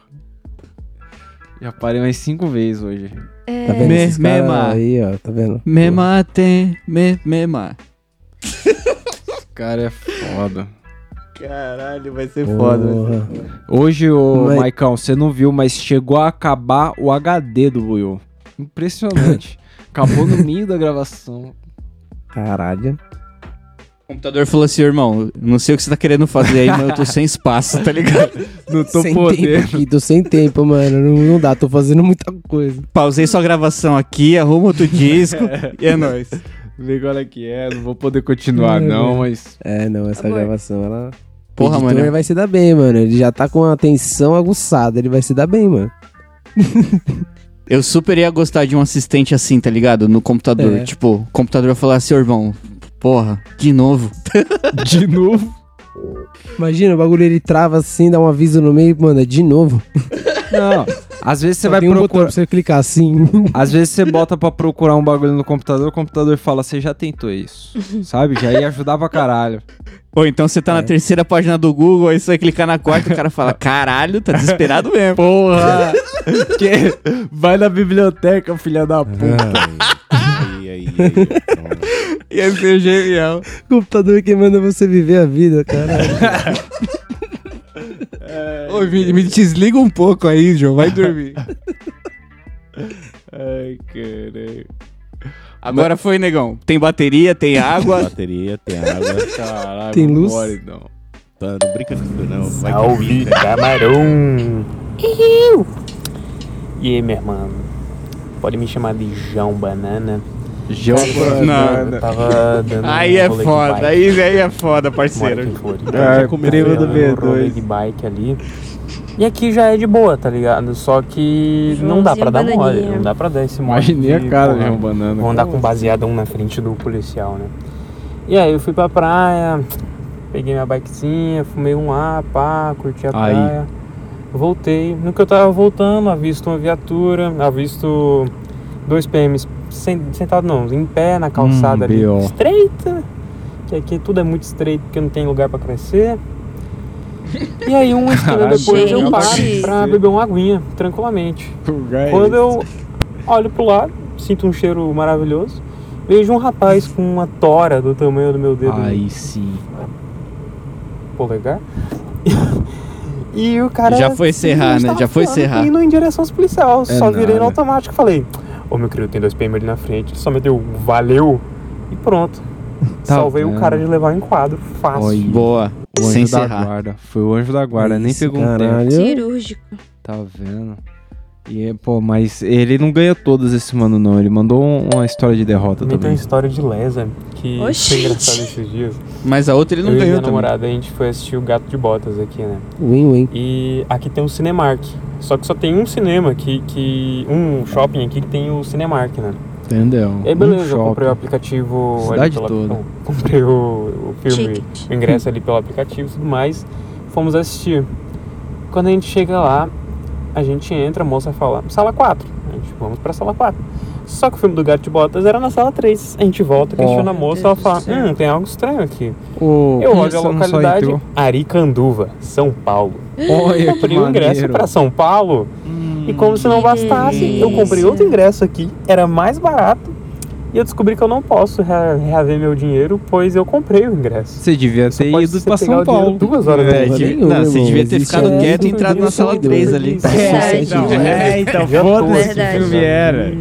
B: Já parei umas cinco vezes hoje.
L: Tá vendo
C: Me-
L: esses caras
C: mema.
L: aí, ó? Tá vendo?
C: Me matem, me, me ma.
B: cara é foda.
E: Caralho, vai
C: É
E: ser
B: Porra. Hoje, ô
E: Mas-
B: Maicão, você não viu, mas chegou a acabar o HD do Buiu. Impressionante. Acabou no meio da gravação.
L: Caralho.
C: O computador falou assim, irmão, não sei o que você tá querendo fazer aí, mas eu tô sem espaço, tá ligado?
B: Não
C: tô
L: sem
C: podendo.
L: Tempo aqui, tô sem tempo, mano. Não, não dá, tô fazendo muita coisa.
C: Pausei sua gravação aqui, arruma outro
B: <laughs>
C: disco e é nóis.
B: Liga, olha que é, não vou poder continuar,
L: É,
B: não,
L: né?
B: mas.
L: É, não, essa gravação, ela.
B: Porra,
L: o editor
B: mano.
L: vai se dar bem, mano. Ele já tá com a atenção aguçada, ele vai se dar bem, mano.
C: Eu super ia gostar de um assistente assim, tá ligado? No computador.
L: É.
C: Tipo, o computador ia falar assim, "Ô, irmão, porra, de novo.
B: de novo?
L: Imagina, o bagulho ele trava assim, dá um aviso no meio, mano, é de novo.
B: Não, às vezes você
L: Só
B: vai
L: tem um botão
B: procurar.
L: pra você clicar assim. <laughs>
B: Às vezes você bota pra procurar um bagulho no computador, o computador fala, você já tentou isso. Sabe? Já ia ajudar pra caralho.
C: Ou então você tá
B: É.
C: na terceira página do Google, aí você vai clicar na quarta e o cara fala, caralho, tá desesperado mesmo. <laughs>
B: Porra! Ah, Que- Vai na biblioteca, filha da puta.
C: Ia ser genial.
L: Computador que manda você viver a vida, cara.
C: Ô, me, me desliga um pouco aí, João, vai dormir.
B: Ai, caralho.
C: Agora foi, negão. Tem bateria, tem água.
E: Bateria, tem água.
B: Caralho,
C: Tem luz?
E: vambora,
B: então.
E: Tá, não brinca com isso, não. Vai que
U: Salve,
E: fica.
U: camarão! E aí, meu irmão? Pode me chamar de João Banana?
B: João
U: Cara,
C: Banana.
U: eu Tava dando
C: Aí é
U: um rolê de
C: foda,
U: bike.
C: aí, aí é foda, parceiro.
U: Moro aqui em Floripa.
C: É,
U: Já comecei
C: primo do
U: dando um rolê
C: B2.
U: de bike ali. E aqui já é de boa, tá ligado? Só que não dá pra dar
B: Joãozinho
U: mole,
B: Bananinha.
U: não dá pra dar esse mole.
B: Imaginei a
U: de,
B: cara
U: porra,
B: de João Banana.
U: Vão andar com um baseadão na frente do policial, né? E aí eu fui pra praia, peguei minha bikezinha, fumei um ar, pá, curti a
B: Aí.
U: praia. Voltei. No que eu tava voltando, avisto uma viatura, avisto dois PMs sen- sentado não, em pé na calçada ali,
B: B.O..
U: estreita. Que aqui tudo é muito estreito porque não tem lugar pra crescer. E aí um esquina
B: Caralho,
U: depois eu
B: gente.
U: paro pra beber uma aguinha, tranquilamente.
B: lugar é
U: Quando eu olho pro lado, sinto um cheiro maravilhoso, vejo um rapaz com uma tora do tamanho do meu dedo
B: Aí sim.
U: polegar. E o cara.
C: Já foi serrar, né? Já foi serrar.
U: Indo em direção aos policiais.
C: É
U: só virei
B: né?
C: nada.
U: no automático e falei: Ô meu querido, tem dois PM ali na frente. Ele só me deu um valeu e pronto.
B: Tá
U: Salvei
B: vendo?
U: o cara de levar um quadro fácil.
B: Olha.
C: Boa.
B: O anjo
C: Sem
B: da
C: serrar.
B: guarda. Foi o anjo da guarda, nem
C: Isso,
B: pegou um
C: caralho.
B: tempo.
R: Cirúrgico.
B: Tá vendo? E, é, pô, mas ele não ganha todas esse mano, não. Ele mandou um- uma história de derrota
U: Também tem uma
B: também.
U: história de Lesa que
C: Oxi.
U: foi engraçada esses dias.
C: Mas a outra ele não
U: Eu e
C: ganhou
U: minha
C: também.
U: namorada, a gente foi assistir o Gato de Botas aqui, né?
L: Win, win.
U: E aqui tem o Cinemark. Só que só tem um cinema que. que um shopping aqui que tem o Cinemark, né?
B: Entendeu?
U: E aí,
B: Um
U: beleza, eu
B: shopping.
U: comprei o aplicativo. ali
B: Cidade
U: pela-
B: toda.
U: não, <laughs> comprei o, o filme,
B: Ticket.
U: o ingresso ali pelo aplicativo e tudo mais. Fomos assistir. Quando a gente chega lá, a gente entra, a moça fala, sala 4. A gente, vamos pra sala 4. Só que o filme do Gato de Botas era na sala 3. A gente volta, questiona a
B: Oh.
U: moça, ela fala, hum, tem algo estranho aqui.
B: Ô,
U: Eu
B: por
U: olho
B: que
U: a
B: você não só
U: localidade
B: entrou?
U: Aricanduva, São Paulo.
B: Olha,
U: comprei
B: que
U: o ingresso
B: maneiro.
U: para São Paulo e como se não bastasse, eu comprei outro ingresso aqui, era mais barato E eu descobri que eu não posso rea- reaver meu dinheiro, pois eu comprei o ingresso.
B: Você devia ter ido pra
U: pegar
B: São
U: o dinheiro
B: Paulo.
U: duas horas
B: É,
U: depois.
B: de-
U: Nenhuma,
B: não, você
U: irmão.
B: devia ter
U: Existe um
B: ficado
U: essa,
B: quieto e
U: eu
B: entrado
U: tenho
B: na sala
U: sonho,
B: 3
U: eu
B: ali.
U: tenho sonho.
B: É, então,
U: <laughs>
B: é, então, foda-se,
U: Verdade.
B: o filme era.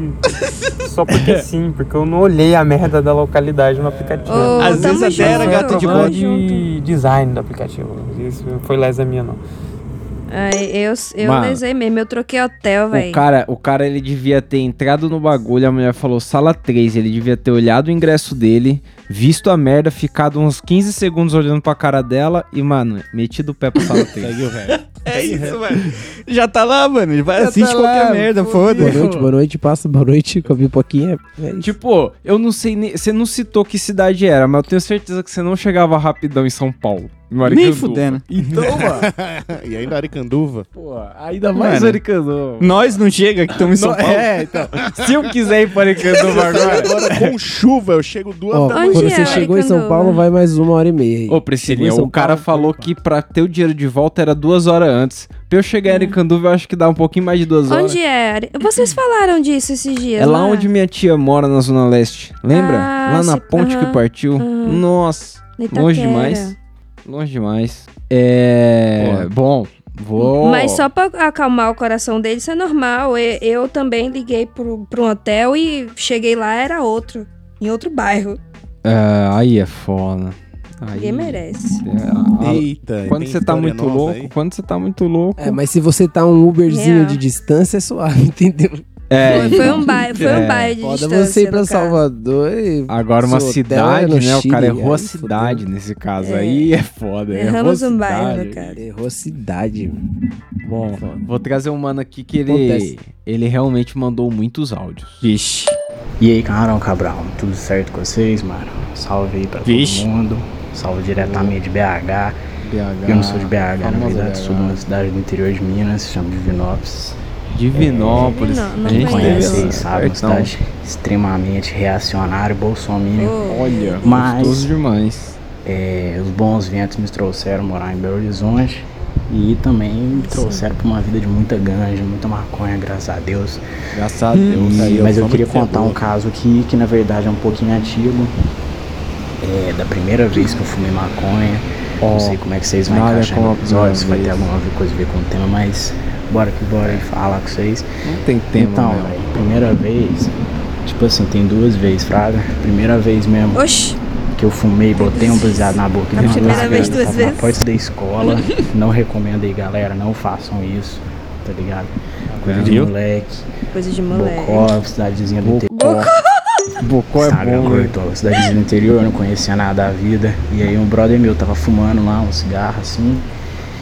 B: <laughs>
U: Só porque sim, porque eu não olhei a merda da localidade no aplicativo.
B: Ô, Às tamo vezes até era junto, gato de
U: Problema
B: boa.
U: de design do aplicativo. Isso foi lesa minha, não.
D: Ai, eu eu
B: Mano.
D: lesei mesmo, eu troquei hotel, velho.
B: O cara, o cara, ele devia ter entrado no bagulho, a mulher falou sala 3, ele devia ter olhado o ingresso dele, visto a merda, ficado uns 15 segundos olhando pra cara dela e, mano, metido o pé pra sala 3. Segue o velho.
C: É isso, velho. Já tá lá, mano. Vai
B: Já
C: assistir
B: tá
C: qualquer
B: lá,
C: merda,
B: fudeu.
C: foda.
L: Boa noite, boa noite, passa, boa noite, com a pipoquinha.
B: Tipo, eu não sei nem. Você não citou que cidade era, mas eu tenho certeza que você não chegava rapidão em São Paulo. em Aricanduva.
C: <laughs>
E: Então, mano. e ainda Aricanduva.
B: Pô, ainda mais Mano, Aricanduva.
C: Nós não chega que estamos em São
B: No-
C: Paulo.
B: É, então. Se eu quiser ir pra Aricanduva agora.
E: Agora com chuva eu chego duas
L: Ó,
E: da
L: quando
E: manhã.
L: você chegou em São Paulo, vai mais uma hora e meia. aí.
B: Ô, Priscilinha,
L: Chegou em
B: o
L: São
B: cara falou que pra ter o dinheiro de volta era duas horas antes. Pra eu chegar em Aricanduva, eu acho que dá um pouquinho mais de duas horas.
D: Hum. Onde é? Ari? Vocês falaram disso esses dias, né?
B: É lá onde minha tia mora na Zona Leste. Lembra?
D: Ah,
B: lá na
D: se-
B: ponte que
D: aham,
B: partiu.
D: aham.
B: Nossa,
D: Na Itaquera.
B: longe demais. Longe demais. É. Bom, vou.
D: Mas só pra acalmar o coração deles, isso é normal. Eu, eu também liguei pro, pro um hotel e cheguei lá, era outro. Em outro bairro.
B: É, aí é foda. Aí...
D: Ninguém merece.
B: É, a-
E: Eita,
B: quando
E: tem
B: você tá
E: história
B: muito
E: nova
B: louco,
E: aí?
B: quando você tá muito louco.
L: É, mas se você tá um Uberzinho
D: Real.
L: de distância, é suave, <laughs> entendeu?
B: É.
D: Foi um bairro, foi um
B: É.
D: bairro de
L: Foda
D: distância.
L: você ir pra
D: no caso.
L: Salvador e.
B: Agora uma
L: seu hotel é
B: cidade, né?
L: no
B: o
L: Chile, é.
B: cara errou a
L: aí
B: cidade nesse caso.
L: É.
B: Aí é foda. errou a
D: Erramos um bairro,
B: cidade.
D: cara.
L: Errou a cidade.
B: né, Bom, vou trazer um mano aqui que
L: Acontece.
B: ele, ele realmente mandou muitos áudios.
O: Vixe. E aí, Camarão Cabral, tudo certo com vocês, mano? Salve aí pra
B: Vixe.
O: todo mundo. Salve diretamente de BH.
B: BH,
O: Eu não sou de BH, na
B: famoso
O: verdade, sou de
B: BH.
O: uma cidade do interior de Minas, se chama Divinópolis.
B: Divinópolis.
O: É,
B: Não, não
O: a gente
B: conheço.
O: conhece aí, sabe? Uma
B: Sertão.
O: cidade extremamente reacionária, bolsominion.
B: Olha,
O: mas,
B: gostoso demais.
O: É, os bons ventos me trouxeram morar em Belo Horizonte e também me trouxeram pra uma vida de muita ganja, muita maconha, graças a Deus.
B: Graças a Deus. Aí,
O: Hum. mas
B: eu
O: eu
B: sou
O: queria
B: muito
O: contar um caso aqui que na verdade é um pouquinho antigo. É da primeira vez que eu fumei maconha.
B: Ó,
O: não sei como é que vocês vão
B: nada
O: encaixar
B: como
O: no
B: a
O: episódio, se vai ter
B: primeira
O: alguma coisa a ver com o tema, mas bora que bora e falar com vocês.
B: Não tem tema,
O: Então,
B: né?
O: velho, primeira vez, tipo assim, tem duas vezes, Fraga. Primeira vez mesmo.
D: Oxi.
O: Que eu fumei, botei um baseado na boca.
D: A
O: dei uma
D: primeira
O: largada,
D: vez, duas
O: tava tá na
D: vezes.
O: porta da
D: <laughs>
O: escola. não recomendo aí, galera, não façam isso, tá ligado? Coisa de
D: Viu?
O: moleque.
D: Coisa de moleque.
O: Bocó, cidadezinha do interior.
B: Bocó
O: é Sabe, bom, cidadezinha do interior, não conhecia nada da vida. E aí um brother meu tava fumando lá um cigarro assim.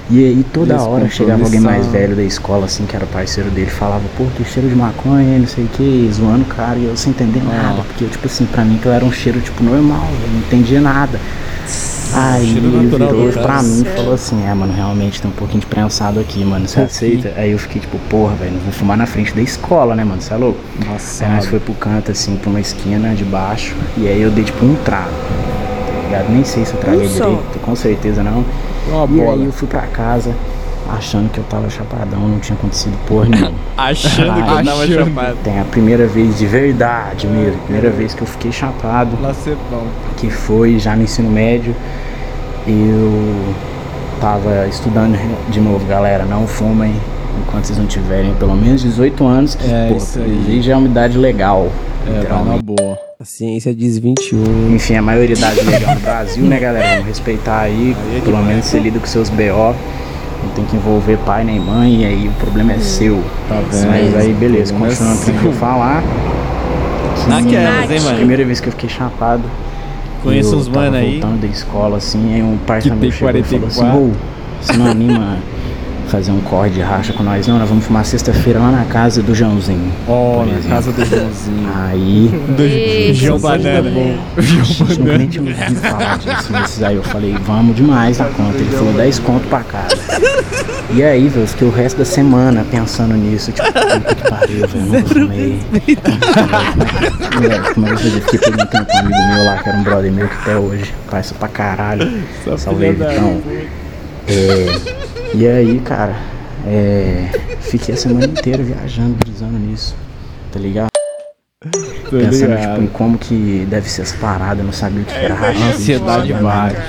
O: E aí toda hora chegava alguém mais velho da escola, assim, que era parceiro dele, falava, pô, que cheiro de maconha, não sei o que, zoando o cara, e eu sem entender nada, porque, tipo assim, pra mim aquilo era um cheiro, tipo, normal, eu não entendia nada. Aí Cheiro ele natural virou do cara. pra mim Sério? e falou assim, é, mano, realmente tem um pouquinho de prensado aqui, mano, você Aqui. aceita? Aí eu fiquei tipo, porra, velho, não vou fumar na frente da escola, né, mano, você é louco? Nossa. Aí nós foi pro canto, assim, pra uma esquina de baixo, e aí eu dei, tipo, um trago, tá ligado? Nem sei se eu traguei Um só. direito, com certeza não.
B: Uma
O: e bola. aí eu fui pra casa, achando que eu tava chapadão, não tinha acontecido porra nenhuma.
C: <coughs> Achando que eu tava
O: Achando.
C: chapado.
O: Tem a primeira vez de verdade mesmo, primeira vez que eu fiquei chapado.
C: é
O: Que foi já no ensino médio. Eu tava estudando de novo, galera, não fumem enquanto vocês não tiverem pelo menos 18 anos, que
L: É,
O: pô,
L: isso aí.
O: aí já é uma idade legal.
L: É, vai na
B: boa.
L: A ciência diz 21.
O: Enfim, a maioria da idade legal no Brasil, né, galera? Vamos respeitar aí, pelo menos você lida com seus BO. Não tem que envolver pai nem mãe, e aí o
L: Hum.
O: problema é seu.
K: Tá
O: vendo? Mas aí, beleza, O problema é continuando o que eu seu. ia falar. que
C: Naquelas, hein, mano?
O: Primeira vez que eu fiquei chapado.
C: Conheço
O: eu
C: uns
O: tava
C: mano aí.
O: voltando da escola, assim, aí um
C: Que
O: parceiro meu
C: tem
O: chegou e falou assim,
C: 44.
O: "Ô, você não anima a fazer um corre de racha com nós, não? Nós vamos fumar sexta-feira lá na casa do Joãozinho.
B: Ó,
O: por
B: na
O: exemplo."
B: casa do Joãozinho.
O: Aí.
B: Do João Banana. João
O: Eu nem tinha um ouvido falar disso, mas aí eu falei, vamos demais na conta. Ele falou 10 conto pra casa. E aí, velho, eu fiquei o resto da semana pensando nisso. Tipo, puta que pariu, velho, nunca fumei. Velho, Como é que eu fiquei perguntando pra um amigo meu lá, que era um brother meu que até hoje parça pra caralho. Salve
J: filha da
O: então. É, e aí, cara, é, fiquei a semana inteira viajando, brisando nisso, tá ligado?
B: Tô
O: pensando
B: ligado.
O: tipo, em como que deve ser essa parada, eu não sabia o que
B: É, né,
O: era rachixe.
B: ansiedade
O: sabe?
B: baixa.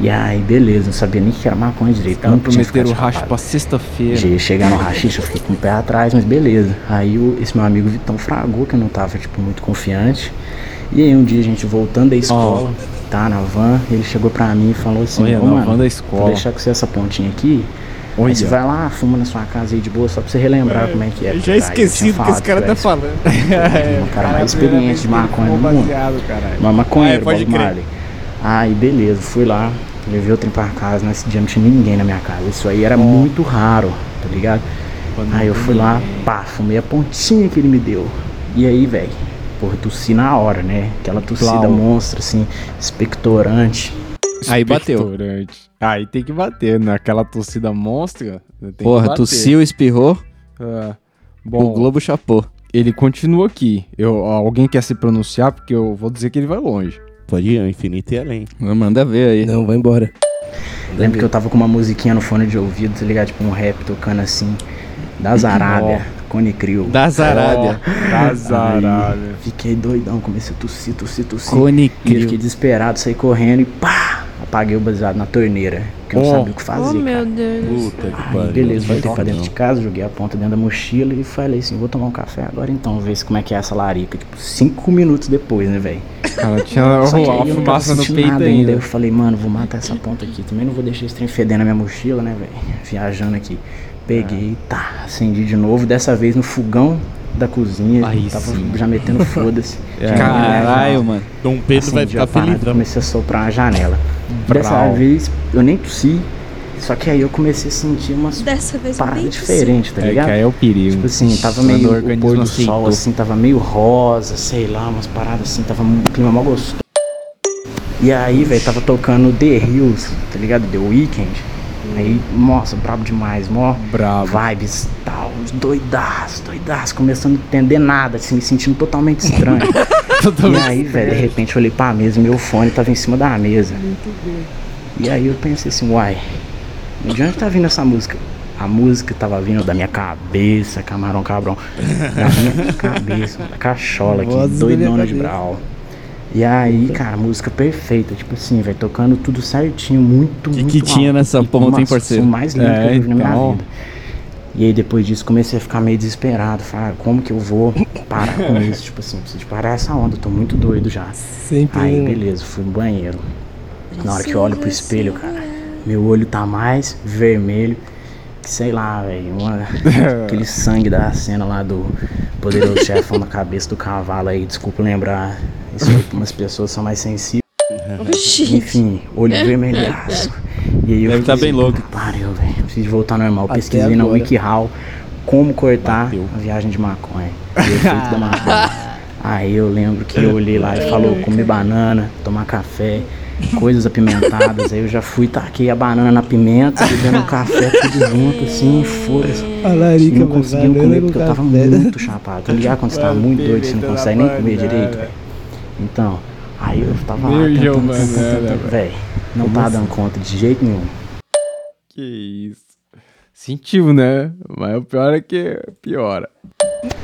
O: E aí, beleza, não sabia nem o que era maconha direito.
B: Cara,
O: não tinha
B: prometeram o
O: ficado
B: racho pra
O: Já
B: sexta-feira.
O: ia chegar no rachixe, eu fiquei com o pé atrás, mas beleza. Aí o- esse meu amigo Vitão fragou, que eu não tava, tipo, muito confiante. E aí um dia a gente voltando da escola, tá, na van, ele chegou pra mim e falou assim,
B: Olha,
O: "Ô,
B: na
O: mano,
B: van da
O: Vou
B: escola."
O: deixar com você essa pontinha aqui.
B: Olha.
O: Aí você vai lá, fuma na sua casa aí de boa, só pra você relembrar como é que é.
B: Eu
O: porque,
B: já
O: cara, eu tinha
B: esqueci do que esse
O: falado
B: cara
O: eu
B: tá é,
O: era <laughs>
B: falando. <laughs> É,
O: um cara mais experiente de maconha
B: um
O: do mundo. Uma
B: Ah, é,
O: maconheiro,
B: pode
O: Bob
B: crer.
O: Marley. Aí, beleza, fui lá, levei o trem pra casa, nesse dia não tinha ninguém na minha casa. Isso aí era muito raro, tá ligado? aí eu fui lá, pá, fumei a pontinha que ele me deu. E aí, velho, porra, tossi na hora, né? Aquela tossida
B: Plau.
O: monstra, assim, expectorante.
C: Aí bateu.
B: Expectorante. Aí tem que bater, naquela torcida monstra. Tem que
C: Porra,
B: bater.
C: tossiu, espirrou.
B: É.
C: O Globo chapou.
B: Ele continua aqui. Eu, alguém quer se pronunciar? Porque eu vou dizer que ele vai longe.
E: Pode ir, ao infinito e além.
C: Manda ver aí.
O: Não, vai embora. Lembro que eu tava com uma musiquinha no fone de ouvido, tá ligado? Tipo um rap tocando assim. Da
B: <laughs>
O: Zarábia, Cone Crew.
C: Da Zarábia.
B: Da
O: Zarábia. Fiquei doidão, comecei a tossir, tossir, tossir.
C: Cone
O: E eu
C: Crew.
O: fiquei desesperado, saí correndo e pá! Apaguei o baseado na torneira, que eu não
D: Oh.
O: sabia o que fazer.
D: Oh, meu
O: cara.
D: Deus. Puta
E: que
O: Aí,
E: pariu,
O: Beleza,
E: não
O: voltei
E: faz
O: pra
E: não.
O: dentro de casa, joguei a ponta dentro da mochila e falei assim: vou tomar um café agora então, ver se como é que é essa larica. Tipo, cinco minutos depois, né, velho?
B: Cara, tinha
O: Só que
B: uma
O: aí eu não tava
B: fumaça no
O: sentindo
B: peito
O: nada
B: ainda.
O: Eu falei, mano, vou matar essa ponta aqui. Também não vou deixar esse trem feder na minha mochila, né, velho? Viajando aqui. Peguei, tá, acendi de novo. Dessa vez no fogão da cozinha. tava já metendo foda-se.
C: É.
O: Já
C: Caralho,
O: ia-
C: mano.
E: Dom
C: Pedro vai
O: Acendi
C: ficar
O: a parada,
C: felizão.
O: Comecei a soprar a janela.
C: Brau.
O: Dessa vez eu nem tossi. Só que aí eu comecei a sentir umas
D: Dessa vez eu
O: paradas
D: nem
O: diferentes, tá
B: É,
O: ligado?
B: que aí é o perigo.
O: Tipo assim, tava
B: Quando
O: meio
B: o né?
O: o
B: organismo
O: pôr do
B: aceitou.
O: sol, assim, tava meio rosa, sei lá, umas paradas assim, tava um clima mó gostoso. E aí, velho, tava tocando The Hills, tá ligado? The Weeknd. Aí, nossa, brabo demais, mó vibes tal, doidaço, doidaço, começando a entender nada, assim, me sentindo totalmente estranho. e aí, velho, de repente eu olhei pra mesa e meu fone tava em cima da mesa. E aí eu pensei assim, uai, de onde tá vindo essa música? A música tava vindo da minha cabeça, camarão cabrão. Da minha cabeça, da cachola aqui,
B: Vozes da minha
O: doidona de
B: cabeça.
O: brau. E aí, cara, música perfeita, tipo assim, velho, tocando tudo certinho, muito, muito
C: que tinha
O: alto.
C: nessa
O: E,
C: ponta, hein,
O: nossa,
C: parceiro?
O: som mais lindo que eu
C: É,
O: já vi na minha
C: então.
O: vida. E aí depois disso comecei a ficar meio desesperado, falar, como que eu vou parar
C: <laughs>
O: com isso? tipo assim, preciso parar essa onda, eu tô muito doido já.
L: Sempre né?
O: Aí
L: eu.
O: beleza, fui no banheiro. Na hora que eu olho pro espelho, cara, meu olho tá mais vermelho que sei lá, velho, uma- aquele sangue da cena lá do poderoso chefão na cabeça do cavalo aí, desculpa lembrar, isso aí, umas pessoas são mais sensíveis.
D: Oxi.
O: Enfim, olho vermelhaço. E aí eu assim,
Q: Deve tá bem louco.
O: Pariu, velho. Preciso de voltar ao normal.
Q: Até
O: Pesquisei na
Q: agora.
O: WikiHow como cortar a viagem de maconha. O efeito
Q: <laughs>
O: da maconha. Aí eu lembro que eu olhei lá e falou comer banana, tomar café, coisas apimentadas. Aí eu já fui, taquei a banana na pimenta, bebendo um café tudo junto, assim, foda-se.
L: A
O: não
L: larica,
O: é
L: mano,
O: conseguiam
L: banana
O: comer
L: no
O: porque eu tava
L: café.
O: muito chapado. Tá ligado? Quando você tá
L: Mano,
O: muito doido, você não
L: pimenta na
O: consegue nem comer
L: banana.
O: direito, velho. Então, aí eu tava lá.
B: Meu
O: tentando,
B: Giovanna,
O: tentando, tentando,
B: velho.
O: Velho, não
B: Como
O: tá
B: assim?
O: dando conta de jeito nenhum.
B: Que isso. Sentiu, né? Mas o pior é que piora.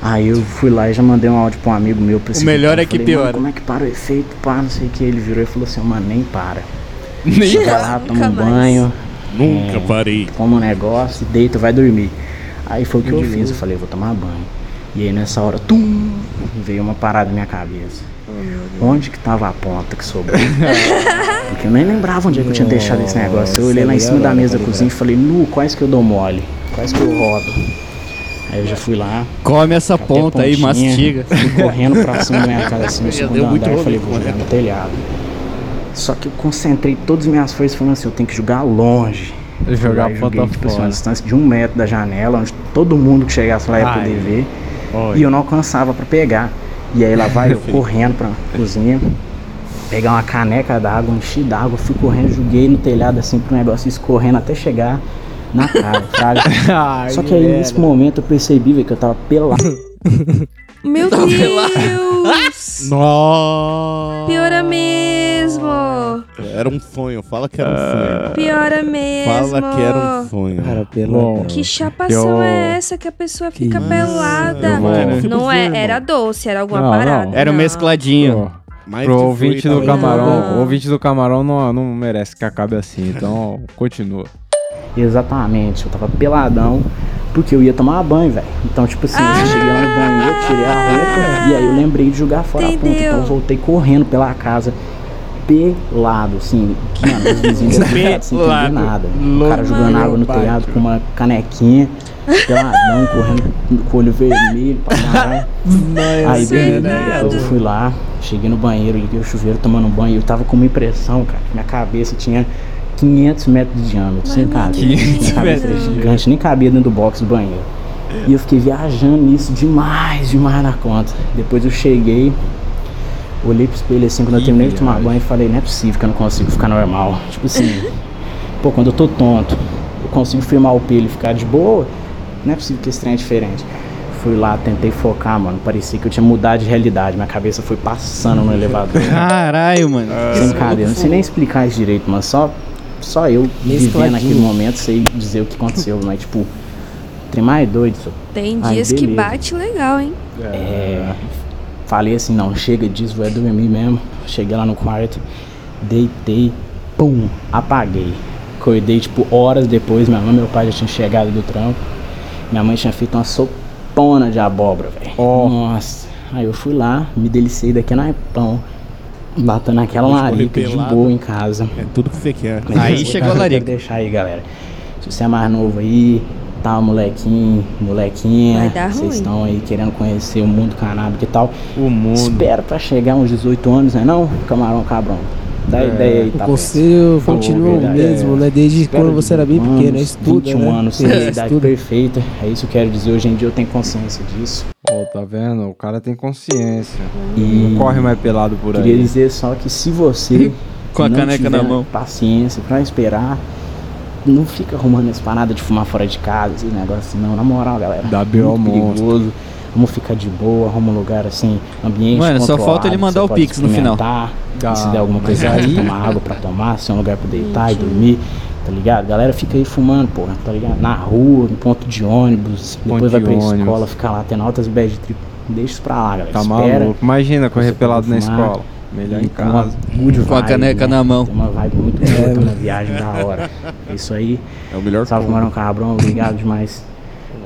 O: Aí eu fui lá e já mandei um áudio pra um amigo meu. Pra
B: O melhor é que
O: pior.
B: piora.
O: Como é que para o efeito? Pá, não sei o que. Ele virou e falou assim, mano, nem para.
B: <laughs> Nem
O: Chega
B: para.
O: lá, toma
B: Nunca
O: um
B: mais.
O: banho.
E: Nunca
O: parei. Toma um negócio, deita, vai dormir. Aí foi o que eu
B: Entendi.
O: fiz. Eu falei, vou tomar banho. E aí nessa hora, tum, veio uma parada na minha cabeça. Onde que tava a ponta que sobrou? <laughs> Porque eu nem lembrava onde é que eu tinha deixado esse negócio. Eu olhei lá em cima da mesa da cozinha e falei, nu, quais que eu dou mole? Quais que eu rodo? Aí eu já fui lá.
C: Come essa
O: catei a
C: ponta aí,
O: pontinha,
C: mastiga.
O: Fui correndo pra cima da minha casa, assim, no
C: Já deu
O: segundo
C: muito
O: andar. Eu
C: rolê
O: falei, vou
C: com
O: jogar
C: ela.
O: no telhado. Só que eu concentrei todas as minhas forças falando assim, eu tenho que jogar longe. Eu fui
B: Jogar
O: lá e joguei,
B: ponta
O: tipo assim, uma
B: fora.
O: distância de um metro da janela, onde todo mundo que chegasse lá ia
B: Ai.
O: poder ver.
B: Olha.
O: E eu não alcançava pra pegar. E aí lá vai eu
B: Perfeito.
O: correndo pra cozinha, pegar uma caneca d'água, um enchi d'água, fui correndo, joguei no telhado assim pro negócio escorrendo até chegar na cara, fraga.
B: Ai,
O: Só que aí
B: velho.
O: nesse momento eu percebi velho, que eu tava pelado.
D: Meu Deus!
O: Nossa!
D: Piora mesmo! amor.
E: Ah. Era um sonho, fala que era um
C: Ah.
E: sonho.
D: Pior é mesmo.
E: Fala que era um sonho. Cara, pelo
D: Que chapação é essa que a pessoa fica pelada?
C: Eu vou-
D: Não é, era doce, era alguma
B: Não, É- não.
D: parada.
C: Era um mescladinho.
E: Mas
B: Pro ouvinte do camarão, o ouvinte do camarão não, não merece que acabe assim, então continua.
O: Exatamente, eu tava peladão porque eu ia tomar banho, velho. Então, tipo assim, eu cheguei lá no banheiro, tirei a roupa e aí eu lembrei de jogar fora a
D: Entendeu.
O: ponta. Então eu voltei correndo pela casa, pelado, assim. que, Mano, os vizinhos não ficaram sem entender
C: Pelado.
O: nada. O cara jogando água no
C: Lombardo.
O: telhado com uma canequinha, peladão, correndo com o olho vermelho pra caralho. Aí,
E: assim,
O: beleza,
E: né?
O: eu fui lá, cheguei no banheiro, liguei o chuveiro tomando um banho. Eu tava com uma impressão, cara, que minha cabeça tinha 500 metros de diâmetro, sem cabeça.
B: 500
O: Minha cabeça
B: metros
O: era
B: de
O: gigante, nem cabia dentro do box do banheiro. E eu fiquei viajando nisso demais, demais na conta. Depois eu cheguei, olhei pro espelho assim, quando eu terminei de tomar banho, falei: não é possível que eu não consigo ficar normal. Tipo assim, pô, quando eu tô tonto, eu consigo firmar o pelo e ficar de boa, não é possível que esse trem é diferente. Fui lá, tentei focar, mano. Parecia que eu tinha mudado de realidade. Minha cabeça foi passando no
C: <laughs>
O: elevador.
C: Ah, Caralho, mano.
O: Sem cadeira. Não sei nem explicar isso direito, mano. Só, só eu vivendo
C: Mescladinho.
O: naquele momento, sei dizer o que aconteceu. Mas, tipo, tem mais doido. só.
D: Tem
O: Aí,
D: dias que
O: beleza.
D: bate legal, hein?
O: É, falei assim, não, chega disso, vou é dormir mesmo. Cheguei lá no quarto, deitei, pum, apaguei. Acordei, tipo, horas depois, minha mãe e meu pai já tinham chegado do trampo. Minha mãe tinha feito uma sopona de abóbora, velho. Nossa. Aí eu fui lá, me delicei daqui na pão, batendo aquela
E: Hoje corri
O: larica de
E: pelado.
O: boa em casa.
E: É tudo que você quer.
O: Mas <laughs> eu quero deixar aí, galera. Se você é mais novo aí, tá molequinho, molequinha,
D: Vai dar ruim.
O: vocês estão aí querendo conhecer o mundo canábico e tal.
B: O mundo.
O: Espera pra chegar uns 18 anos, né não? Camarão cabrão. Dá
L: É.
O: ideia aí,
L: O
O: tá?
L: conselho continua o
O: verdade, é.
L: mesmo, né? Desde quando você era bem pequeno, é estudo,
O: 21
L: né? <laughs>
O: anos,
L: É,
O: sem idade
L: estudo.
O: perfeita. É isso que eu quero dizer. Hoje em dia eu tenho consciência disso.
B: Ó, tá vendo? O cara tem consciência.
O: E-
B: Não corre mais pelado por aí.
O: Queria dizer só que se você
B: <laughs> Com a
O: não
B: caneca
O: tiver
B: na mão.
O: paciência pra esperar, não fica arrumando essa parada de fumar fora de casa, esse negócio assim, não. Na moral, galera.
B: Dá B.O.
O: muito
B: monstro.
O: perigoso. Vamos ficar de boa, arruma um lugar assim, ambiente
C: Mano, só
O: controlado,
C: falta ele
O: que
C: mandar
O: você
C: o
O: pode
C: Pix no final.
O: experimentar,
C: Ah,
O: e se der alguma
C: mas
O: coisa
C: aí-
B: <laughs>
O: aí, tomar água pra tomar, se é um lugar pra deitar e dormir, tá ligado? Galera fica aí fumando, porra, tá ligado? Na rua, no ponto de ônibus, depois
B: Ponto
O: vai
B: de
O: pra
B: ônibus.
O: escola, fica lá tendo altas bad trip. Deixa isso pra lá, galera.
B: Tá
O: Espera.
B: maluco. Imagina correr
O: Você
B: pelado na
O: pode fumar.
B: escola. Melhor
O: E
B: em
O: tem uma
B: casa.
O: good
C: Com a
O: vibe,
C: caneca
O: né?
C: na mão.
O: Tem uma vibe muito boa,
B: <laughs>
O: tem uma viagem da hora. É isso aí.
E: É o melhor
O: Salve, Marão Cabrão. Obrigado demais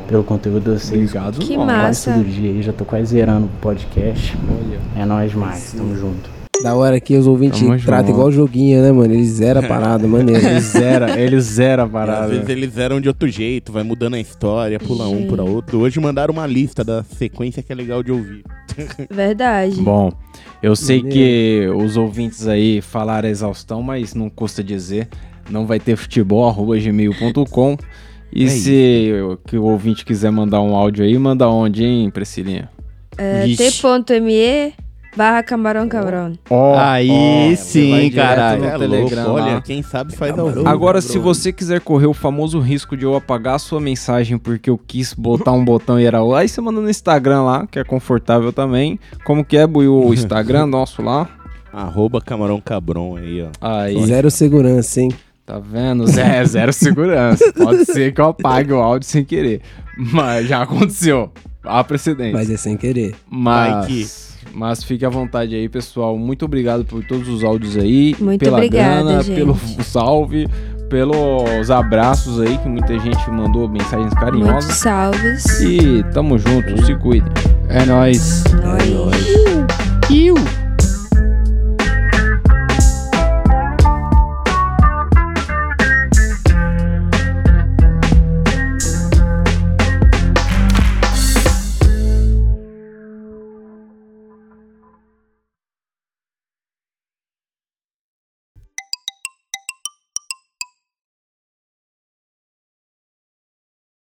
O: pelo conteúdo de vocês. Obrigado,
D: Que mano. massa.
O: Todo dia aí, já tô quase zerando o podcast. É nóis demais. Tamo junto.
L: Da hora que os ouvintes
O: Tamo
L: tratam
O: junto.
L: igual joguinho, né, mano? Eles
B: <laughs>
L: zeram a parada, maneiro.
E: Eles zera,
B: eles zera a
E: Às vezes eles eram de outro jeito, vai mudando a história, pula um pra outro. Hoje mandaram uma lista da sequência que é legal de ouvir.
D: Verdade.
B: Bom, eu sei que os ouvintes aí falaram exaustão, mas não custa dizer. Não vai ter futebol, arroba gmail.com. E
D: É
B: se o- que o ouvinte quiser mandar um áudio aí, manda onde, hein, Priscilinha?
D: É,
B: Vixe.
D: T.me barra camarão cabrão.
B: Aí
E: sim, caralho. É
B: É
E: louco,
B: Telegram,
E: olha,
B: lá.
E: quem sabe faz ao vivo.
B: Agora, se você quiser correr o famoso risco de eu apagar a sua mensagem porque eu quis botar um botão e era lá, aí você manda no Instagram lá, que é confortável também. Como que é, Buiu, o Instagram <laughs> nosso lá?
E: Arroba Camarão Cabron aí, ó.
B: Aí.
L: Zero segurança, hein?
B: Tá vendo? Zé, zero segurança. Pode ser que eu apague o áudio sem querer. Mas já aconteceu. Há precedente.
L: Mas é sem querer.
B: Mas,
L: Vai que-
B: mas fique à vontade aí, pessoal. Muito obrigado por todos os áudios aí.
D: Muito
B: pela
D: obrigada,
B: grana,
D: gente.
B: pelo salve, pelos abraços aí, que muita gente mandou mensagens
D: Muitos
B: carinhosas.
D: salves.
B: E tamo junto, se cuidem. É nóis.
D: É nóis.